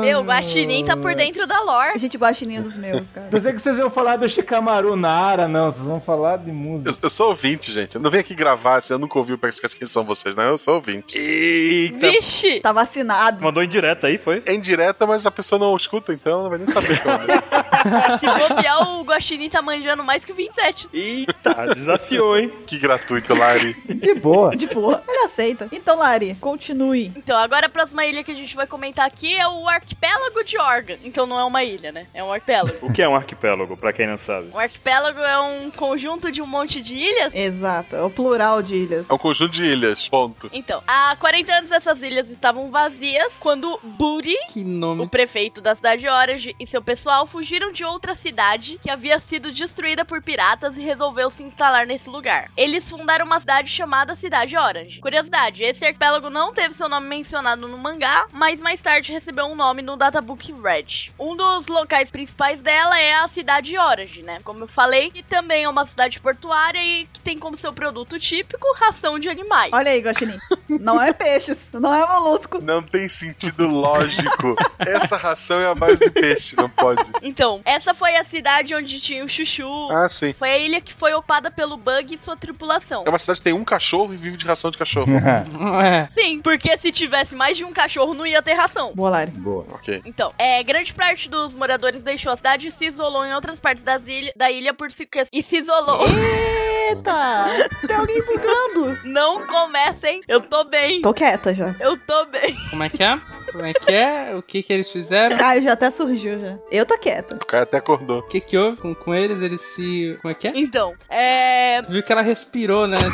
Meu, o Guaxinim tá por dentro da lore.
A gente guaxininha dos meus, cara.
Pensei que vocês iam falar do Shikamaru Nara, não. Vocês vão falar de música.
Eu, eu sou ouvinte, gente. Eu não vim aqui gravar, assim, eu nunca ouvi o podcast quem são vocês, não. Eu sou ouvinte.
Eita,
Vixe!
Tá vacinado.
mandou indireta aí, foi?
É indireta, mas a pessoa não escuta, então não vai nem saber. Como é.
Se bobear, o Guaxinim tá manjando mais que o 27.
Eita, desafiou, hein?
que gratuito, Lari.
De boa.
De boa. Ele aceita. Então, Lari, continue.
Então, agora a próxima ilha que a gente vai comentar aqui é o arquipélago de Organ. Então não é uma ilha, né? É um arquipélago.
O que é um arquipélago, pra quem não sabe?
Um arquipélago é um conjunto de um monte de ilhas.
Exato. É o plural de ilhas.
É um conjunto de ilhas, ponto.
Então, há 40 anos essas ilhas estavam vazias quando Buri,
Que
o
nome.
prefeito da cidade de Orange, e seu pessoal fugiram de outra cidade que havia sido destruída por piratas e resolveu se instalar nesse lugar. Eles fundaram uma cidade chamada Cidade Orange. Curiosidade, esse arquipélago não teve seu nome mencionado no mangá, mas mais tarde recebeu um nome no Databook Red. Um dos locais principais dela é a cidade Orange, né? Como eu falei, que também é uma cidade portuária e que tem como seu produto típico ração de animais.
Olha aí, Guaxinim. Não é peixes, não é molusco.
Não tem sentido lógico. Essa ração é a base de peixe, não pode.
Então, essa foi a cidade onde tinha o Chuchu.
Ah, sim.
Foi a ilha que foi ocupada pelo Bug e sua tripulação.
É uma cidade que tem um cachorro e vive de ração de cachorro.
É.
Sim, porque se tivesse mais de um cachorro, não ia ter ração.
Boa, Lari.
boa.
ok.
Então, é, grande parte dos moradores deixou a cidade e se isolou em outras partes das ilha, da ilha por se... E se isolou.
Eita! Tem alguém bugando.
não comecem. Eu tô bem.
Tô quieta já.
Eu tô bem.
Como é que é? Como é que é? O que que eles fizeram?
Caio já até surgiu já. Eu tô quieta.
O cara até acordou.
O que que houve com, com eles? Eles se... Como é que é?
Então, é...
Tu viu que ela respirou, né?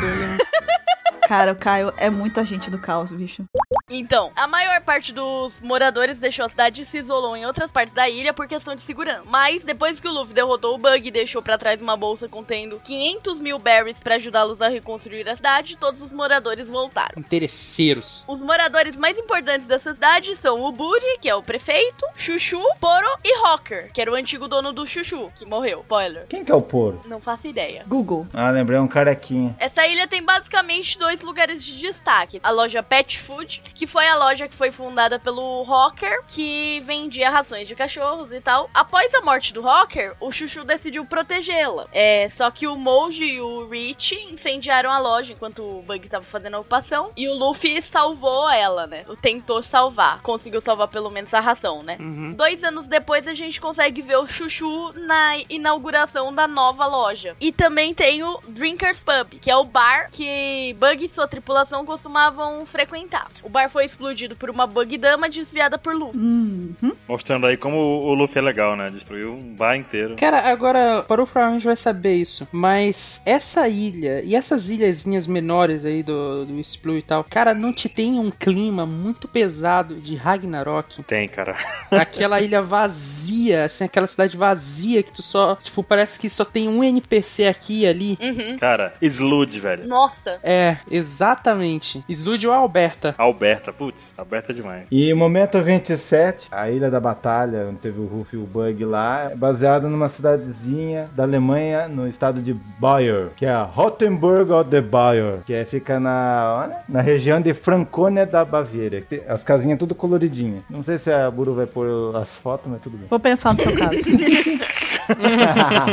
Cara, o Caio é muito agente do caos, bicho.
Então, a maior parte dos moradores deixou a cidade e se isolou em outras partes da ilha por questão de segurança. Mas, depois que o Luffy derrotou o Bug e deixou pra trás uma bolsa contendo 500 mil berries pra ajudá-los a reconstruir a cidade, todos os moradores voltaram.
Interesseiros.
Os moradores mais importantes dessa cidade são o Buri, que é o prefeito, Chuchu, Poro e Rocker, que era o antigo dono do Chuchu, que morreu. Spoiler.
Quem que é o poro?
Não faço ideia.
Google.
Ah, lembrei, é um carequinha.
Essa ilha tem basicamente dois lugares de destaque. A loja Pet Food, que foi a loja que foi fundada pelo Rocker, que vendia rações de cachorros e tal. Após a morte do Rocker, o Chuchu decidiu protegê-la. É, só que o Moji e o Rich incendiaram a loja enquanto o Bug tava fazendo a ocupação. E o Luffy salvou ela, né? O Tentou salvar. Conseguiu salvar pelo menos a ração, né? Dois anos depois, a gente consegue ver o Chuchu na inauguração da nova loja. E também tem o Drinkers Pub, que é o bar que Bug e sua tripulação costumavam frequentar. O bar foi explodido por uma Bug Dama desviada por Luffy.
Hum, hum.
Mostrando aí como o Luffy é legal, né? Destruiu um bar inteiro.
Cara, agora, Paru provavelmente vai saber isso, mas essa ilha e essas ilhazinhas menores aí do, do East Blue e tal, cara, não te tem um clima muito pesado de Ragnarok?
Tem, cara.
Aquela ilha vazia, assim, aquela cidade vazia que tu só, tipo, parece que só tem um NPC aqui e ali.
Uhum.
Cara, Slude, velho.
Nossa.
É, exatamente. Sludge ou Alberta.
Alberta, putz, Alberta é demais.
E momento 27, a Ilha da Batalha, onde teve o Ruff e o Bug lá, é baseado numa cidadezinha da Alemanha, no estado de Bayer, que é a Rottenburg of the Bayer, que é, fica na, olha, na região de Franconia da Baviera. que tem As casinhas tudo coloridinha. Não sei se a Buru vai pôr as fotos, mas tudo bem.
Vou pensar no seu caso.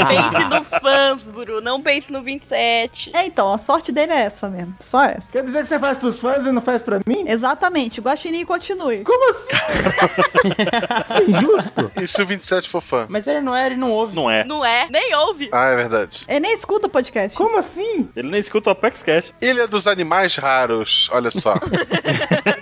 Pense nos fãs, Buru. Não pense no 27.
É, então, a sorte dele é essa mesmo. Só essa.
Quer dizer que você faz pros fãs e não faz pra mim?
Exatamente. Guaxinim, continue.
Como assim? Isso é injusto.
E se o 27 for fã?
Mas ele não é, ele não ouve.
Não é.
Não é? Nem ouve.
Ah, é verdade.
Ele nem escuta o podcast.
Como assim?
Ele nem escuta o Apex Cash.
Ilha dos Animais Raros, olha só.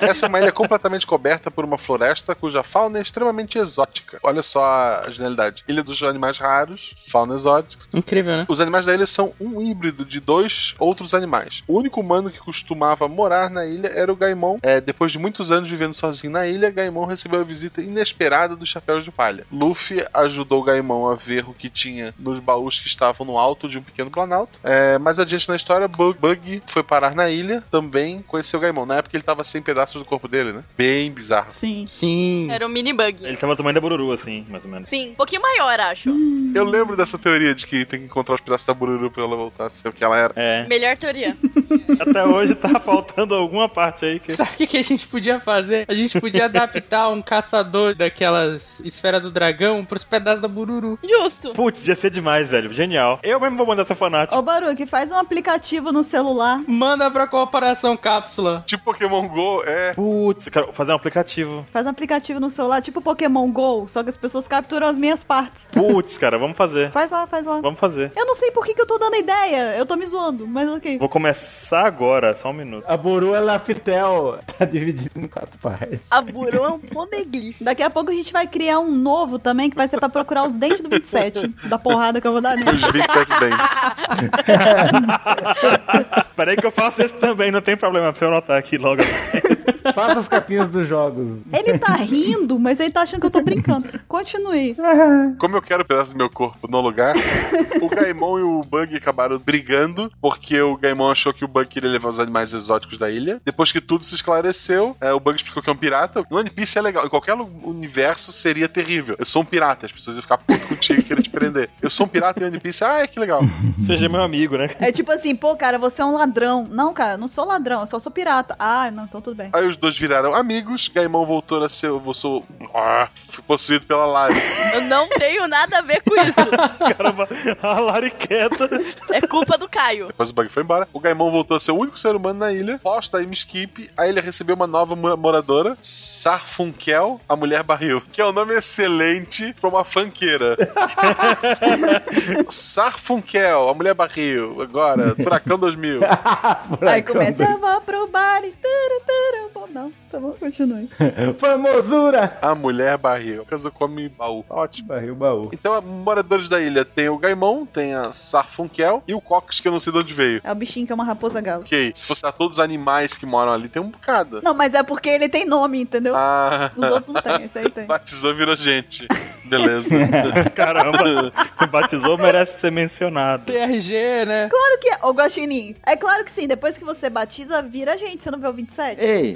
Essa é uma ilha completamente coberta por uma floresta cuja fauna é extremamente exótica. Olha só a genialidade. Ilha dos Animais Raros, fauna exótica.
Incrível, né?
Os animais da ilha são um híbrido de dois outros animais. O único humano que costumava morar na ilha era o Gaimon. É, depois de muitos anos vivendo sozinho na ilha, Gaimon recebeu a visita inesperada dos Chapéus de Palha. Luffy ajudou Gaimon a ver o que tinha nos baús que estavam no alto de um pequeno planalto. É, mais adiante na história, Bug, Bug foi parar na ilha, também conheceu Gaimon. Na época ele tava sem pedaços do corpo dele, né? Bem bizarro.
Sim.
Sim.
Era um mini bug.
Ele tava tomando a bururu, assim, mais ou menos.
Sim, um pouquinho maior, acho.
Eu lembro dessa teoria de que tem que encontrar os pedaços da Bururu pra ela voltar a ser o que ela era.
É.
Melhor teoria.
Até hoje tá faltando alguma parte aí que.
Sabe o que, que a gente podia fazer? A gente podia adaptar um caçador daquelas esferas do dragão pros pedaços da bururu.
Justo.
Putz, ia ser demais, velho. Genial. Eu mesmo vou mandar essa fanática.
Ô, Baruque, faz um aplicativo no celular.
Manda pra corporação cápsula.
Tipo Pokémon GO, é.
Putz, cara, vou fazer um aplicativo.
Faz um aplicativo no celular, tipo Pokémon GO, só que as pessoas capturam as minhas partes.
Putz, cara, vamos fazer.
Faz lá, faz lá.
Vamos fazer.
Eu não sei por que, que eu tô dando ideia. Eu tô me zoando, mas ok.
Vou começar agora, só um minuto.
A Boru é Laftel. Tá dividido em quatro partes.
A Buru é um poneglyph.
Daqui a pouco a gente vai criar um novo também, que vai ser pra procurar os dentes do 27. Da porrada que eu vou dar nele.
Os 27 dentes.
Ah, Peraí que eu faço esse também, não tem problema pra eu anotar aqui logo.
Faça as capinhas dos jogos.
Ele tá rindo, mas ele tá achando que eu tô brincando. Continue.
Como eu quero o pedaço do meu corpo no lugar, o Gaimon e o Bug acabaram brigando, porque o Gaimon achou que o Bug queria levar os animais exóticos da ilha. Depois que tudo se esclareceu, é, o Bug explicou que é um pirata. No One Piece é legal, em qualquer lu- universo seria terrível. Eu sou um pirata, as pessoas iam ficar puto contigo e querer te prender. Eu sou um pirata e One Piece, ah, é que legal.
Seja meu amigo, né?
É tipo assim, pô, cara, você é um ladrão. Não, cara, eu não sou ladrão, eu só sou pirata. Ah, não, então tudo bem.
Aí os dois viraram amigos, Gaimon voltou a ser. Eu sou. Ah, fui possuído pela Lari.
Eu não tenho nada a ver com isso.
Caramba, a lariqueta.
É culpa do Caio.
Depois o bug foi embora. O Gaimon voltou a ser o único ser humano na ilha. Posta a Skip. A ilha recebeu uma nova mo- moradora, Sarfunkel, a Mulher Barril. Que é um nome excelente pra uma fanqueira. Sarfunkel, a Mulher Barril. Agora, Furacão 2000.
Aí começa, eu vou pro bar e turu, turu. Bom, não, tá bom, continue.
Famosura!
A Mulher Barril. Casou com o baú. Ótimo.
Barril baú.
Então, moradores da ilha tem o Gaimon, tem a Sarfunkel e o Cox, que eu não sei de onde veio.
É o bichinho que é uma raposa galo.
Ok, se fosse a todos os animais que moram ali, tem um bocado.
Não, mas é porque ele tem nome, entendeu?
Ah,
Os outros não tem, esse aí tem.
batizou, virou gente. Beleza.
Caramba, batizou merece ser mencionado.
TRG, né?
Claro que é, ô Guaxinim. É claro que sim, depois que você batiza, vira gente. Você não vê o 27?
É,
Ei,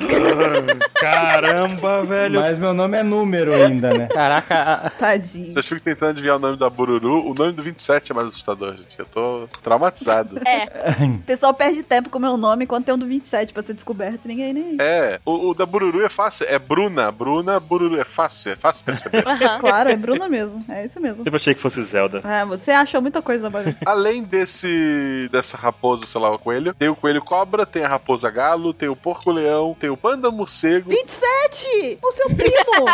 Caramba, velho.
mas meu nome é número ainda, né?
Caraca, a- a-
Tadinho.
Vocês ficam tentando adivinhar o nome da Bururu. O nome do 27 é mais assustador, gente. Eu tô traumatizado.
É,
O pessoal perde tempo com o meu nome enquanto tem um do 27 pra ser descoberto. Ninguém nem.
É, o, o da Bururu é fácil. É Bruna. Bruna, Bururu. É fácil, é fácil perceber.
aham.
Claro, é Bruna mesmo. É isso mesmo.
Sempre achei que fosse Zelda.
Ah, você achou muita coisa, Baru.
Além desse. dessa raposa, sei lá, o coelho, tem o coelho cobra, tem a raposa galo, tem o porco leão, tem o panda morcego.
27! O seu primo!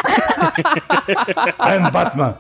I'm Batman.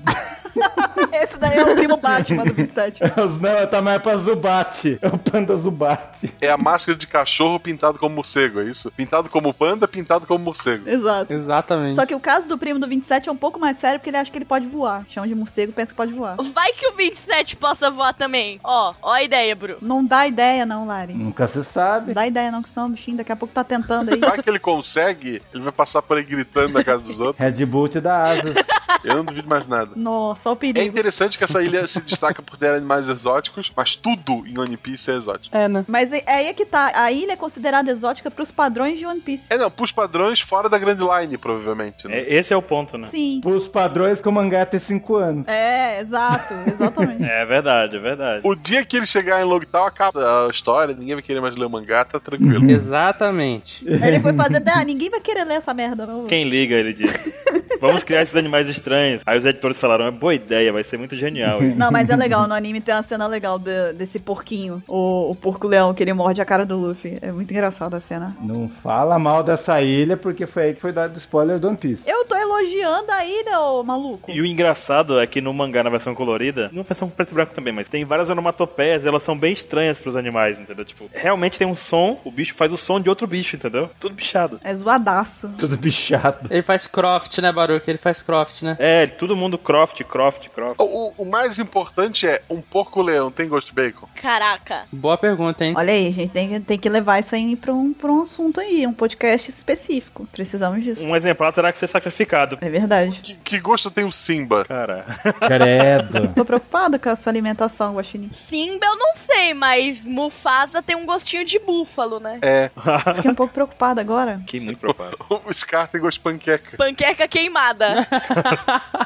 Esse daí é o primo Batman do 27.
Os não, eu tá mais pra Zubat. É o panda Zubat.
É a máscara de cachorro pintado como morcego, é isso? Pintado como panda, pintado como morcego.
Exato.
Exatamente.
Só que o caso do primo do 27 é um pouco mais sério porque ele acha que ele pode voar. Chama de morcego, pensa que pode voar.
Vai que o 27 possa voar também. Ó, ó a ideia, Bru.
Não dá ideia, não,
Hum.
Lari.
Nunca se sabe.
Não dá ideia, não, que senão o bichinho daqui a pouco tá tentando aí.
Vai que ele consegue, ele vai passar por aí gritando na casa dos outros.
Red Boot da Asas.
Eu não duvido mais nada.
Nossa, olha o
É
perigo.
interessante que essa ilha se destaca por ter animais exóticos, mas tudo em One Piece é exótico.
É, né?
Mas é- aí é que tá. A ilha é considerada exótica pros padrões de One Piece.
É, não, pros padrões fora da Grand Line, provavelmente. Né?
É, esse é o ponto, né?
Sim.
Os padrões que o mangá tem 5 anos.
É, exato, exatamente.
É verdade, é verdade.
O dia que ele chegar em Logtown, acaba a história, ninguém vai querer mais ler o mangá, tá tranquilo.
Uhum. Exatamente.
Aí Ele foi fazer, ah, ninguém vai querer ler essa merda, não.
Quem liga, ele diz. Vamos criar esses animais estranhos. Aí os editores falaram, é boa ideia, vai ser muito genial. isso."
Não, mas é legal, no anime tem uma cena legal de- desse porquinho, o, o porco-leão, que ele morde a cara do Luffy. É muito engraçada a cena.
Não fala mal dessa ilha, porque foi aí que foi dado o spoiler do One Piece.
Eu tô elogiando a ilha, ô maluco.
E o engraçado é que no mangá, na versão colorida, na versão um preto e branco também, mas tem várias onomatopeias e elas são bem estranhas pros animais, entendeu? Tipo, realmente tem um som, o bicho faz o som de outro bicho, entendeu? Tudo bichado.
É zoadaço.
Tudo bichado.
Ele faz croft, né, Baruch? Ele faz croft, né?
É, todo mundo croft, croft, croft.
O, o- o mais importante é, um porco-leão tem gosto de bacon?
Caraca.
Boa pergunta, hein?
Olha aí, gente, tem, que- tem que levar isso aí pra um, pra um assunto aí, um podcast específico. Precisamos disso.
Um exemplar terá que ser sacrificado.
É verdade.
Que, que gosto tem o Simba?
Cara,
Credo.
Tô preocupada com a sua alimentação, Guaxinim.
Simba eu não sei, mas Mufasa tem um gostinho de búfalo, né?
É.
Fiquei um pouco preocupada agora.
fiquei muito preocupado.
O Scar tem gosto de panqueca.
Panqueca chamada.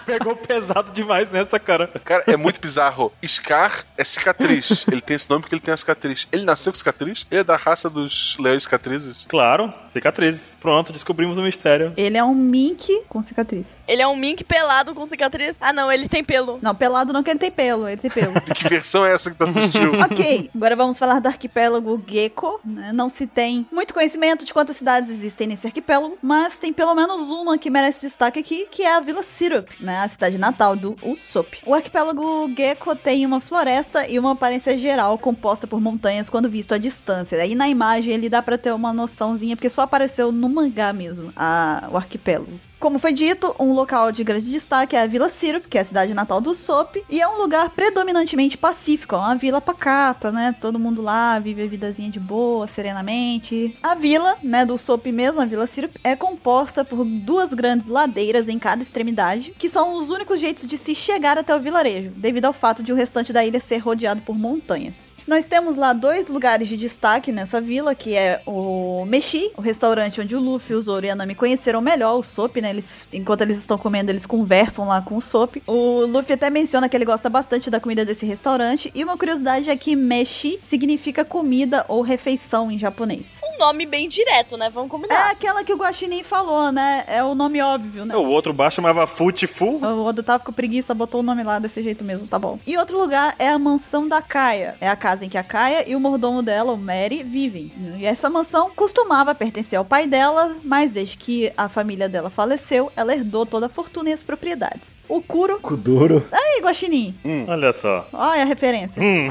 Pegou pesado demais nessa, cara.
Cara, é muito bizarro. Scar é cicatriz. Ele tem esse nome porque ele tem a cicatriz. Ele nasceu com cicatriz? Ele é da raça dos leões cicatrizes?
Claro, cicatrizes. Pronto, descobrimos o mistério.
Ele é um mink com cicatriz.
Ele é um mink pelado com cicatriz. Ah, não, ele tem pelo.
Não, pelado não, que ele tem pelo. Ele tem pelo.
E que versão é essa que tu assistiu?
ok, agora vamos falar do arquipélago Gecko. né? Não se tem muito conhecimento de quantas cidades existem nesse arquipélago, mas tem pelo menos uma que merece destaque aqui, que é a Vila Syrup, né? A cidade natal do Usopp. O arquipélago Gecko tem uma floresta e uma aparência geral composta por montanhas quando visto à distância. Aí na imagem ele dá pra ter uma noçãozinha, porque só apareceu no mangá mesmo, a- o arquipélago. Como foi dito, um local de grande destaque é a Vila Syrup, que é a cidade natal do Sop, e é um lugar predominantemente pacífico, é uma vila pacata, né? Todo mundo lá vive a vidazinha de boa, serenamente. A vila, né, do Sop mesmo, a Vila Syrup, é composta por duas grandes ladeiras em cada extremidade, que são os únicos jeitos de se chegar até o vilarejo, devido ao fato de o restante da ilha ser rodeado por montanhas. Nós temos lá dois lugares de destaque nessa vila, que é o Meshi, o restaurante onde o Luffy, o Zoro e a Nami conheceram melhor o Sop, né? Eles, enquanto eles estão comendo, eles conversam lá com o Sop. O Luffy até menciona que ele gosta bastante da comida desse restaurante. E uma curiosidade é que Meshi significa comida ou refeição em japonês.
Um nome bem direto, né? Vamos
É
combinar.
aquela que o Guaxinim falou, né? É o nome óbvio, né?
O outro baixo chamava Futifu.
O Oda tava com preguiça, botou o nome lá desse jeito mesmo, tá bom. E outro lugar é a mansão da Kaia. É a casa em que a Kaia e o mordomo dela, o Mary, vivem. E essa mansão costumava pertencer ao pai dela, mas desde que a família dela faleceu, ela herdou toda a fortuna e as propriedades. O Kuro...
Kuduro.
Ei, Guaxinim!
Olha só.
Olha a referência.
Hum.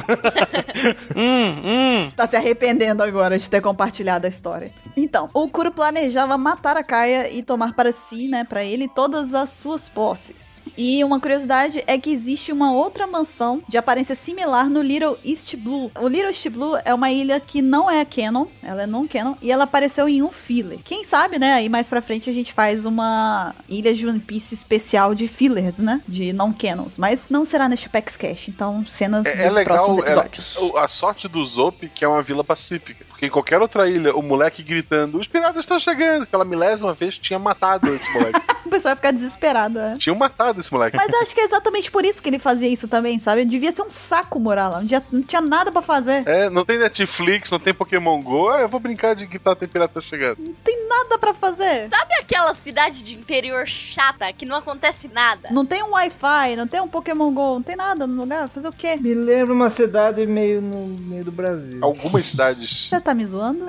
Hum, hum.
Tá se arrependendo agora de ter compartilhado a história. Então, o Kuro planejava matar a Kaia e tomar para si, né, para ele, todas as suas posses. E uma curiosidade é que existe uma outra mansão de aparência similar no Little East Blue. O Little East Blue é uma ilha que não é canon, ela é não canon, e ela apareceu em um filler. Quem sabe, né, aí mais pra frente a gente faz uma ilha de One Piece especial de fillers, né, de não canons. Mas não será neste PEX Cash, então cenas
É,
dos
é legal
próximos
é,
episódios.
o- a sorte do Zop, que é uma vila pacífica. Porque em qualquer outra ilha, o moleque gritando: Os piratas estão chegando! Pela milésima vez tinha matado esse moleque.
O pessoal vai ficar desesperado, é.
Tinham matado esse moleque.
Mas eu acho que é exatamente por isso que ele fazia isso também, sabe? Devia ser um saco morar lá. Não tinha, não tinha nada pra fazer.
É, não tem Netflix, não tem Pokémon Go. Ah, eu vou brincar de guitarra tem pirata chegando.
Não tem nada pra fazer.
Sabe É aquela cidade de interior chata que não acontece nada?
Não tem um Wi-Fi, não tem um Pokémon Go, não tem nada no lugar. Fazer o quê?
Me lembra uma cidade meio no meio do Brasil.
Algumas cidades.
Você tá me zoando?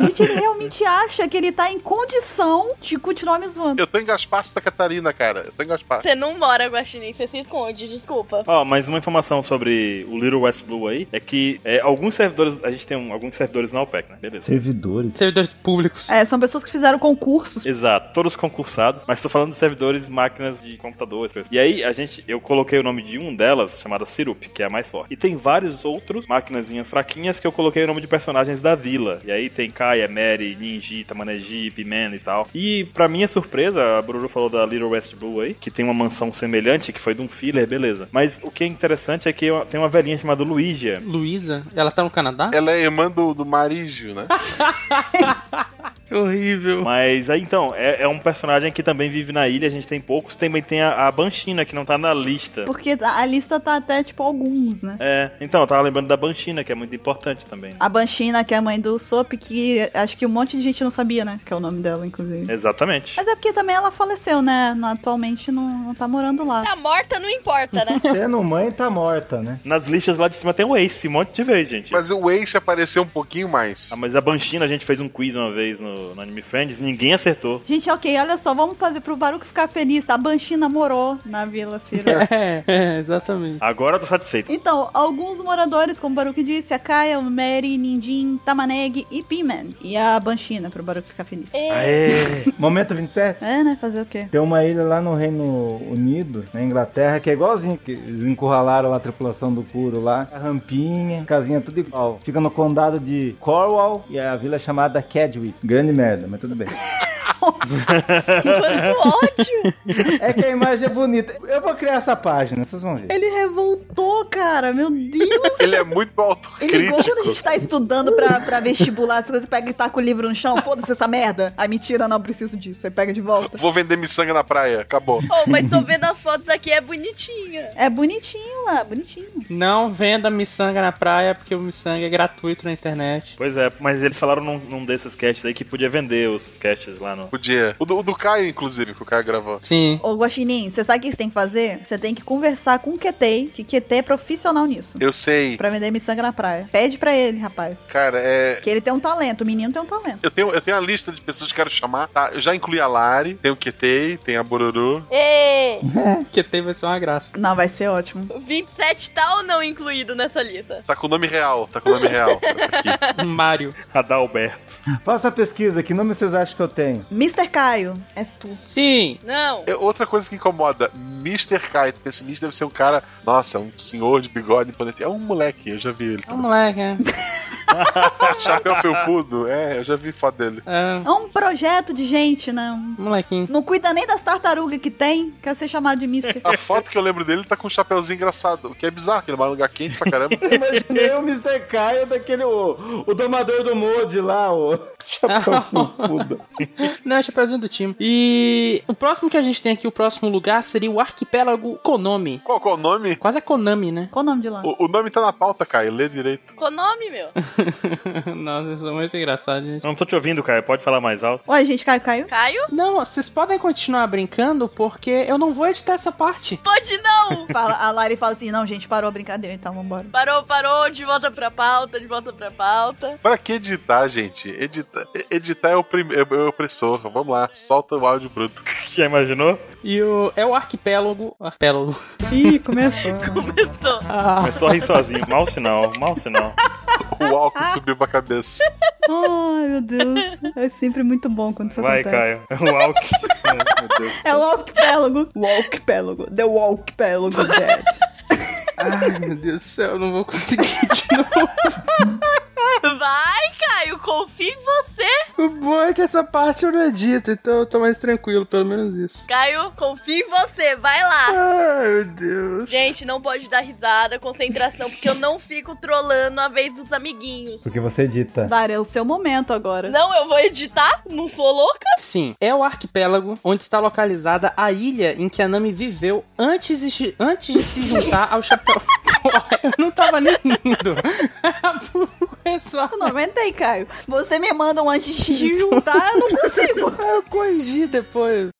Gente, ele realmente acha que ele tá em condição de continuar me zoando.
Eu tô em Gaspar Santa Catarina, cara. Eu tô em Gaspar.
Você não mora, Guaxinim, você se esconde, desculpa.
Ó, mas uma informação sobre o Little West Blue aí é que é, alguns servidores. A gente tem um- alguns servidores na OPEC, né? Beleza.
Servidores.
Servidores públicos.
É, são pessoas que fizeram concursos.
Exato, todos concursados, mas tô falando de servidores, máquinas de computadores. coisas. E aí, a gente, eu coloquei o nome de um delas, chamada Sirup, que é a mais forte. E tem vários outros maquinazinhas fraquinhas que eu coloquei o nome de personagens da vila. E aí tem Kaia, Mary, Ninji, Tamaneji, Pimena e tal. E pra minha surpresa, a Bruno falou da Little West Blue aí, que tem uma mansão semelhante, que foi de um filler, beleza. Mas o que é interessante é que tem uma velhinha chamada Luigia.
Luísa, ela tá no Canadá?
Ela é irmã do, do Marígio, né?
Que É horrível.
Mas aí então, é, é um personagem que também vive na ilha, a gente tem poucos. Também tem a, a Banshina, que não tá na lista.
Porque a a lista tá até, tipo, alguns, né?
É, então, eu tava lembrando da Banshina, que é muito importante também, né?
A Banshina, que é a mãe do Sop, que acho que um monte de gente não sabia, né? Que é o nome dela, inclusive.
Exatamente.
Mas é porque também ela faleceu, né? Não- Atualmente não, não tá morando lá.
Tá morta, não importa, né?
Sendo mãe, tá morta, né?
Nas listas lá de cima tem o Ace, um monte de vez, gente.
Mas o Ace apareceu um pouquinho mais.
Tá
Ah, mas a Banshina a gente fez um quiz uma vez no, no Anime Friends e ninguém acertou.
Gente, ok, olha só, vamos fazer pro Baruco ficar feliz. A Banshina morou na Vila Cira.
É, é, exatamente.
Agora eu tô satisfeito.
Então, alguns moradores, como o Baruque disse, a Kaia, o Mary, Ninjin, Tamaneg e Piman. E a Banshina, pro Baruque ficar feliz.
É.
Momento 27.
É, né? Fazer o quê?
Tem uma ilha lá no Reino Unido, na Inglaterra, que é igualzinho, que eles encurralaram lá a tripulação do Curo lá. A rampinha, casinha, tudo igual. Fica no condado de Cornwall e a vila é chamada Cadwick. Grande merda, mas tudo bem.
Quanto ódio!
É que a imagem é bonita. Eu vou criar essa página, vocês vão ver.
Ele revoltou, cara. Meu Deus.
Ele é muito
Ele igual quando a gente
autocrítico.
tá estudando pra, pra vestibular, as coisas, pega e taca o livro no chão, foda-se essa merda. Aí mentira, não preciso disso. Aí pega de volta.
Vou vender miçanga na praia, acabou.
Oh, mas tô vendo as fotos aqui, é bonitinha.
É bonitinho lá, bonitinho.
Não venda miçanga na praia, porque o miçanga é gratuito na internet.
Pois é, mas eles falaram num, num desses casts aí que podia vender os casts lá no.
Podia. O do, o do Caio, inclusive, que o Caio gravou.
Sim.
Ô, Guaxinim, você sabe o que você tem que fazer? Você tem que conversar com o QT, que QT é profissional nisso.
Eu sei.
Pra vender miçanga na praia. Pede pra ele, rapaz.
Cara, é.
Que ele tem um talento, o menino tem um talento.
Eu tenho, eu tenho a lista de pessoas que quero chamar, tá? Eu já incluí a Lari, tem o Ketei, tem a Boruru.
Ê,
Que tem vai ser uma graça.
Não, vai ser ótimo.
27 tá ou não incluído nessa lista?
Tá com o nome real, tá com o nome real. Aqui.
Mario.
Adalberto.
Faça a pesquisa, que nome vocês acham que eu tenho?
Mr. Caio, és tu.
Sim.
Não.
É outra coisa que incomoda, Mr. Caio. Esse Mr. deve ser um cara, nossa, um senhor de bigode imponente. É um moleque, eu já vi ele.
É um moleque, é.
Chapéu felpudo, é, eu já vi foto dele.
É,
É um projeto de gente, não.
um molequinho.
Não cuida nem das tartarugas que tem, quer ser chamado de Mr.
A foto que eu lembro dele tá com um chapéuzinho engraçado, o que é bizarro, que ele vai num lugar quente pra caramba.
Eu imaginei o Mr. Caio daquele. O, o domador do mod lá, o. Chapéu fofudo.
Não, é chapeuzinho do time. E o próximo que a gente tem aqui, o próximo lugar, seria o arquipélago Konami.
Qual, qual o nome?
Quase é Konami, né?
Qual o nome de lá?
O, o nome tá na pauta, Caio, lê direito.
Konami, meu.
Nossa, isso é muito engraçado, gente.
Não tô te ouvindo, Caio. Pode falar mais alto.
Ué, gente, Caio caiu?
Caio?
Não, vocês podem continuar brincando porque eu não vou editar essa parte.
Pode não!
Fala, a Lari fala assim: não, gente, parou a brincadeira, então vambora.
Parou, parou, de volta pra pauta, de volta pra pauta.
Pra que editar, gente? Edita, editar é o primeiro é o opressor. Vamos lá, solta o áudio bruto.
Já imaginou?
E o, é o arquipélago. Arquipélago.
Ih, começou.
Tô.
Ah,
Mas só ri sozinho. Mal sinal, mal sinal.
O álcool subiu pra cabeça.
Ai, meu Deus. É sempre muito bom quando isso
Vai,
acontece.
Caio. É o Alck. Ai, meu Deus.
É o Walkpélago. Walkpélago. The Walkpélago Dead.
ai, meu Deus do céu, eu não vou conseguir de novo.
Vai, Caio, confia em você.
O bom é que essa parte eu não edito, então eu tô mais tranquilo, pelo menos isso.
Caio, confia em você, vai lá.
Ai, meu Deus.
Gente, não pode dar risada, concentração, porque eu não fico trolando a vez dos amiguinhos.
Porque você dita.
Lara, é o seu momento agora.
Não, eu vou editar, não sou louca.
Sim, é o arquipélago onde está localizada a ilha em que a Nami viveu antes de, antes de se juntar ao chapéu. Porra, eu não tava nem rindo. é só.
Eu não aguentei, Caio. Você me manda um antes de juntar, eu não consigo.
Eu corrigi depois.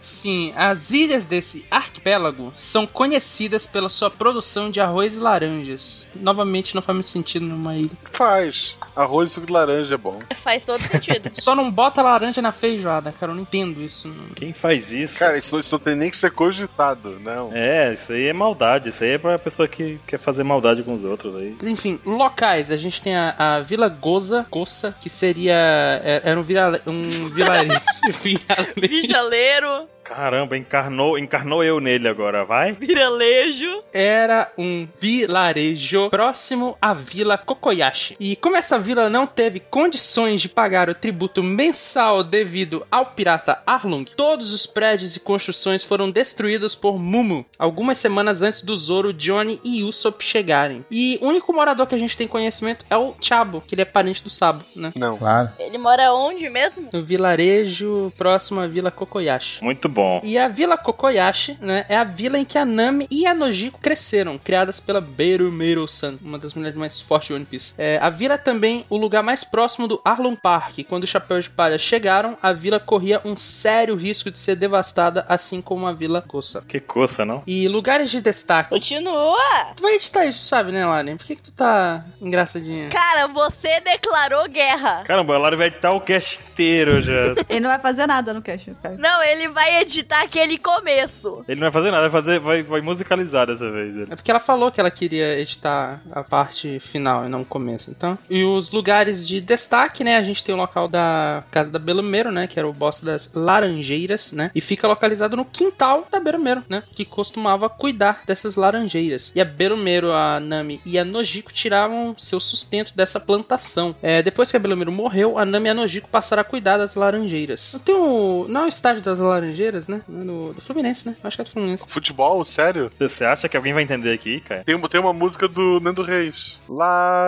Sim, as ilhas desse arquipélago são conhecidas pela sua produção de arroz e laranjas. Novamente, não faz muito sentido numa ilha.
Faz. Arroz e suco de laranja é bom.
Faz todo sentido.
Só não bota laranja na feijoada, cara. Eu não entendo isso.
Quem faz isso?
Cara, isso, não- isso não tem nem que ser cogitado, não.
É, isso aí é maldade. Isso aí é pra pessoa que quer fazer maldade com os outros aí.
Enfim, locais. A gente tem a, a Vila Goza, Goça, que seria. é- Era um, vila, um vilarejo. vilarejo.
Vigeleiro,
Caramba, encarnou, encarnou eu nele agora, vai?
viralejo.
era um vilarejo próximo à vila Kokoyashi. E como essa vila não teve condições de pagar o tributo mensal devido ao pirata Arlong, todos os prédios e construções foram destruídos por Mumu algumas semanas antes do Zoro, Johnny e Usopp chegarem. E o único morador que a gente tem conhecimento é o Chabo, que ele é parente do Sabo, né?
Não.
Claro.
Ele mora onde mesmo?
No vilarejo próximo à vila Kokoyashi.
Muito bom.
E a Vila Kokoyashi, né, é a vila em que a Nami e a Nojiko cresceram, criadas pela Beru Meiro-san, uma das mulheres mais fortes de One Piece. É, a vila é também o lugar mais próximo do Arlong Park. Quando os Chapéus de Palha chegaram, a vila corria um sério risco de ser devastada, assim como a Vila Kosa.
Que coça, não?
E lugares de destaque...
Continua!
Tu vai editar isso, sabe, né, Laren? Por que, que tu tá engraçadinha?
Cara, você declarou guerra.
Caramba, a Lara vai editar o cast inteiro já.
Ele não vai fazer nada no cast, Caio.
Não, ele vai reeditar aquele começo.
Ele não vai fazer nada, vai, fazer, vai, vai musicalizar dessa vez. Ele.
É porque ela falou que ela queria editar a parte final e não o começo, então. E os lugares de destaque, né? A gente tem o local da Casa da Belumeiro, né? Que era o boss das Laranjeiras, né? E fica localizado no quintal da Belumeiro, né? Que costumava cuidar dessas laranjeiras. E a Belumeiro, a Nami e a Nojiko tiravam seu sustento dessa plantação. É, depois que a Belumeiro morreu, a Nami e a Nojiko passaram a cuidar das laranjeiras. Tem um. Não é o estádio das laranjeiras, né? É do, do Fluminense, né? Acho que é do Fluminense.
Futebol, sério?
Você- Você acha que alguém vai entender aqui, cara?
Tem, uma- tem uma música do Nando Reis.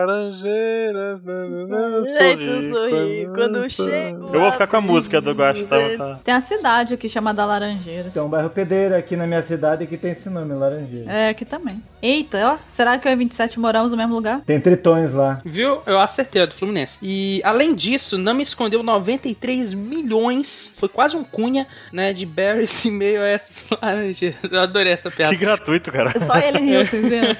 Laranjeiras. nananã,
Jeito
né, sorri
sorri quando eu
sou-
chego.
Eu vou ficar com a música do Guacho, tá? tá.
Tem a cidade aqui chamada Laranjeiras.
Tem um bairro pedreiro aqui na minha cidade que tem esse nome, Laranjeira.
É, aqui também. Eita, ó. Será que eu e 27 moramos no mesmo lugar?
Tem tritões lá.
Viu? Eu acertei a do Fluminense. E além disso, Nami escondeu 93 milhões. Foi quase um cunha, né? De berries e meio a essas laranjeiras. Eu adorei essa
Que
piada.
gratuito, cara.
Só ele riu, vocês viram?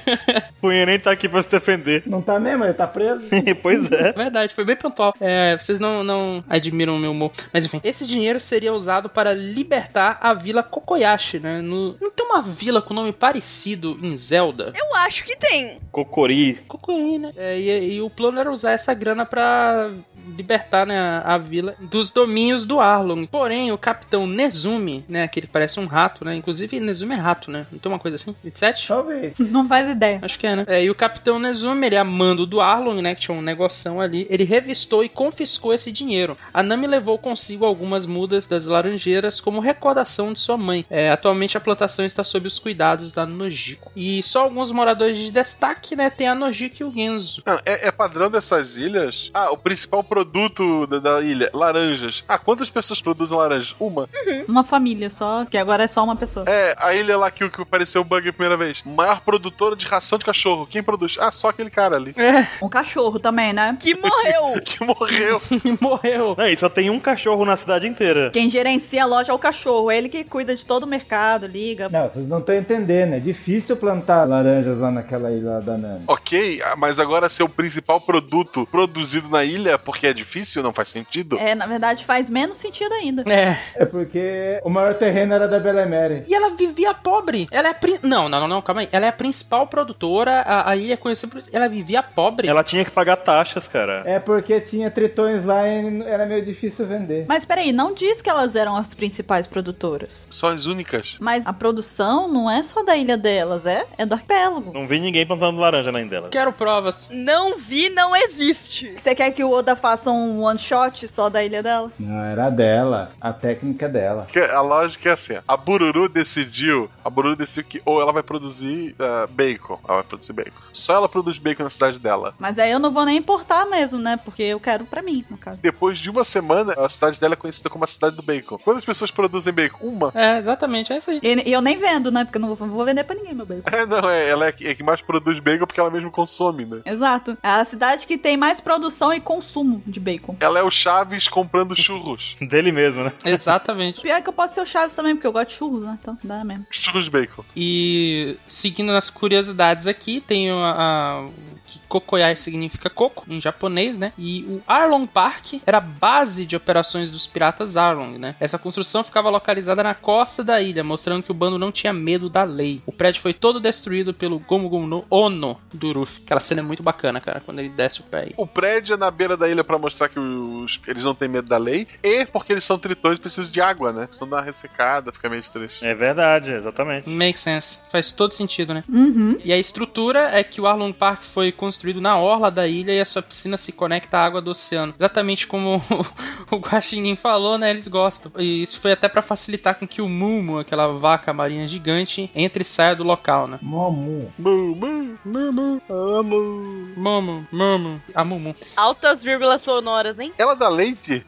Punha nem tá aqui pra se defender.
Não tá mesmo? Ele tá preso?
pois é.
Verdade, foi bem pontual. É, vocês não, não admiram o meu humor. Mas enfim, esse dinheiro seria usado para libertar a vila Kokoyashi, né? No- não tem uma vila com nome parecido em Zelda?
Eu acho que tem.
Cocori.
Cocoí, né? É, e, e o plano era usar essa grana pra libertar né, a, a vila dos domínios do Arlong. Porém, o capitão Nezumi, né? Aquele que parece um rato, né? Inclusive, Nezumi é rato, né? Não tem uma coisa assim? 27?
Talvez.
Não faz ideia.
Acho que é, né? É, e o capitão Nezumi, ele é amando do Arlong, né? Que tinha um negoção ali. Ele revistou e confiscou esse dinheiro. A Nami levou consigo algumas mudas das laranjeiras como recordação de sua mãe. É, atualmente a plantação está sob os cuidados da Nojiko. E só alguns moradores de destaque, né? Tem a Nojiko e o Genzo.
Não, é, é padrão dessas ilhas? Ah, o principal produto da, da ilha, laranjas. Ah, quantas pessoas produzem laranjas? Uma.
Uma família só, que agora é só uma pessoa.
É, a ilha lá que, que apareceu o bug a primeira vez. Maior produtora de ração de cachorro. Quem produz? Ah, só aquele cara ali.
É,
Um cachorro também, né?
Que morreu.
Que morreu.
E morreu.
Não, e só tem um cachorro na cidade inteira.
Quem gerencia a loja é o cachorro. É ele que cuida de todo o mercado, liga.
Não, vocês não estão entendendo. É difícil plantar laranjas lá naquela ilha da Nami.
ok, ah, mas agora ser o principal produto produzido na ilha, porque é difícil, não faz sentido.
É, na verdade, faz menos sentido ainda.
É.
É porque o maior terreno era da Belemere.
E ela vivia pobre. Ela é a prin... Não, não, não, não, calma aí. Ela é a principal produtora. A, a ilha é conhecida por isso. Ela vivia pobre.
Ela tinha que pagar taxas, cara.
É porque tinha tritões lá e era meio difícil vender.
Mas peraí, não diz que elas eram as principais produtoras.
Só as únicas.
Mas a produção não é só da ilha delas, é, é do arquipélago.
Não vi ninguém plantando laranja na ilha dela.
Quero provas.
Não vi, não existe.
Você quer que o Oda faça um one shot só da ilha dela?
Não, era dela. A técnica dela.
Porque a lógica é assim: a Bururu decidiu, a Bururu decidiu que ou ela vai produzir ah, bacon, ela vai produzir bacon. Só ela produz bacon na cidade dela.
Mas aí eu não vou nem importar mesmo, né? Porque eu quero pra mim, no caso.
Depois de uma semana, a cidade dela é conhecida como a cidade do bacon. Quantas pessoas produzem bacon? Uma.
É, exatamente, é isso aí.
E e eu nem vendo, né? Porque eu não vou, vou vender pra ninguém meu bacon.
É, não, é, ela é a que é a que mais produz bacon porque ela mesma consome, né?
Exato. É a cidade que tem mais produção e consumo de bacon.
Ela é o Chaves comprando churros.
Dele mesmo, né?
Exatamente.
Pior é que eu posso ser o Chaves também, porque eu gosto de churros, né? Então, dá mesmo.
Churros de bacon.
E seguindo nas curiosidades aqui, tem a, a- que Kokoyai significa coco em japonês, né? E o Arlong Park era a base de operações dos piratas Arlong, né? Essa construção ficava localizada na costa da ilha, mostrando que o bando não tinha medo da lei. O prédio foi todo destruído pelo Gomu Gomu no Ono do Ruffy. Aquela cena é muito bacana, cara, quando ele desce o pé aí.
O prédio é na beira da ilha pra mostrar que os- eles não têm medo da lei. E porque eles são tritões, precisam de água, né? Senão dá uma ressecada, fica meio triste.
É verdade, exatamente.
Make sense. Faz todo sentido, né?
Uhum.
E a estrutura é que o Arlong Park foi construído na orla da ilha e a sua piscina se conecta à água do oceano. Exatamente como o Guaxinim falou, né? Eles gostam. E isso foi até pra facilitar com que o Mumu, aquela vaca marinha gigante, entre e saia do local, né?
Momu.
Mu, mu, mu, mu, amo.
Mumu, Mumu, a Mumu.
Altas vírgulas sonoras, hein?
Ela dá leite?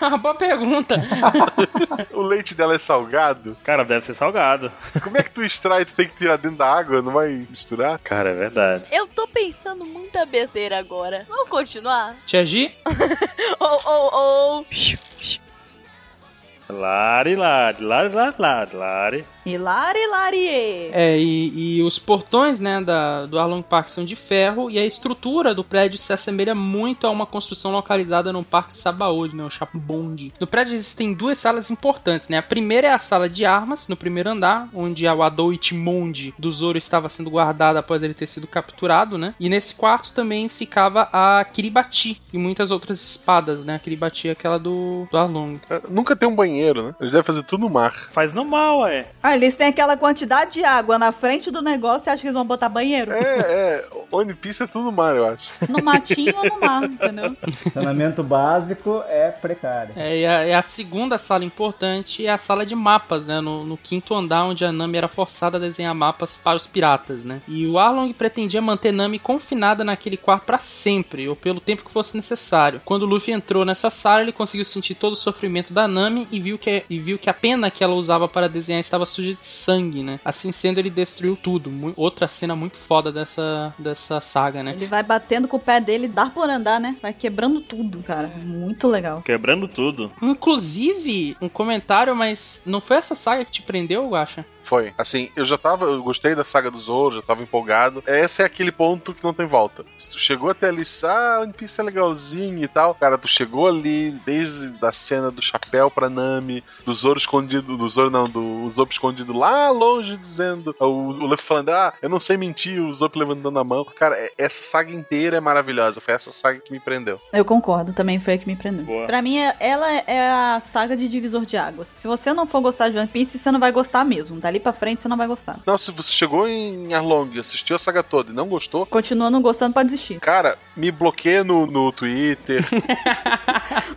É uma boa pergunta.
o leite dela é salgado?
Cara, deve ser salgado.
Como é que tu extrai? Tu tem que tirar dentro da água? Não vai misturar?
Cara, é verdade.
Eu tô pensando muita besteira agora. Vamos continuar?
Tia Gi?
Ou, ou, ou.
Lari, lari, lari, lari, lari, lari.
Hilari Larie!
É, e, e os portões, né, da, do Arlong Park são de ferro e a estrutura do prédio se assemelha muito a uma construção localizada no Parque Sabaody, né, o Chapbond. No prédio existem duas salas importantes, né? A primeira é a sala de armas, no primeiro andar, onde a Wado Ichimondi do Zoro estava sendo guardada após ele ter sido capturado, né? E nesse quarto também ficava a Kiribati e muitas outras espadas, né? A Kiribati é aquela do, do Arlong.
É, Nunca tem um banheiro, né? Eles devem fazer tudo no mar.
Faz no mal, é.
Ah, eles têm aquela quantidade de água na frente do negócio e acha que eles vão botar banheiro?
É, é. One Piece é tudo no mar, eu acho.
No matinho ou no mar, entendeu?
Saneamento básico é precário.
É, e a, e a segunda sala importante é a sala de mapas, né? No, no quinto andar, onde a Nami era forçada a desenhar mapas para os piratas, né? E o Arlong pretendia manter Nami confinada naquele quarto para sempre, ou pelo tempo que fosse necessário. Quando o Luffy entrou nessa sala, ele conseguiu sentir todo o sofrimento da Nami e viu que, e viu que a pena que ela usava para desenhar estava suja de sangue, né? Assim sendo, ele destruiu tudo. Mu- Outra cena muito foda dessa, dessa saga, né?
Ele vai batendo com o pé dele, dar por andar, né? Vai quebrando tudo, cara. Muito legal.
Quebrando tudo.
Inclusive, um comentário, mas não foi essa saga que te prendeu, Guaxa?
Foi. Assim, eu já tava. Eu gostei da saga do Zoro, já tava empolgado. Esse é aquele ponto que não tem volta. Se tu chegou até ali, ah, One Piece é legalzinho e tal. Cara, tu chegou ali desde a cena do chapéu pra Nami, do Zoro escondido. Do Zoro não, do Zop escondido lá longe, dizendo. O, o Luffy falando, ah, eu não sei mentir, o Zop levantando a mão. Cara, é- essa saga inteira é maravilhosa. Foi essa saga que me prendeu.
Eu concordo, também foi a que me prendeu.
Boa.
Pra mim, é- ela é a saga de divisor de águas. Se você não for gostar de One Piece, você não vai gostar mesmo. Dali pra frente, você não vai gostar.
Não, se você chegou em Arlong, assistiu a saga toda e não gostou,
Continua não gostando pra desistir.
cara, me bloqueia no, no Twitter,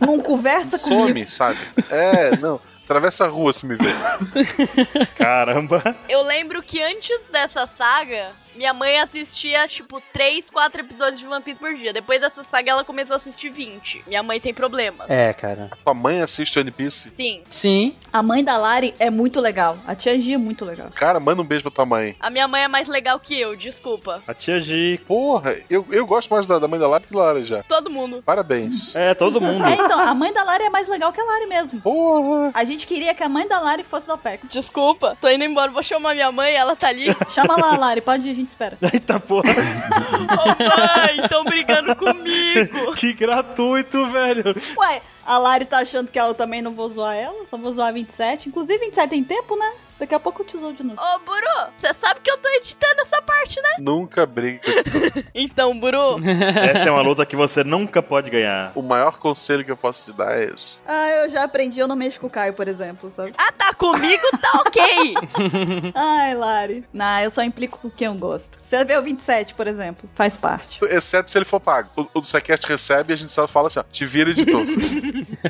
Não conversa comigo.
some, sabe? É, não. Atravessa a rua se me vê.
Caramba.
Eu lembro que antes dessa saga, minha mãe assistia, tipo, 3, 4 episódios de One Piece por dia. Depois dessa saga, ela começou a assistir 20. Minha mãe tem problema.
É, cara.
Tua mãe assiste One Piece?
Sim.
Sim.
A mãe da Lari é muito legal. A tia G é muito legal.
Cara, manda um beijo pra tua mãe.
A minha mãe é mais legal que eu, desculpa.
A tia G.
Porra, eu, eu gosto mais da, da mãe da Lara que da Lara já.
Todo mundo.
Parabéns.
É, todo mundo.
É, então, a mãe da Lari é mais legal que a Lari mesmo.
Porra!
A gente queria que a mãe da Lari fosse do OPEX.
Desculpa, tô indo embora, vou chamar minha mãe, ela tá ali.
Chama lá, Lari, pode ir, a gente espera.
Eita porra.
Ô mãe, tão brigando comigo.
Que gratuito, velho.
Ué, a Lari tá achando que ela também não vou zoar ela, só vou zoar 27. Inclusive, 27 tem tempo, né? Daqui a pouco eu te zoo de novo.
Ô, Buru, você sabe que eu tô editando essa parte, né?
Nunca brigue com esse-
Então, Buru,
Essa é uma luta que você nunca pode ganhar.
O maior conselho que eu posso te dar é esse.
Ah, eu já aprendi, eu não mexo com o Caio, por exemplo, sabe?
ah, tá comigo, tá ok.
Ai, Lari. Não, eu só implico com quem eu gosto. Você vê o 27, por exemplo, faz parte.
Exceto se ele for pago. O, o do Sequest recebe e a gente só fala assim: ó, te vira editor.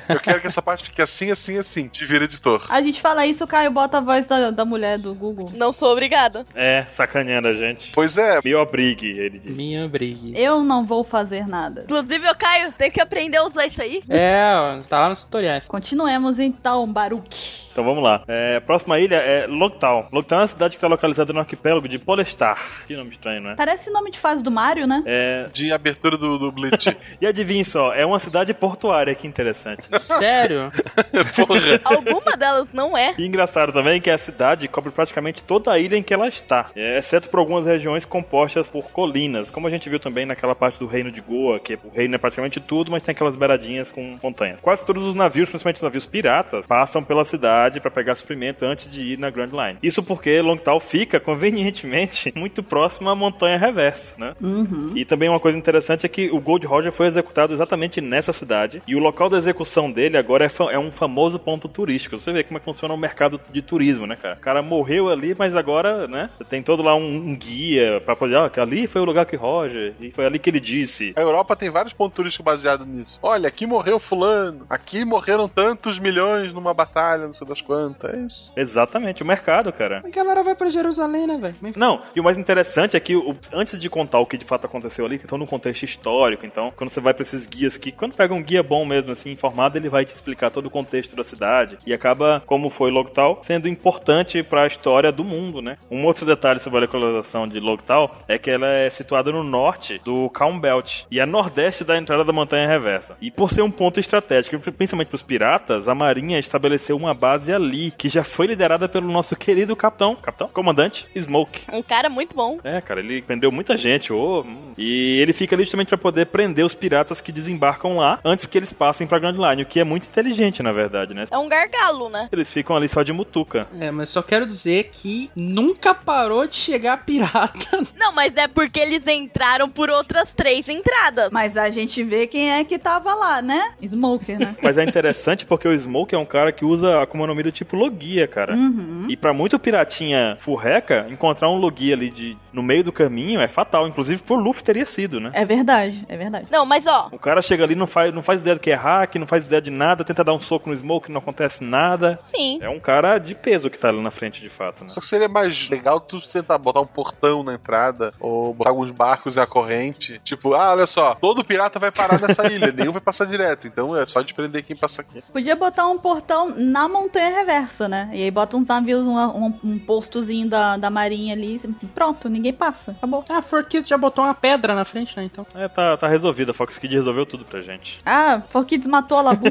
eu quero que essa parte fique assim, assim, assim. Te vira editor.
A gente fala isso, o Caio bota a voz da, da mulher do Google.
Não sou obrigada.
É, sacaneando a gente.
Pois é,
Me obrigue, ele diz.
Minha briga.
Eu não vou fazer nada.
Inclusive, eu Caio, tem que aprender a usar isso aí.
É, ó, tá lá nos tutoriais.
Continuemos então, Baruque.
Então vamos lá. É, a próxima ilha é Logtown. Logtown é uma cidade que está localizada no arquipélago de Polestar. Que nome estranho, né?
Parece nome de fase do Mario, né?
É,
de abertura do, do Blitz.
e adivinha só, é uma cidade portuária, que interessante.
Sério?
Porra.
Alguma delas não é.
E engraçado também que a cidade cobre praticamente toda a ilha em que ela está, é, exceto por algumas regiões compostas por colinas, como a gente viu também naquela parte do reino de Goa, que o reino é praticamente tudo, mas tem aquelas beiradinhas com montanhas. Quase todos os navios, principalmente os navios piratas, passam pela cidade para pegar suprimento antes de ir na Grand Line. Isso porque Longtown fica, convenientemente, muito próximo à montanha reversa, né? E também uma coisa interessante é que o Gold Roger foi executado exatamente nessa cidade. E o local da execução dele agora é, fa- é um famoso ponto turístico. Você vê como é que funciona o mercado de turismo, né, cara? O cara morreu ali, mas agora, né? Tem todo lá um, um guia pra poder. Ó, que ali foi o lugar que Roger. E foi ali que ele disse.
A Europa tem vários pontos turísticos baseados nisso. Olha, aqui morreu fulano. Aqui morreram tantos milhões numa batalha, não sei das quantas. É isso.
Exatamente, o mercado, cara.
A galera vai pra Jerusalém, né, velho?
Não, e o mais interessante é que o- antes de contar o que de fato aconteceu ali, então no contexto histórico, então, quando você vai pra esses guias que, quando pega um guia bom mesmo, assim, informado, ele vai te explicar todo o contexto da cidade e acaba, como foi Logtal, sendo importante para a história do mundo, né? Um outro detalhe sobre a localização de Logtal é que ela é situada no norte do Calm Belt e a nordeste da entrada da Montanha Reversa. E por ser um ponto estratégico, principalmente para os piratas, a Marinha estabeleceu uma base ali, que já foi liderada pelo nosso querido capitão, capitão, comandante Smoke.
Um cara muito bom.
É, cara, ele prendeu muita gente, ô, hum. e ele fica ali justamente pra poder prender os piratas que desembarcam lá antes que eles passem pra Grand Line, o que é muito inteligente, na verdade, né?
É um gargalo, né?
Eles ficam ali só de mutuca.
É, mas só quero dizer que nunca parou de chegar pirata.
Não, mas é porque eles entraram por outras três entradas.
Mas a gente vê quem é que tava lá, né? Smoker, né?
Mas é interessante porque o Smoke é um cara que usa a Akuma no Mi do tipo Logia, cara.
Uhum.
E pra muito piratinha furreca, encontrar um Logia ali de, no meio do caminho é fatal. Inclusive pro Luffy teria sido, né?
É verdade, é verdade.
Não, mas ó,
O cara chega ali, não faz, não faz ideia do que é hack, não faz ideia de nada, tenta dar um soco no Smoke, não acontece nada.
sim.
É um cara de peso que tá ali na frente, de fato, né?
Só que seria mais legal tu tentar botar um portão na entrada ou botar alguns barcos na corrente. Tipo, ah, olha só, todo pirata vai parar nessa ilha, nenhum vai passar direto. Então é só desprender quem passa aqui.
Podia botar um portão na montanha reversa, né? E aí bota um navio, um, um- um postozinho da, da marinha ali. e Pronto, ninguém passa. Acabou.
Ah, Forkito já botou uma pedra na frente, né? Então.
É, tá, tá resolvido. A Fox Kid resolveu tudo pra gente.
Ah, Forkids matou a Labu.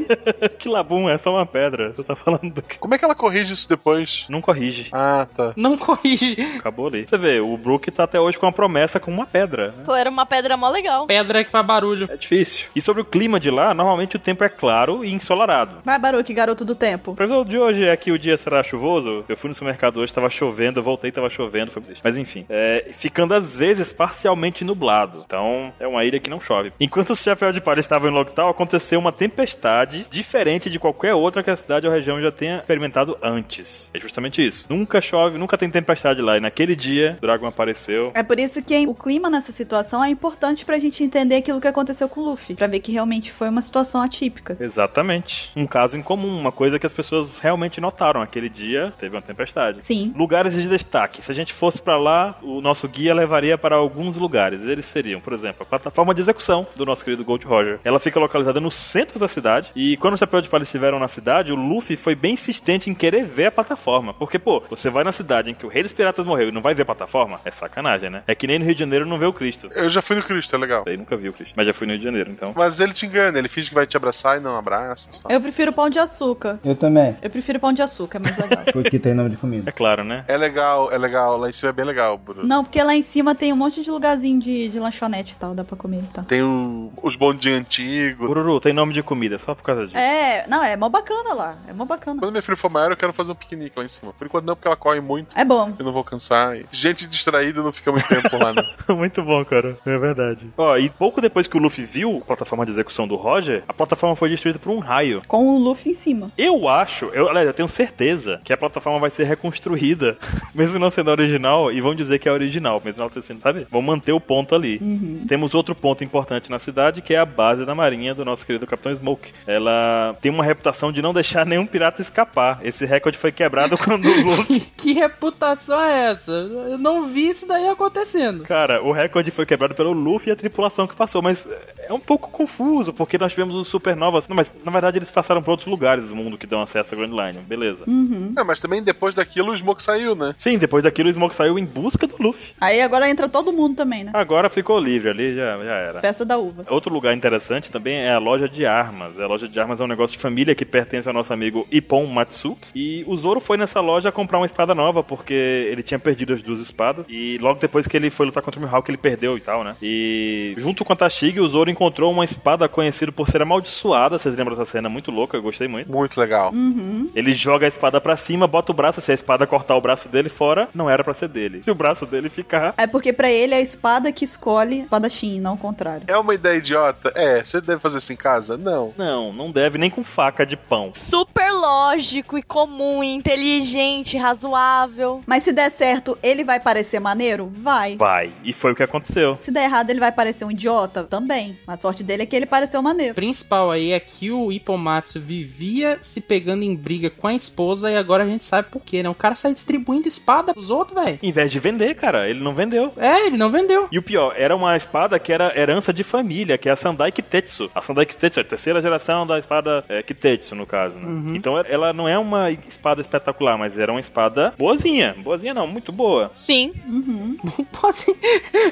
que labum, é só uma pedra. Você tá falando do que?
Como é que ela corrige isso depois?
Não corrige.
Ah, tá.
Não corrige.
Acabou ali. Você vê, o Brook tá até hoje com uma promessa com uma pedra. né?
Pô, era uma pedra mó legal.
Pedra que faz barulho.
É difícil. E sobre o clima de lá, normalmente o tempo é claro e ensolarado.
Vai, Baruque, garoto do
O
tempo.
previsão de hoje é que o dia será chuvoso. Eu fui no supermercado hoje, tava chovendo, eu voltei, tava chovendo, foi triste. Mas enfim, é, ficando às vezes parcialmente nublado. Então é uma ilha que não chove. Enquanto o chapéu de palha estava em Logtal, aconteceu uma tempestade diferente de qualquer outra que a cidade ou região já tenha experimentado antes. É justamente isso. Nunca chove, nunca tem tempestade lá. E naquele dia, Dragon apareceu.
É por isso que o clima nessa situação é importante pra gente entender aquilo que aconteceu com o Luffy. Pra ver que realmente foi uma situação atípica.
Exatamente. Um caso incomum, uma coisa que as pessoas realmente notaram. Aquele dia teve uma tempestade.
Sim.
Lugares de destaque. Se a gente fosse pra lá, o nosso guia levaria para alguns lugares. Eles seriam, por exemplo, a plataforma de execução do nosso querido Gold Roger. Ela fica localizada no centro da cidade. E quando os Chapéu de Palha estiveram na cidade, o Luffy foi bem insistente em querer ver a plataforma. Porque, pô, você vai na cidade em que o Rei dos Piratas morreu e não vai ver a plataforma? É sacanagem, né? É que nem no Rio de Janeiro não vê o Cristo.
Eu já fui no Cristo, é legal.
Aí nunca vi o Cristo. Mas já fui no Rio de Janeiro, então.
Mas ele te engana, ele finge que vai te abraçar e não abraça. Só.
Eu prefiro pão de açúcar.
Eu também,
Eu prefiro pão de açúcar, é mais legal.
porque tem nome de
É
comida.
claro, né?
É legal, é legal. Lá em cima é bem legal, Bruno.
Não, porque lá em cima tem um monte de lugarzinho de, de lanchonete e tal, dá pra comer e tal.
Tem o- os bondinhos antigos.
Bururu tem nome de comida, só por causa disso.
É, não, é mó bacana lá. É mó bacana.
Quando minha filha for maior, eu quero fazer um piquenique lá em cima. Por enquanto não, porque ela corre muito.
É bom.
Eu não vou cansar. E Gente distraída não fica muito tempo lá, não.
Muito bom, cara. É verdade. Ó, e pouco depois que o Luffy viu a plataforma de execução do Roger, a plataforma foi destruída por um raio.
Com o Luffy em cima.
Eu acho, eu, aliás, eu tenho certeza que a plataforma vai ser reconstruída, mesmo não sendo a original, e vão dizer que é a original, mesmo não sendo, sabe? Vão manter o ponto ali. Temos outro ponto importante na cidade, que é a base da marinha do nosso querido Capitão Smoke. Ela tem uma reputação de não deixar nenhum pirata escapar. Esse recorde foi quebrado quando o Luffy
que reputação é essa? Eu não vi isso daí acontecendo.
Cara, o recorde foi quebrado pelo Luffy e a tripulação que passou, mas é um pouco confuso, porque nós tivemos os supernovas. Não, mas na verdade eles passaram por outros lugares do mundo que dão acesso à Grand Line, beleza.
Uhum.
É, mas também depois daquilo o Smoke saiu, né?
Sim, depois daquilo o Smoke saiu em busca do Luffy.
Aí agora entra todo mundo também, né?
Agora ficou livre ali, já, já era.
Festa da uva.
Outro lugar interessante também é a loja de armas. A loja de armas é um negócio de família que pertence ao nosso amigo Ippon Matsu. E o Zoro foi nessa loja comprar uma espada nova, porque ele tinha perdido as duas espadas. E logo depois que ele foi lutar contra o Mihawk, ele perdeu e tal, né? E junto com a Tashig, o Zoro encontrou uma espada conhecida por ser amaldiçoada. Vocês lembram dessa cena? Muito louca, eu gostei muito.
Muito legal.
Uhum.
Ele joga a espada pra cima, bota o braço. Se a espada cortar o braço dele fora, não era pra ser dele. Se o braço dele ficar,
É porque pra ele é a espada que escolhe espadachim, não o contrário.
É uma ideia idiota? É. Você deve fazer isso em casa? Não.
não, não deve nem com faca de pão.
Super lógico e comum, e inteligente, razoável.
Mas se der certo, ele vai parecer maneiro? Vai.
Vai. E foi o que aconteceu.
Se der errado, ele vai parecer um idiota? Também. A sorte dele é que ele pareceu
O
maneiro.
principal aí é que o Ipomatsu vivia se pegando em briga com a esposa e agora a gente sabe por quê, né? O cara sai distribuindo espada pros outros, velho.
Em vez de vender, cara. Ele não vendeu.
É, ele não vendeu.
E o pior, era uma espada que era herança de família, que é a Sandai Kitetsu. A Sandai Kitetsu é a terceira geração da espada é, Kitetsu, no caso, né? Então ela não é uma espada espetacular, mas era uma espada boazinha. Boazinha não, muito boa.
Sim.
Uhum.
Posso... assim,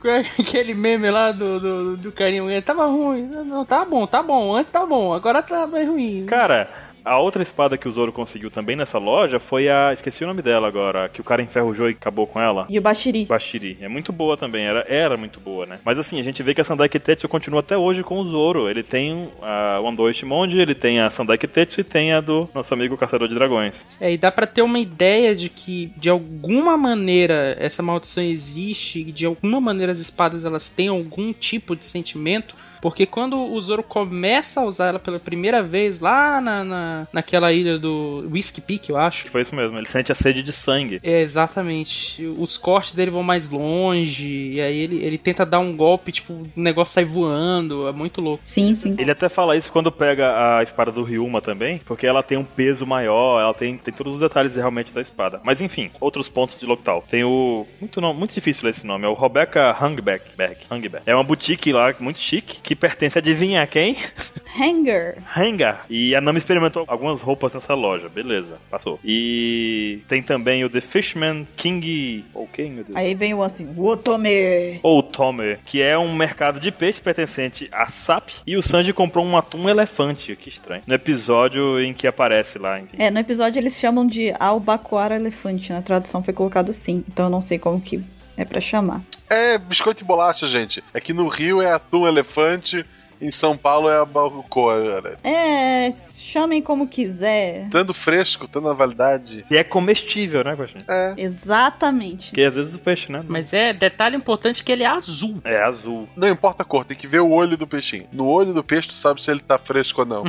Com Aquele meme lá do, do, do carinho, ele tava ruim. Não, Não, tá bom, tá bom. Antes tá bom, agora tá mais ruim.
Cara, a outra espada que o Zoro conseguiu também nessa loja foi a. Esqueci o nome dela agora, a que o cara enferrujou e acabou com ela.
E o Bashiri.
Bashiri. É muito boa também, era, era muito boa, né? Mas assim, a gente vê que a Sandai Kitetsu continua até hoje com o Zoro. Ele tem ah, a Wando Ishimonji, ele tem a Sandai Kitetsu e tem a do nosso amigo Caçador de Dragões.
É, e dá pra ter uma ideia de que, de alguma maneira, essa maldição existe, e de alguma maneira as espadas elas têm algum tipo de sentimento, porque quando o Zoro começa a usar ela pela primeira vez, lá na, na, naquela ilha do Whiskey Peak, eu acho.
Que foi isso mesmo, ele sente a sede de sangue.
É, exatamente. Os cortes dele vão mais longe, e aí ele, ele tenta dar um golpe, tipo, o negócio sai voando, é muito louco.
Sim, sim.
Ele até fala isso quando pega a espada do Ryuma também, porque ela tem um peso maior, ela tem, tem todos os detalhes realmente da espada. Mas enfim, outros pontos de Lockdown. Tem o. Muito, nome, muito difícil ler esse nome, é o Rebecca Hangback. Back, Hangback. É uma boutique lá muito chique que pertence a adivinha quem?
Hanger.
Hanga. E a Nami experimentou algumas roupas nessa loja, beleza, passou. E tem também o The Fishman King. Ou quem, meu Deus?
Aí vem o assim, Otome.
ou Tomer, que é um mercado de peixe pertencente a SAP, e o Sanji comprou um atum elefante, que estranho. No episódio em que aparece lá, enfim.
É, no episódio eles chamam de albacoara elefante. Na tradução foi colocado sim, então eu não sei como que é pra chamar.
É biscoito e bolacha, gente. É que no Rio é atum elefante, em São Paulo é a balcoa.
É, chamem como quiser.
Tanto fresco, tanto na validade.
E é comestível, né, Guaxinha?
É.
Exatamente.
Porque às vezes o peixe, né?
Mas é, detalhe importante que ele é azul.
É azul.
Não importa a cor, tem que ver o olho do peixinho. No olho do peixe, tu sabe se ele tá fresco ou não.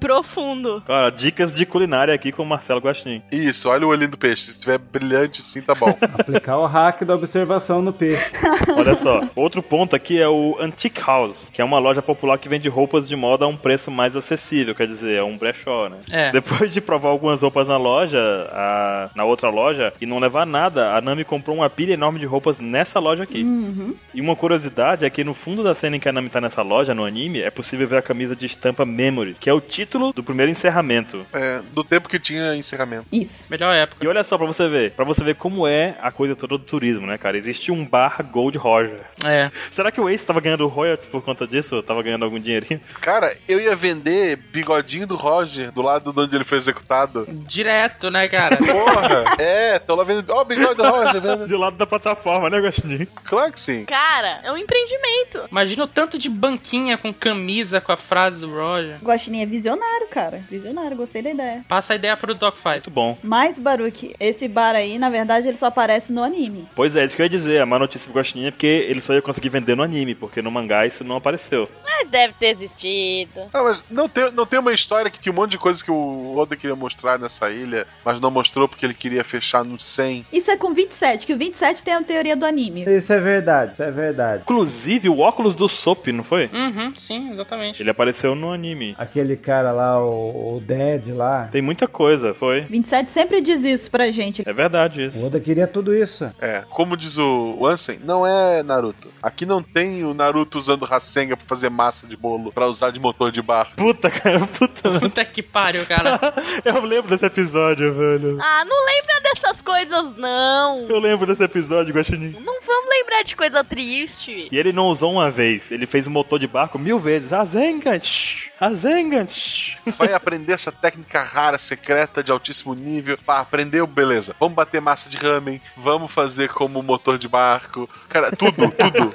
Profundo.
Cara, dicas de culinária aqui com o Marcelo Guaxinim.
Isso, olha o olhinho do peixe. Se estiver brilhante, sim, tá bom.
Aplicar o hack da observação no peixe.
Olha só. Outro ponto aqui é o Antique House, que é uma loja popular que vende roupas de moda a um preço mais acessível, quer dizer, é um brechó, né?
É.
Depois de provar algumas roupas na loja, a- na outra loja, e não levar nada, a Nami comprou uma pilha enorme de roupas nessa loja aqui.
Hum.
E uma curiosidade é que no fundo da cena em que a Nami tá nessa loja, no anime, é possível ver a camisa de estampa Memory, que é o título do primeiro encerramento.
É, do tempo que tinha encerramento.
Isso.
Melhor época.
E olha só pra você ver, pra você ver como é a coisa toda do turismo, né, cara? Existe um bar Gold Roger.
É.
Será que o Ace tava ganhando royalties por conta disso? Ou tava ganhando algum dinheirinho?
Cara, eu ia vender bigodinho do Roger do lado de onde ele foi executado.
Direto, né, cara?
Porra! é, tô lá vendo. Ó, o bigode do Roger, vendo.
Do lado da plataforma, né, Gostinho?
Claro que sim.
Cara, é um empreendimento.
Imagina o tanto de banquinha com camisa com a frase do Roger.
Guaxinim é visionário, cara. Visionário, gostei da ideia.
Passa a ideia pro Dogfight.
Muito bom.
Mas, Baruque, esse bar aí, na verdade, ele só aparece no anime.
Pois é, isso que eu ia dizer. A má notícia pro Gostinho é porque ele só ia conseguir vender no anime, porque no mangá isso não apareceu.
Mas É, deve ter existido.
Ah, mas não tem, não tem uma história que tinha um monte de coisa que o Oda queria mostrar nessa ilha, mas não mostrou porque ele queria fechar no 100.
Isso é com 27, que o 27 tem a teoria do anime.
Isso é verdade, isso é verdade.
Inclusive, o óculos do Sop, não foi?
Uhum, sim, exatamente.
Ele apareceu no anime.
Aquele cara lá, o, o Dead lá.
Tem muita coisa, foi.
27 sempre diz isso pra gente.
É verdade isso.
O Oda queria tudo isso.
É, como diz o Ansem, não é Naruto. Aqui não tem o Naruto usando Rasenga pra fazer massa de bolo, pra usar de motor de barco.
Puta, cara, puta. né?
Puta que pariu, cara.
Eu lembro desse episódio, velho.
Ah, não lembra dessas coisas, não.
Eu lembro desse episódio, Guaxinim.
Não vamos lembrar de coisa triste.
E ele não usou uma vez, ele fez o motor de barco mil vezes. Rasengan! shh, Rasengan! shh.
Vai aprender essa técnica rara, secreta, de altíssimo nível. Pá, aprendeu? Beleza. Vamos bater massa de ramen, vamos fazer como motor de barco. Cara, tudo, tudo.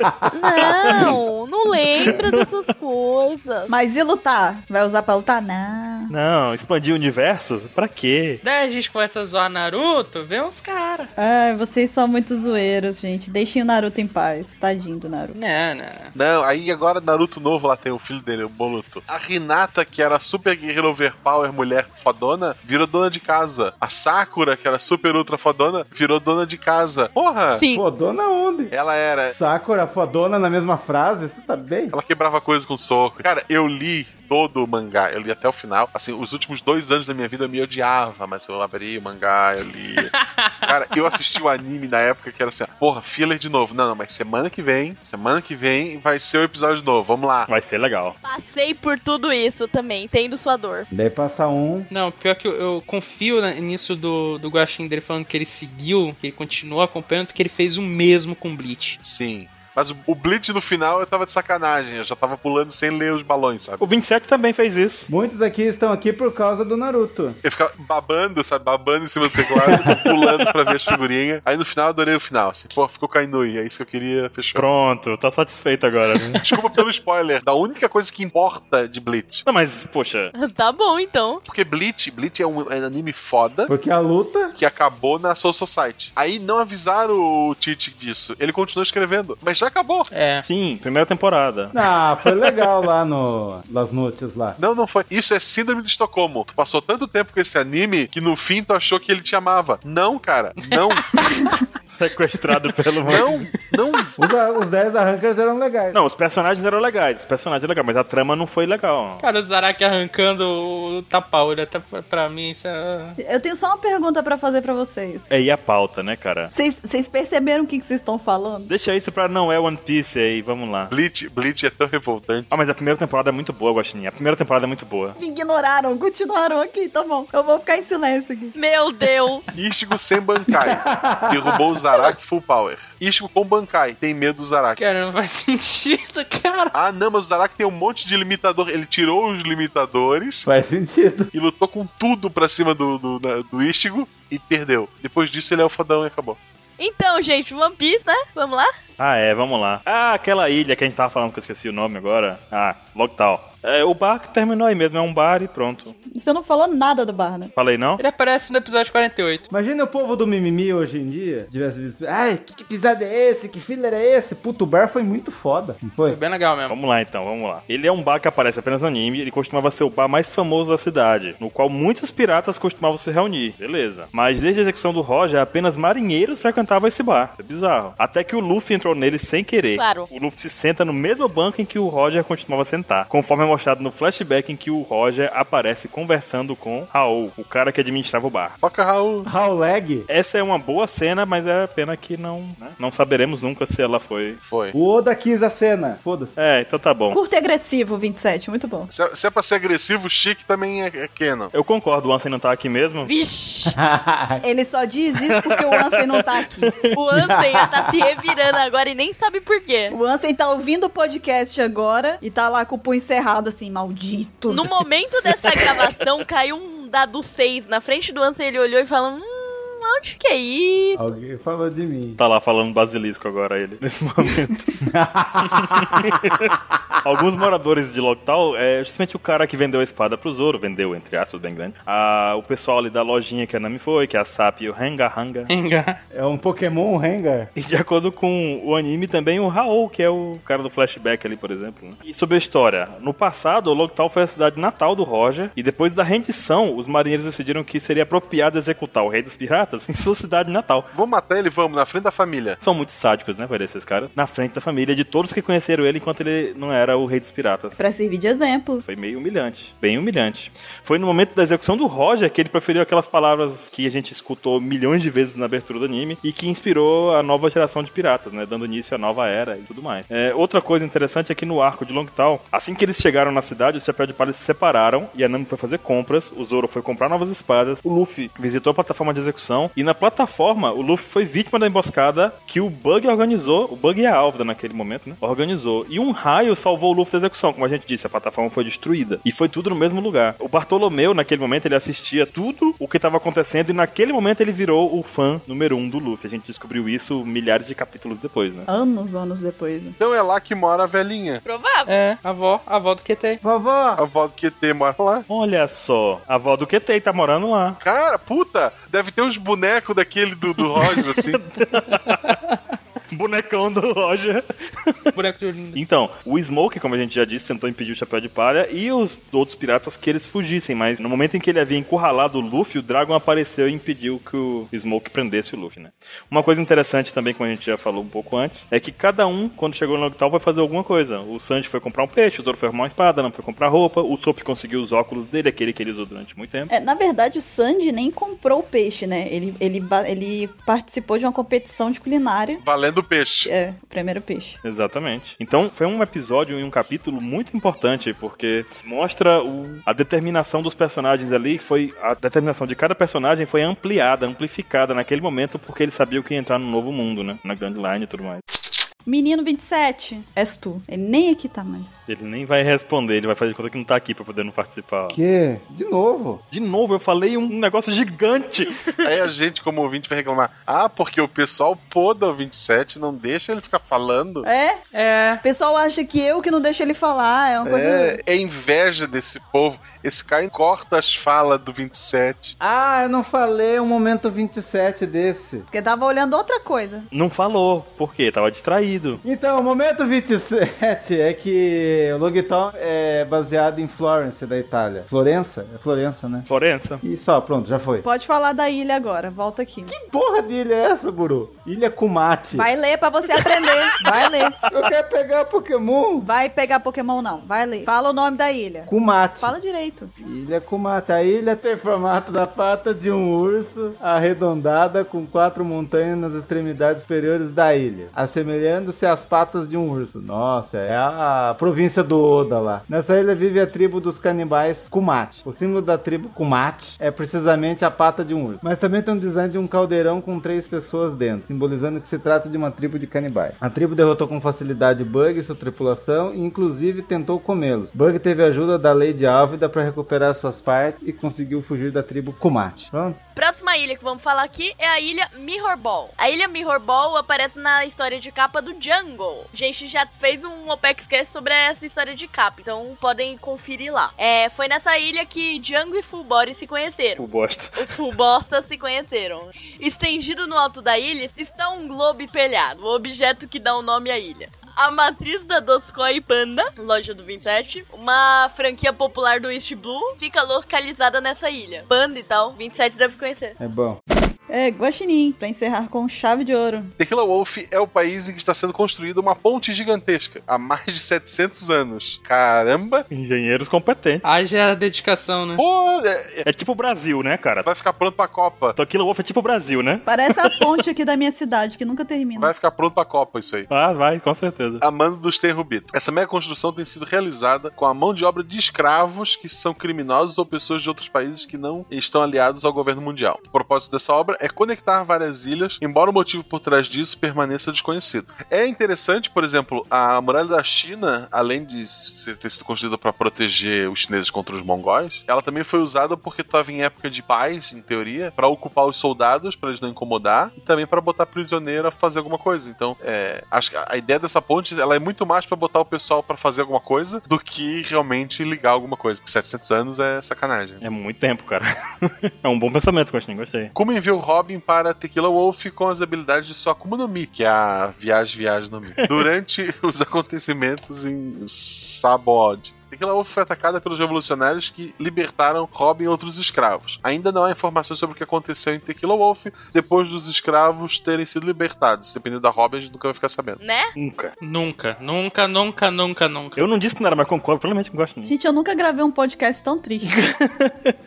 Não, não lembra dessas coisas.
Mas e lutar? Vai usar pra lutar? Não.
Não, expandir o universo? Pra quê?
Daí a gente começa a zoar Naruto, vê uns caras.
Ai, vocês são muito zoeiros, gente. Deixem o Naruto em paz. Tadinho do Naruto.
Não, não, não.
Não, aí agora Naruto novo lá tem o filho dele, o Boruto. A Hinata, que era super guerreira overpower, mulher fodona, virou dona de casa. A Sakura, que era super ultra fodona, virou dona de casa. Porra!
Sim.
Fodona onde?
Ela era.
Sakura, fodona na mesma frase? Você tá bem?
Ela quebrava coisa com soco. Cara, eu li todo o mangá. Eu li até o final. Assim, os últimos dois anos da minha vida eu me odiava, mas eu abri o mangá, eu li. Cara, eu assisti o anime na época que era assim, porra, filler de novo. Não, não, mas semana que vem, semana que vem vai ser o episódio novo. Vamos lá.
Vai ser legal.
Passei por tudo isso também, entendo sua dor.
Daí passa um.
Não, pior que eu, eu confio na- nisso do, do Guaxin dele falando que ele seguiu, que ele continuou acompanhando, porque ele fez o mesmo com Bleach.
Sim. Mas o, o Blitz no final eu tava de sacanagem, eu já tava pulando sem ler os balões, sabe?
O 27 também fez isso.
Muitos aqui estão aqui por causa do Naruto.
Eu ficava babando, sabe? Babando em cima do teclado, pulando pra ver as figurinhas. Aí no final eu adorei o final, assim, pô, ficou Kainui, é isso que eu queria, fechou.
Pronto, tá satisfeito agora. né?
Desculpa pelo spoiler, da única coisa que importa de Blitz.
Não, mas, poxa,
Tá bom, então.
Porque Blitz, Blitz é um é um anime foda,
Porque a luta.
que acabou na Soul Society. Aí não avisaram o Tite disso. Ele continuou escrevendo. Mas já acabou.
É.
sim, primeira temporada.
Ah, foi legal lá no. Las Notes lá.
Não, não foi. Isso é síndrome de Estocolmo. Tu passou tanto tempo com esse anime que no fim tu achou que ele te amava. Não, cara. Não.
Sequestrado pelo.
não. Não.
Os da- Os 10 arrancas eram legais.
Não, os personagens eram legais, os personagens eram legais, mas a trama não foi legal.
Cara, o Zaraki arrancando o tapa-olho, até pra, pra mim isso é...
Eu tenho só uma pergunta pra fazer pra vocês.
É, e a pauta, né, cara?
Vocês vocês perceberam o que que vocês estão falando?
Deixa isso pra não é One Piece aí, vamos lá.
Bleach, Bleach é tão revoltante.
Ah, mas a primeira temporada é muito boa, Guaxininha. A primeira temporada é muito boa.
Me ignoraram, continuaram aqui, tá bom. Eu vou ficar em silêncio aqui.
Meu Deus.
Ichigo sem Bankai. Derrubou o Zarak full power. Ichigo com Bankai. Tem medo do Zarak.
Cara, não faz sentido, cara.
Ah, não, mas o Zarak tem um monte de limitador. Ele tirou os limitadores
Faz sentido.
e lutou com tudo pra cima do, do, da- do Ichigo e perdeu. Depois disso ele é o fodão e acabou.
Então, gente, One Piece, né? Vamos lá?
Ah, é, vamos lá. Ah, aquela ilha que a gente tava falando que eu esqueci o nome agora. Ah, logo tal. É, o bar que terminou aí mesmo, é um bar e pronto.
Você não falou nada do né? Barna.
Falei não?
Ele aparece no episódio 48.
Imagina o povo do mimimi hoje em dia. Se tivesse visto. Ai, que, que pisada é esse? Que filler é esse? Puto, o bar foi muito foda. Não
Foi
foi?
bem legal mesmo.
Vamos lá então, vamos lá. Ele é um bar que aparece apenas no anime, ele costumava ser o bar mais famoso da cidade, no qual muitos piratas costumavam se reunir, beleza. Mas desde a execução do Roger, apenas marinheiros frequentavam esse bar. Isso é bizarro. Até que o Luffy entrou nele sem querer.
Claro.
O Luffy se senta no mesmo banco em que o Roger continuava a sentar, conforme é mostrado no flashback em que o Roger aparece conversando com Raul, o cara que administrava o bar.
Toca, Raul.
How lag?
Essa é uma boa cena, mas é pena que não, né, não saberemos nunca se ela foi.
Foi.
O Oda quis a cena. Foda-se.
É, então tá bom.
Curto e agressivo, 27, muito bom.
Se é, se é pra ser agressivo, chique também é, é Kenan.
Eu concordo, o Ansem não tá aqui mesmo.
Vixe,
Ele só diz isso porque o Ansem não tá aqui.
o Ansem já tá se revirando agora e nem sabe por quê.
O Ansem tá ouvindo o podcast agora e tá lá com o punho cerrado, assim, maldito.
No momento dessa gravação, caiu um dado 6 na frente do Ansem, ele olhou e falou, hum, onde que é isso?
Alguém falou de mim.
Tá lá falando basilisco agora ele, nesse momento. Alguns moradores de Locktal, é justamente o cara que vendeu a espada pro Zoro, vendeu, entre aspas, bem grande. Ah, o pessoal ali da lojinha que a Nami foi, que é a Sap e o Hanga Hanga.
Enga.
É um Pokémon Rengar?
E de acordo com o anime, também o Raul, que é o cara do flashback ali, por exemplo. né? E sobre a história. No passado, o Logtal foi a cidade natal do Roger, e depois da rendição, os marinheiros decidiram que seria apropriado executar o rei dos piratas em sua cidade natal.
Vamos matar ele, vamos, na frente da família.
São muito sádicos, né, velho, esses caras? Na frente da família, de todos que conheceram ele enquanto ele não era o rei dos piratas.
Pra servir de exemplo.
Foi meio humilhante, bem humilhante. Foi no momento da execução do Roger que ele preferiu aquelas palavras que a gente escutou milhões de vezes na abertura do anime e que inspirou a nova geração de piratas, né? Dando início à nova era e tudo mais. É, outra coisa interessante é que no arco de Longtown, assim que eles chegaram na cidade, os Chapéu de Palha se separaram e a Nami foi fazer compras, o Zoro foi comprar novas espadas, o Luffy visitou a plataforma de execução e na plataforma o Luffy foi vítima da emboscada que o Bug organizou, o Bug é a Álvida naquele momento, né? Organizou. E um raio salvou o Luffy da execução, como a gente disse, a plataforma foi destruída. E foi tudo no mesmo lugar. O Bartolomeu, naquele momento, ele assistia tudo o que estava acontecendo e naquele momento ele virou o fã número um do Luffy. A gente descobriu isso milhares de capítulos depois, né?
Anos, anos depois. né?
Então é lá que mora a velhinha.
Provável.
É, a avó, a avó do QT.
Vovó!
A avó do QT mora lá.
Olha só, a avó do QT tá morando lá.
Cara, puta, deve ter uns bonecos daquele do, do Roger, assim.
bonecão do Roger.
Boneco de Olinda.
Então, o Smoke, como a gente já disse, tentou impedir o Chapéu de Palha e os outros piratas que eles fugissem, mas no momento em que ele havia encurralado o Luffy, o Dragon apareceu e impediu que o Smoke prendesse o Luffy, né? Uma coisa interessante também, como a gente já falou um pouco antes, é que cada um, quando chegou no Octal, vai fazer alguma coisa. O Sanji foi comprar um peixe, o Zoro foi arrumar uma espada, não foi comprar roupa, o Sop conseguiu os óculos dele, aquele que ele usou durante muito tempo.
É, na verdade, o Sandy nem comprou o peixe, né? Ele, ele, ba- ele participou de uma competição de culinária.
Valendo peixe.
É, o primeiro peixe.
Exatamente. Então foi um episódio e um capítulo muito importante, porque mostra o- a determinação dos personagens ali, foi a determinação de cada personagem foi ampliada, amplificada naquele momento, porque ele sabia o que ia entrar no novo mundo, né? Na Grand Line e tudo mais.
Menino 27, és tu. Ele nem aqui tá mais.
Ele nem vai responder, ele vai fazer conta que não tá aqui pra poder não participar.
Que? De novo?
De novo, eu falei um negócio gigante.
Aí a gente, como ouvinte, vai reclamar. Ah, porque o pessoal poda o 27, não deixa ele ficar falando.
É?
É.
O pessoal acha que eu que não deixo ele falar. É uma coisa.
É, é inveja desse povo. Esse cara corta as falas do 27.
Ah, eu não falei um momento 27 desse.
Porque tava olhando outra coisa.
Não falou, por quê? Tava distraído.
Então, o momento 27 é que o Logitol é baseado em Florence, da Itália. Florença? É Florença, né?
Florença.
E só, pronto, já foi.
Pode falar da ilha agora, volta aqui.
Que porra de ilha é essa, Guru? Ilha Kumate.
Vai ler pra você aprender. Vai ler.
Eu quero pegar Pokémon.
Vai pegar Pokémon, não. Vai ler. Fala o nome da ilha.
Kumate.
Fala direito.
Ilha Kumata. A ilha tem formato da pata de um urso, arredondada com quatro montanhas nas extremidades superiores da ilha, assemelhando-se às patas de um urso. Nossa, é a província do Oda lá. Nessa ilha vive a tribo dos canibais Kumate. O símbolo da tribo Kumate é precisamente a pata de um urso, mas também tem um design de um caldeirão com três pessoas dentro, simbolizando que se trata de uma tribo de canibais. A tribo derrotou com facilidade Bug e sua tripulação e inclusive tentou comê-los. Bug teve a ajuda da Lady Álvida para recuperar suas partes e conseguiu fugir da tribo Kumate. Pronto?
Próxima ilha que vamos falar aqui é a ilha Mirror Ball. A ilha Mirror Ball aparece na história de capa do Jungle. A gente já fez um OPEXcast sobre essa história de capa, então podem conferir lá. É, foi nessa ilha que Django e Fullbody se conheceram.
O bosta.
O Fullbosta se conheceram. Estendido no alto da ilha está um globo espelhado, o objeto que dá o nome à ilha. A matriz da Doskoi Panda, loja do 27, uma franquia popular do East Blue, fica localizada nessa ilha. Panda e tal, 27 deve conhecer.
É bom.
É, Guaxinim, pra encerrar com chave de ouro.
Tequila Wolf é o país em que está sendo construída uma ponte gigantesca há mais de 700 anos. Caramba!
Engenheiros competentes.
Haja a dedicação, né?
Pô, é- é-
É tipo o Brasil, né, cara?
vai ficar pronto pra Copa.
Toquilo Wolf é tipo o Brasil, né?
Parece a ponte aqui da minha cidade, que nunca termina.
Vai ficar pronto pra Copa isso aí.
Ah, vai, com certeza.
a mando dos Tenrubito. Essa mega construção tem sido realizada com a mão de obra de escravos que são criminosos ou pessoas de outros países que não estão aliados ao governo mundial. O propósito dessa obra é conectar várias ilhas, embora o motivo por trás disso permaneça desconhecido. É interessante, por exemplo, a muralha da China, além de ser- ter sido construída para proteger os chineses contra os mongóis, ela também foi usada porque estava em época de paz, em teoria, para ocupar os soldados, para eles não incomodar, e também para botar prisioneiro a fazer alguma coisa. Então, é, acho que a a ideia dessa ponte ela é muito mais para botar o pessoal para fazer alguma coisa do que realmente ligar alguma coisa. Porque 700 anos é sacanagem.
É muito tempo, cara. é um bom pensamento, Costinho, gostei.
Como enviou Robin para Tequila Wolf com as habilidades de sua Akuma no Mi, que é a viagem, viagem no Mi, durante os acontecimentos em Sabod. Tequila Wolf foi atacada pelos revolucionários que libertaram Robin e outros escravos. Ainda não há informações sobre o que aconteceu em Tequila Wolf depois dos escravos terem sido libertados. Dependendo da Robin, a gente nunca vai ficar sabendo.
Né?
Nunca.
Nunca, nunca, nunca, nunca, nunca.
Eu não disse nada, mas concordo, provavelmente não gosto
Gente, eu nunca gravei um podcast tão triste.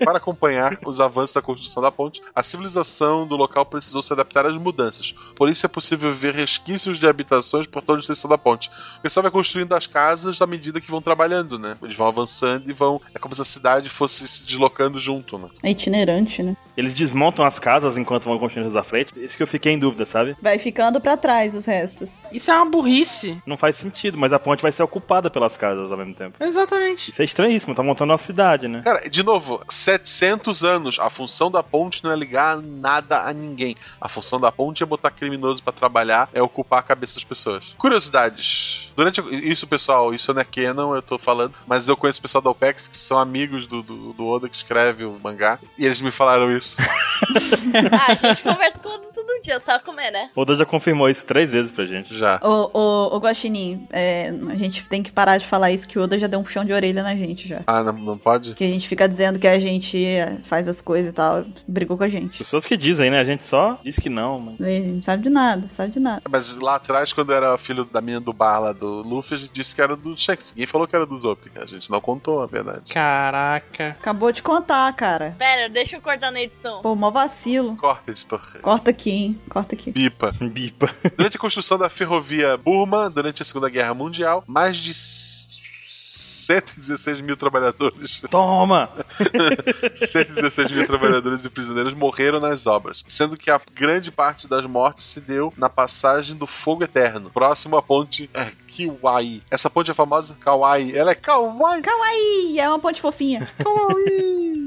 Para acompanhar os avanços da construção da ponte, a civilização do local precisou se adaptar às mudanças. Por isso é possível ver resquícios de habitações por toda a extensão da ponte. O pessoal vai construindo as casas à medida que vão trabalhando, né? Eles vão avançando e vão. É como se a cidade fosse se deslocando junto, né?
É itinerante, né?
Eles desmontam as casas enquanto vão construindo as da frente. Isso que eu fiquei em dúvida, sabe?
Vai ficando pra trás os restos.
Isso é uma burrice.
Não faz sentido, mas a ponte vai ser ocupada pelas casas ao mesmo tempo.
Exatamente.
Isso é estranhíssimo, tá montando uma cidade, né?
Cara, de novo, 700 anos. A função da ponte não é ligar nada a ninguém. A função da ponte é botar criminoso pra trabalhar, é ocupar a cabeça das pessoas. Curiosidades. Durante isso, pessoal, isso não é canon, eu tô falando, mas eu conheço o pessoal da OPEX que são amigos do, do, do Oda que escreve o mangá e eles me falaram isso.
Ah, a gente conversa com tudo Tinha só comer, né?
O Dan já confirmou isso três vezes pra gente.
Já.
Ô, ô, ô Guaxinim, é, a gente tem que parar de falar isso que o Oda já deu um puxão de orelha na gente já.
Ah, não, não pode?
Que a gente fica dizendo que a gente é, faz as coisas e tal, brigou com a gente.
Pessoas que dizem, né? A gente só diz que não, mas.
A gente não sabe de nada, sabe de nada.
Mas lá atrás, quando era filho da menina do bar lá do Luffy, a gente disse que era do Shanks. Ninguém falou que era do Zop. A gente não contou, a verdade.
Caraca.
Acabou de contar, cara.
Pera, deixa eu cortar na edição.
Pô, mó vacilo.
Corta, editor.
Corta aqui, hein? Corta aqui.
Bipa.
Bipa.
Durante a construção da ferrovia Burma, durante a Segunda Guerra Mundial, mais de 116 mil trabalhadores.
Toma!
116 mil trabalhadores e prisioneiros morreram nas obras, sendo que a grande parte das mortes se deu na passagem do Fogo Eterno, próximo à ponte eh, Kiwai. Essa ponte é famosa Kawaii. Ela é Kawaii!
Ih, é uma ponte fofinha.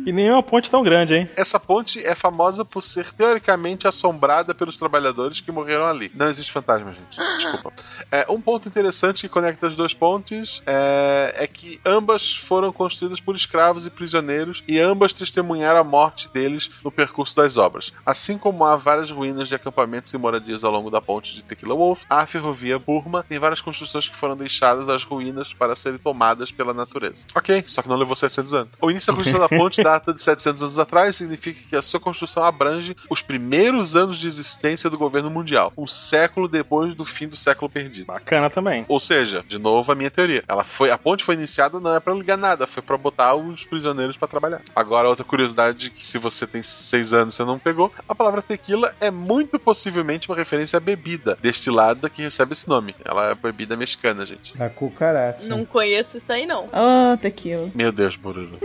E nenhuma ponte tão grande, hein?
Essa ponte é famosa por ser teoricamente assombrada pelos trabalhadores que morreram ali. Não existe fantasma, gente. Desculpa. É, um ponto interessante que conecta as duas pontes é, é que ambas foram construídas por escravos e prisioneiros e ambas testemunharam a morte deles no percurso das obras. Assim como há várias ruínas de acampamentos e moradias ao longo da ponte de Tequila Wolf, a ferrovia Burma tem várias construções que foram deixadas às ruínas para serem tomadas pela natureza. Ok, só que não levou 700 anos. O início da construção da ponte data de 700 anos atrás, significa que a sua construção abrange os primeiros anos de existência do governo mundial, um século depois do fim do século perdido.
Bacana também.
Ou seja, de novo a minha teoria. Ela foi a ponte foi iniciada não é pra ligar nada, foi pra botar os prisioneiros pra trabalhar. Agora outra curiosidade que se você tem seis anos e você não pegou, a palavra tequila é muito possivelmente uma referência à bebida destilada que recebe esse nome. Ela é bebida mexicana, gente.
Da cucaracha.
Não conheço isso aí, não.
Ah, tequila.
Meu Deus, Bururu.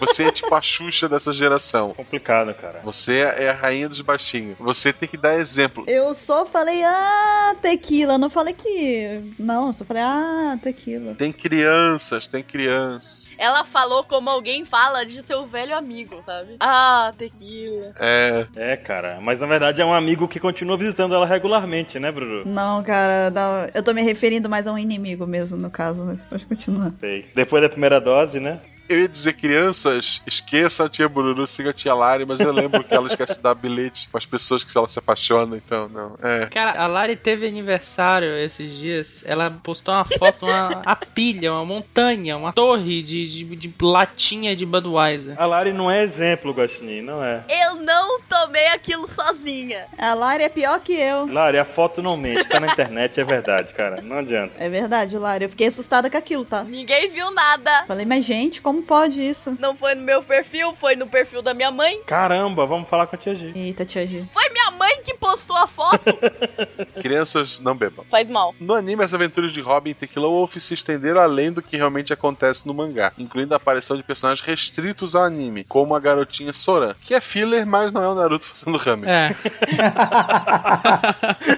Você é tipo a Xuxa dessa geração.
Complicado, cara.
Você é a rainha dos baixinhos. Você tem que dar exemplo.
Eu só falei, ah, tequila. Não falei que. Não, só falei, ah, tequila.
Tem crianças, tem crianças.
Ela falou como alguém fala de seu velho amigo, sabe? Ah, tequila.
É,
É, cara. Mas na verdade é um amigo que continua visitando ela regularmente, né, Bruno?
Não, cara, não. eu tô me referindo mais a um inimigo mesmo, no caso, mas pode continuar.
Sei. Depois da primeira dose, né?
eu ia dizer crianças, esqueça a tia Bururu, siga a tia Lari, mas eu lembro que ela esquece de dar bilhete com as pessoas que ela se apaixona, então não. É.
Cara, a Lari teve aniversário esses dias. Ela postou uma foto, uma, a pilha, uma montanha, uma torre de, de, de latinha de Budweiser.
A Lari não é exemplo, Guaxinim, não é.
Eu não tomei aquilo sozinha.
A Lari é pior que eu.
Lari, a foto não mente, tá na internet, é verdade, cara. Não adianta.
É verdade, Lari. Eu fiquei assustada com aquilo, tá?
Ninguém viu nada.
Falei, mas gente, como pode isso?
Não foi no meu perfil, foi no perfil da minha mãe.
Caramba, vamos falar com a tia G.
Eita, tia G.
Foi minha mãe que postou a foto.
Crianças não bebam.
Faz mal.
No anime, as aventuras de Robin e Tequila Wolf se estenderam além do que realmente acontece no mangá, incluindo a aparição de personagens restritos ao anime, como a garotinha Sora, que é filler, mas não é o Naruto fazendo ramen.
É.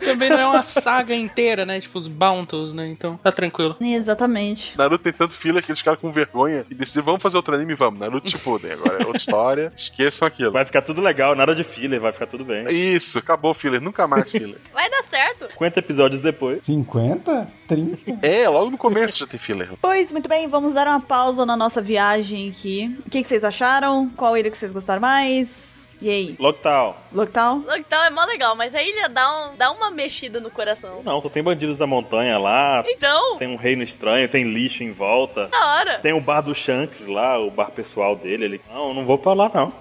Também não é uma saga inteira, né? Tipo os Bountos, né? Então tá tranquilo.
Exatamente.
Naruto tem tanto filler que eles ficaram com vergonha e decidiram, vamos fazer outro anime? Vamos. Naruto Shippuden, agora é outra história. Esqueçam aquilo.
Vai ficar tudo legal, nada de filler, vai ficar tudo bem.
Isso, acabou filler, nunca mais filler.
Vai dar certo.
50 episódios depois.
50? 30?
é, logo no começo já tem filler.
Pois, muito bem, vamos dar uma pausa na nossa viagem aqui. O que, que vocês acharam? Qual ilha que vocês gostaram mais? E aí?
Logo tal.
Lockdown?
Então é mó legal, mas aí já dá, um, dá uma mexida no coração.
Não, tem bandidos da montanha lá,
Então,
tem um reino estranho, tem lixo em volta.
da hora.
Tem o bar do Shanks lá, o bar pessoal dele. Ele, não, não vou pra lá, não.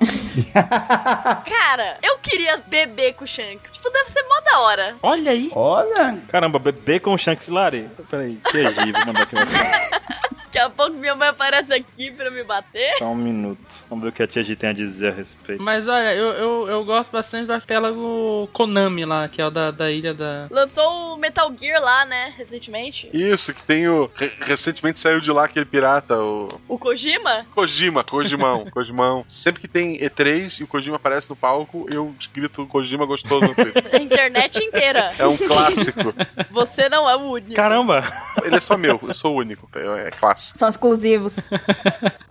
Cara, eu queria beber com o Shanks. Tipo, deve ser mó da hora.
Olha aí.
Olha,
Caramba, beber com o Shanks e Lari? Peraí, tia G, vou mandar aqui uma...
Daqui a pouco minha mãe aparece aqui pra me bater.
só um minuto. Vamos ver o que a tia G tem a dizer a respeito.
Mas olha, eu, eu, eu gosto bastante do arquipélago Konami lá, que é o da, da ilha da.
Lançou o Metal Gear lá, né, recentemente.
Isso, que tem o. re- recentemente saiu de lá aquele pirata, o.
O Kojima?
Kojima, Kojimão, Kojimão. Sempre que tem E3 e o Kojima aparece no palco, eu grito Kojima gostoso no Twitter.
A internet inteira.
É um clássico.
Você não é o único.
Caramba!
Ele é só meu, eu sou o único. É é clássico.
São exclusivos.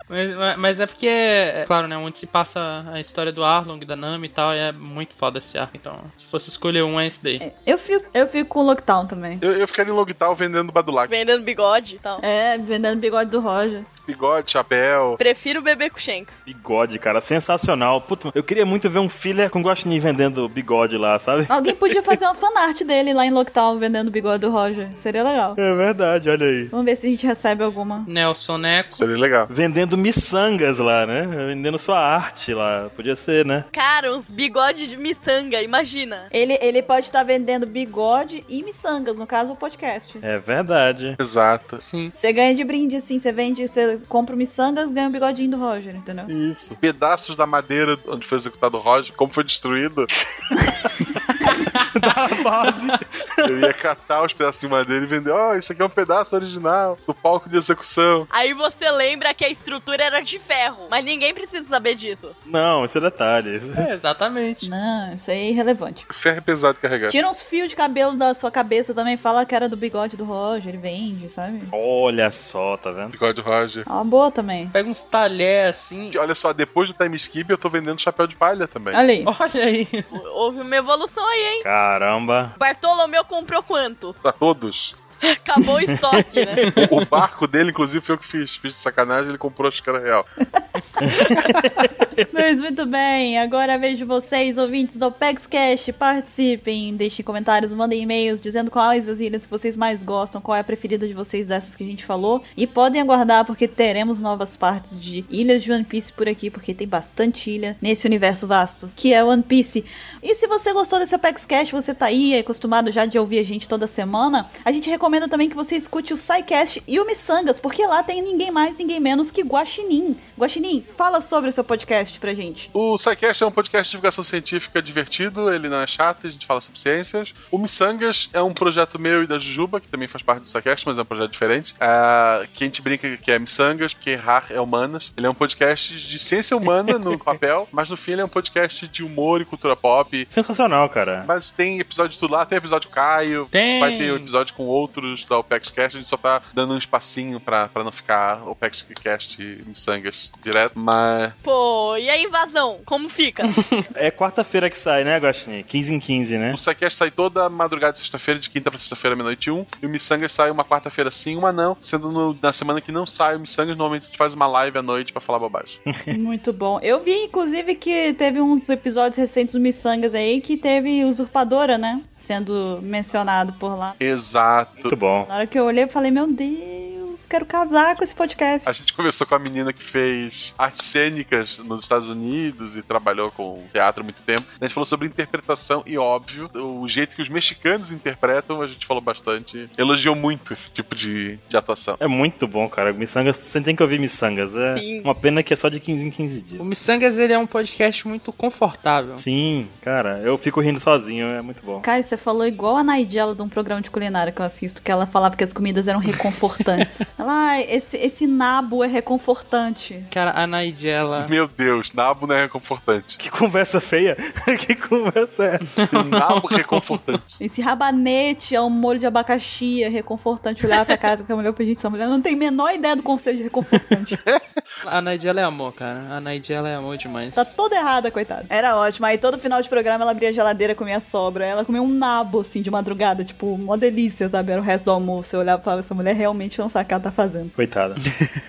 Mas, mas- mas é porque, é claro, né? Onde se passa a história do Arlong, da Nami e tal, e é muito foda esse arco. Então, se fosse escolher um, é esse daí.
eu, fico, eu fico com o Lockdown também.
Eu, eu ficaria em Logtal vendendo Badulac.
Vendendo bigode e tal.
É, vendendo bigode do Roger.
bigode, chapéu.
Prefiro beber com Shanks.
Bigode, cara, sensacional. Putz, eu queria muito ver um filler com Guaxinim vendendo bigode lá, sabe?
Alguém podia fazer uma fanart dele lá em Lockdown vendendo o bigode do Roger. Seria legal.
É verdade, olha aí.
Vamos ver se a gente recebe alguma.
Nelson né? Neco.
Seria legal.
Vendendo miçangas lá, né? Vendendo sua arte lá. Podia ser, né?
Cara, os bigodes de miçanga, imagina.
Ele, ele pode estar vendendo bigode e miçangas, no caso, o podcast.
É verdade.
Exato.
Sim.
Você ganha de brinde, assim, você vende, você compra o miçangas, ganha o bigodinho do Roger, entendeu?
Isso. Pedaços da madeira onde foi executado o Roger, como foi destruído.
da base.
Eu ia catar os pedaços de madeira e vender. Ó, isso aqui é um pedaço original do palco de execução.
Aí você lembra que a estrutura era de ferro, mas ninguém precisa saber disso.
Não, esse é detalhe.
É, exatamente.
Não, isso aí é irrelevante.
Ferro é pesado de carregar.
Tira uns fios de cabelo da sua cabeça também, fala que era do bigode do Roger, ele vende, sabe?
Olha só, tá vendo?
Bigode Roger.
É uma boa também.
Pega uns talher assim.
E Olha só, depois do time skip eu tô vendendo chapéu de palha também.
Olha aí.
Olha aí.
Houve uma evolução aí, hein?
Caramba.
Bartolomeu comprou quantos?
Pra todos.
Acabou o estoque, né?
O o barco dele, inclusive, foi eu que fiz. Fiz de sacanagem, ele comprou acho que era real.
Pois muito bem, agora vejo vocês, ouvintes do PEXCast, participem, deixem comentários, mandem e-mails dizendo quais as ilhas que vocês mais gostam, qual é a preferida de vocês dessas que a gente falou. E podem aguardar, porque teremos novas partes de ilhas de One Piece por aqui, porque tem bastante ilha nesse universo vasto que é One Piece. E se você gostou desse PEXCast, você tá aí, é acostumado já de ouvir a gente toda semana, a gente recomenda também que você escute o SciCast e o Missangas, porque lá tem ninguém mais, ninguém menos que Guaxinim. Guaxinim, fala sobre o seu podcast pra gente.
O SciCast é um podcast de divulgação científica divertido, ele não é chato, a gente fala sobre ciências. O Missangas é um projeto meu e da Jujuba, que também faz parte do SciCast, mas é um projeto diferente, ah, que a gente brinca que é Missangas, porque errar é humanas. Ele é um podcast de ciência humana no papel, mas no fim ele é um podcast de humor e cultura pop.
Sensacional, cara.
Mas tem episódio de tudo lá, tem episódio com o Caio,
Tem.
vai ter episódio com outros da OpexCast, a gente só tá dando um espacinho pra, pra não ficar OpexCast e Missangas direto, mas
Pô, e a invasão? Como fica?
É quarta-feira que sai, né, Guaxinim? 15 em 15, né?
O SciCast sai toda madrugada de sexta-feira, de quinta pra sexta-feira, meia-noite e um. E o Missangas sai uma quarta-feira sim, uma não. Sendo no- na semana que não sai o Missangas, normalmente a gente faz uma live à noite pra falar bobagem.
Muito bom. Eu vi, inclusive, que teve uns episódios recentes do Missangas aí que teve Usurpadora, né? Sendo mencionado por lá.
Muito
Exato.
bom.
Na hora que eu olhei, eu falei, meu Deus, quero casar com esse podcast.
A gente conversou com a menina que fez artes cênicas nos Estados Unidos e trabalhou com teatro há muito tempo. A gente falou sobre interpretação e, óbvio, o jeito que os mexicanos interpretam, a gente falou bastante. Elogiou muito esse tipo de, de atuação.
É muito bom, cara. Missangas, você tem que ouvir Missangas. É
Sim.
uma pena que é só de 15 em 15
O
dias.
Missangas, ele é um podcast muito confortável.
Sim, cara, eu fico rindo sozinho, é muito bom.
Caio, você falou igual a Naidela de um programa de culinária que eu assisto, que ela falava que as comidas eram reconfortantes. ela, "Ai, esse, esse nabo é reconfortante.
Cara, a Naidela.
Meu Deus, nabo não é reconfortante.
Que conversa feia! que conversa é?
Nabo reconfortante.
Esse rabanete é um molho de abacaxi, é reconfortante. Olhar pra cara da mulher e falei, gente, essa mulher não tem a menor ideia do conceito de reconfortante.
A Naidela é amor, cara. A Naidela é amor demais.
Tá toda errada, coitada. Era ótimo. Aí todo final de programa ela abria a geladeira, comia sobra. Ela comia um nabo, assim, de madrugada. Tipo, uma delícia, sabe? Era o resto do almoço. Eu olhava e falava, essa mulher realmente não sabe o que ela tá fazendo.
Coitada.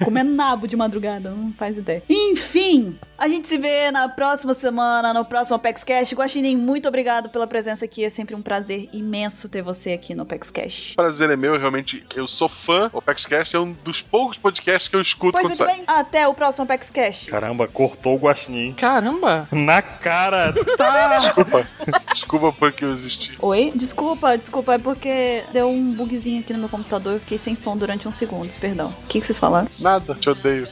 Comendo nabo de madrugada, não faz ideia. Enfim, a gente se vê na próxima semana, no próximo PEXCast. Guaxinim, muito obrigado pela presença aqui. É sempre um prazer imenso ter você aqui no PEXCast.
prazer é meu, realmente. Eu sou fã. O PaxCast é um dos poucos podcasts que eu escuto
Pois
quando
muito
sai.
bem, até o próximo PEXCast.
Caramba, cortou o guaxinim.
Caramba!
Na cara! Tá!
Desculpa. Desculpa porque eu existi.
Oi? Desculpa, desculpa, é porque deu um bugzinho aqui no meu computador. Eu fiquei sem som durante uns segundos, perdão. O que, que vocês falaram?
Nada, te odeio.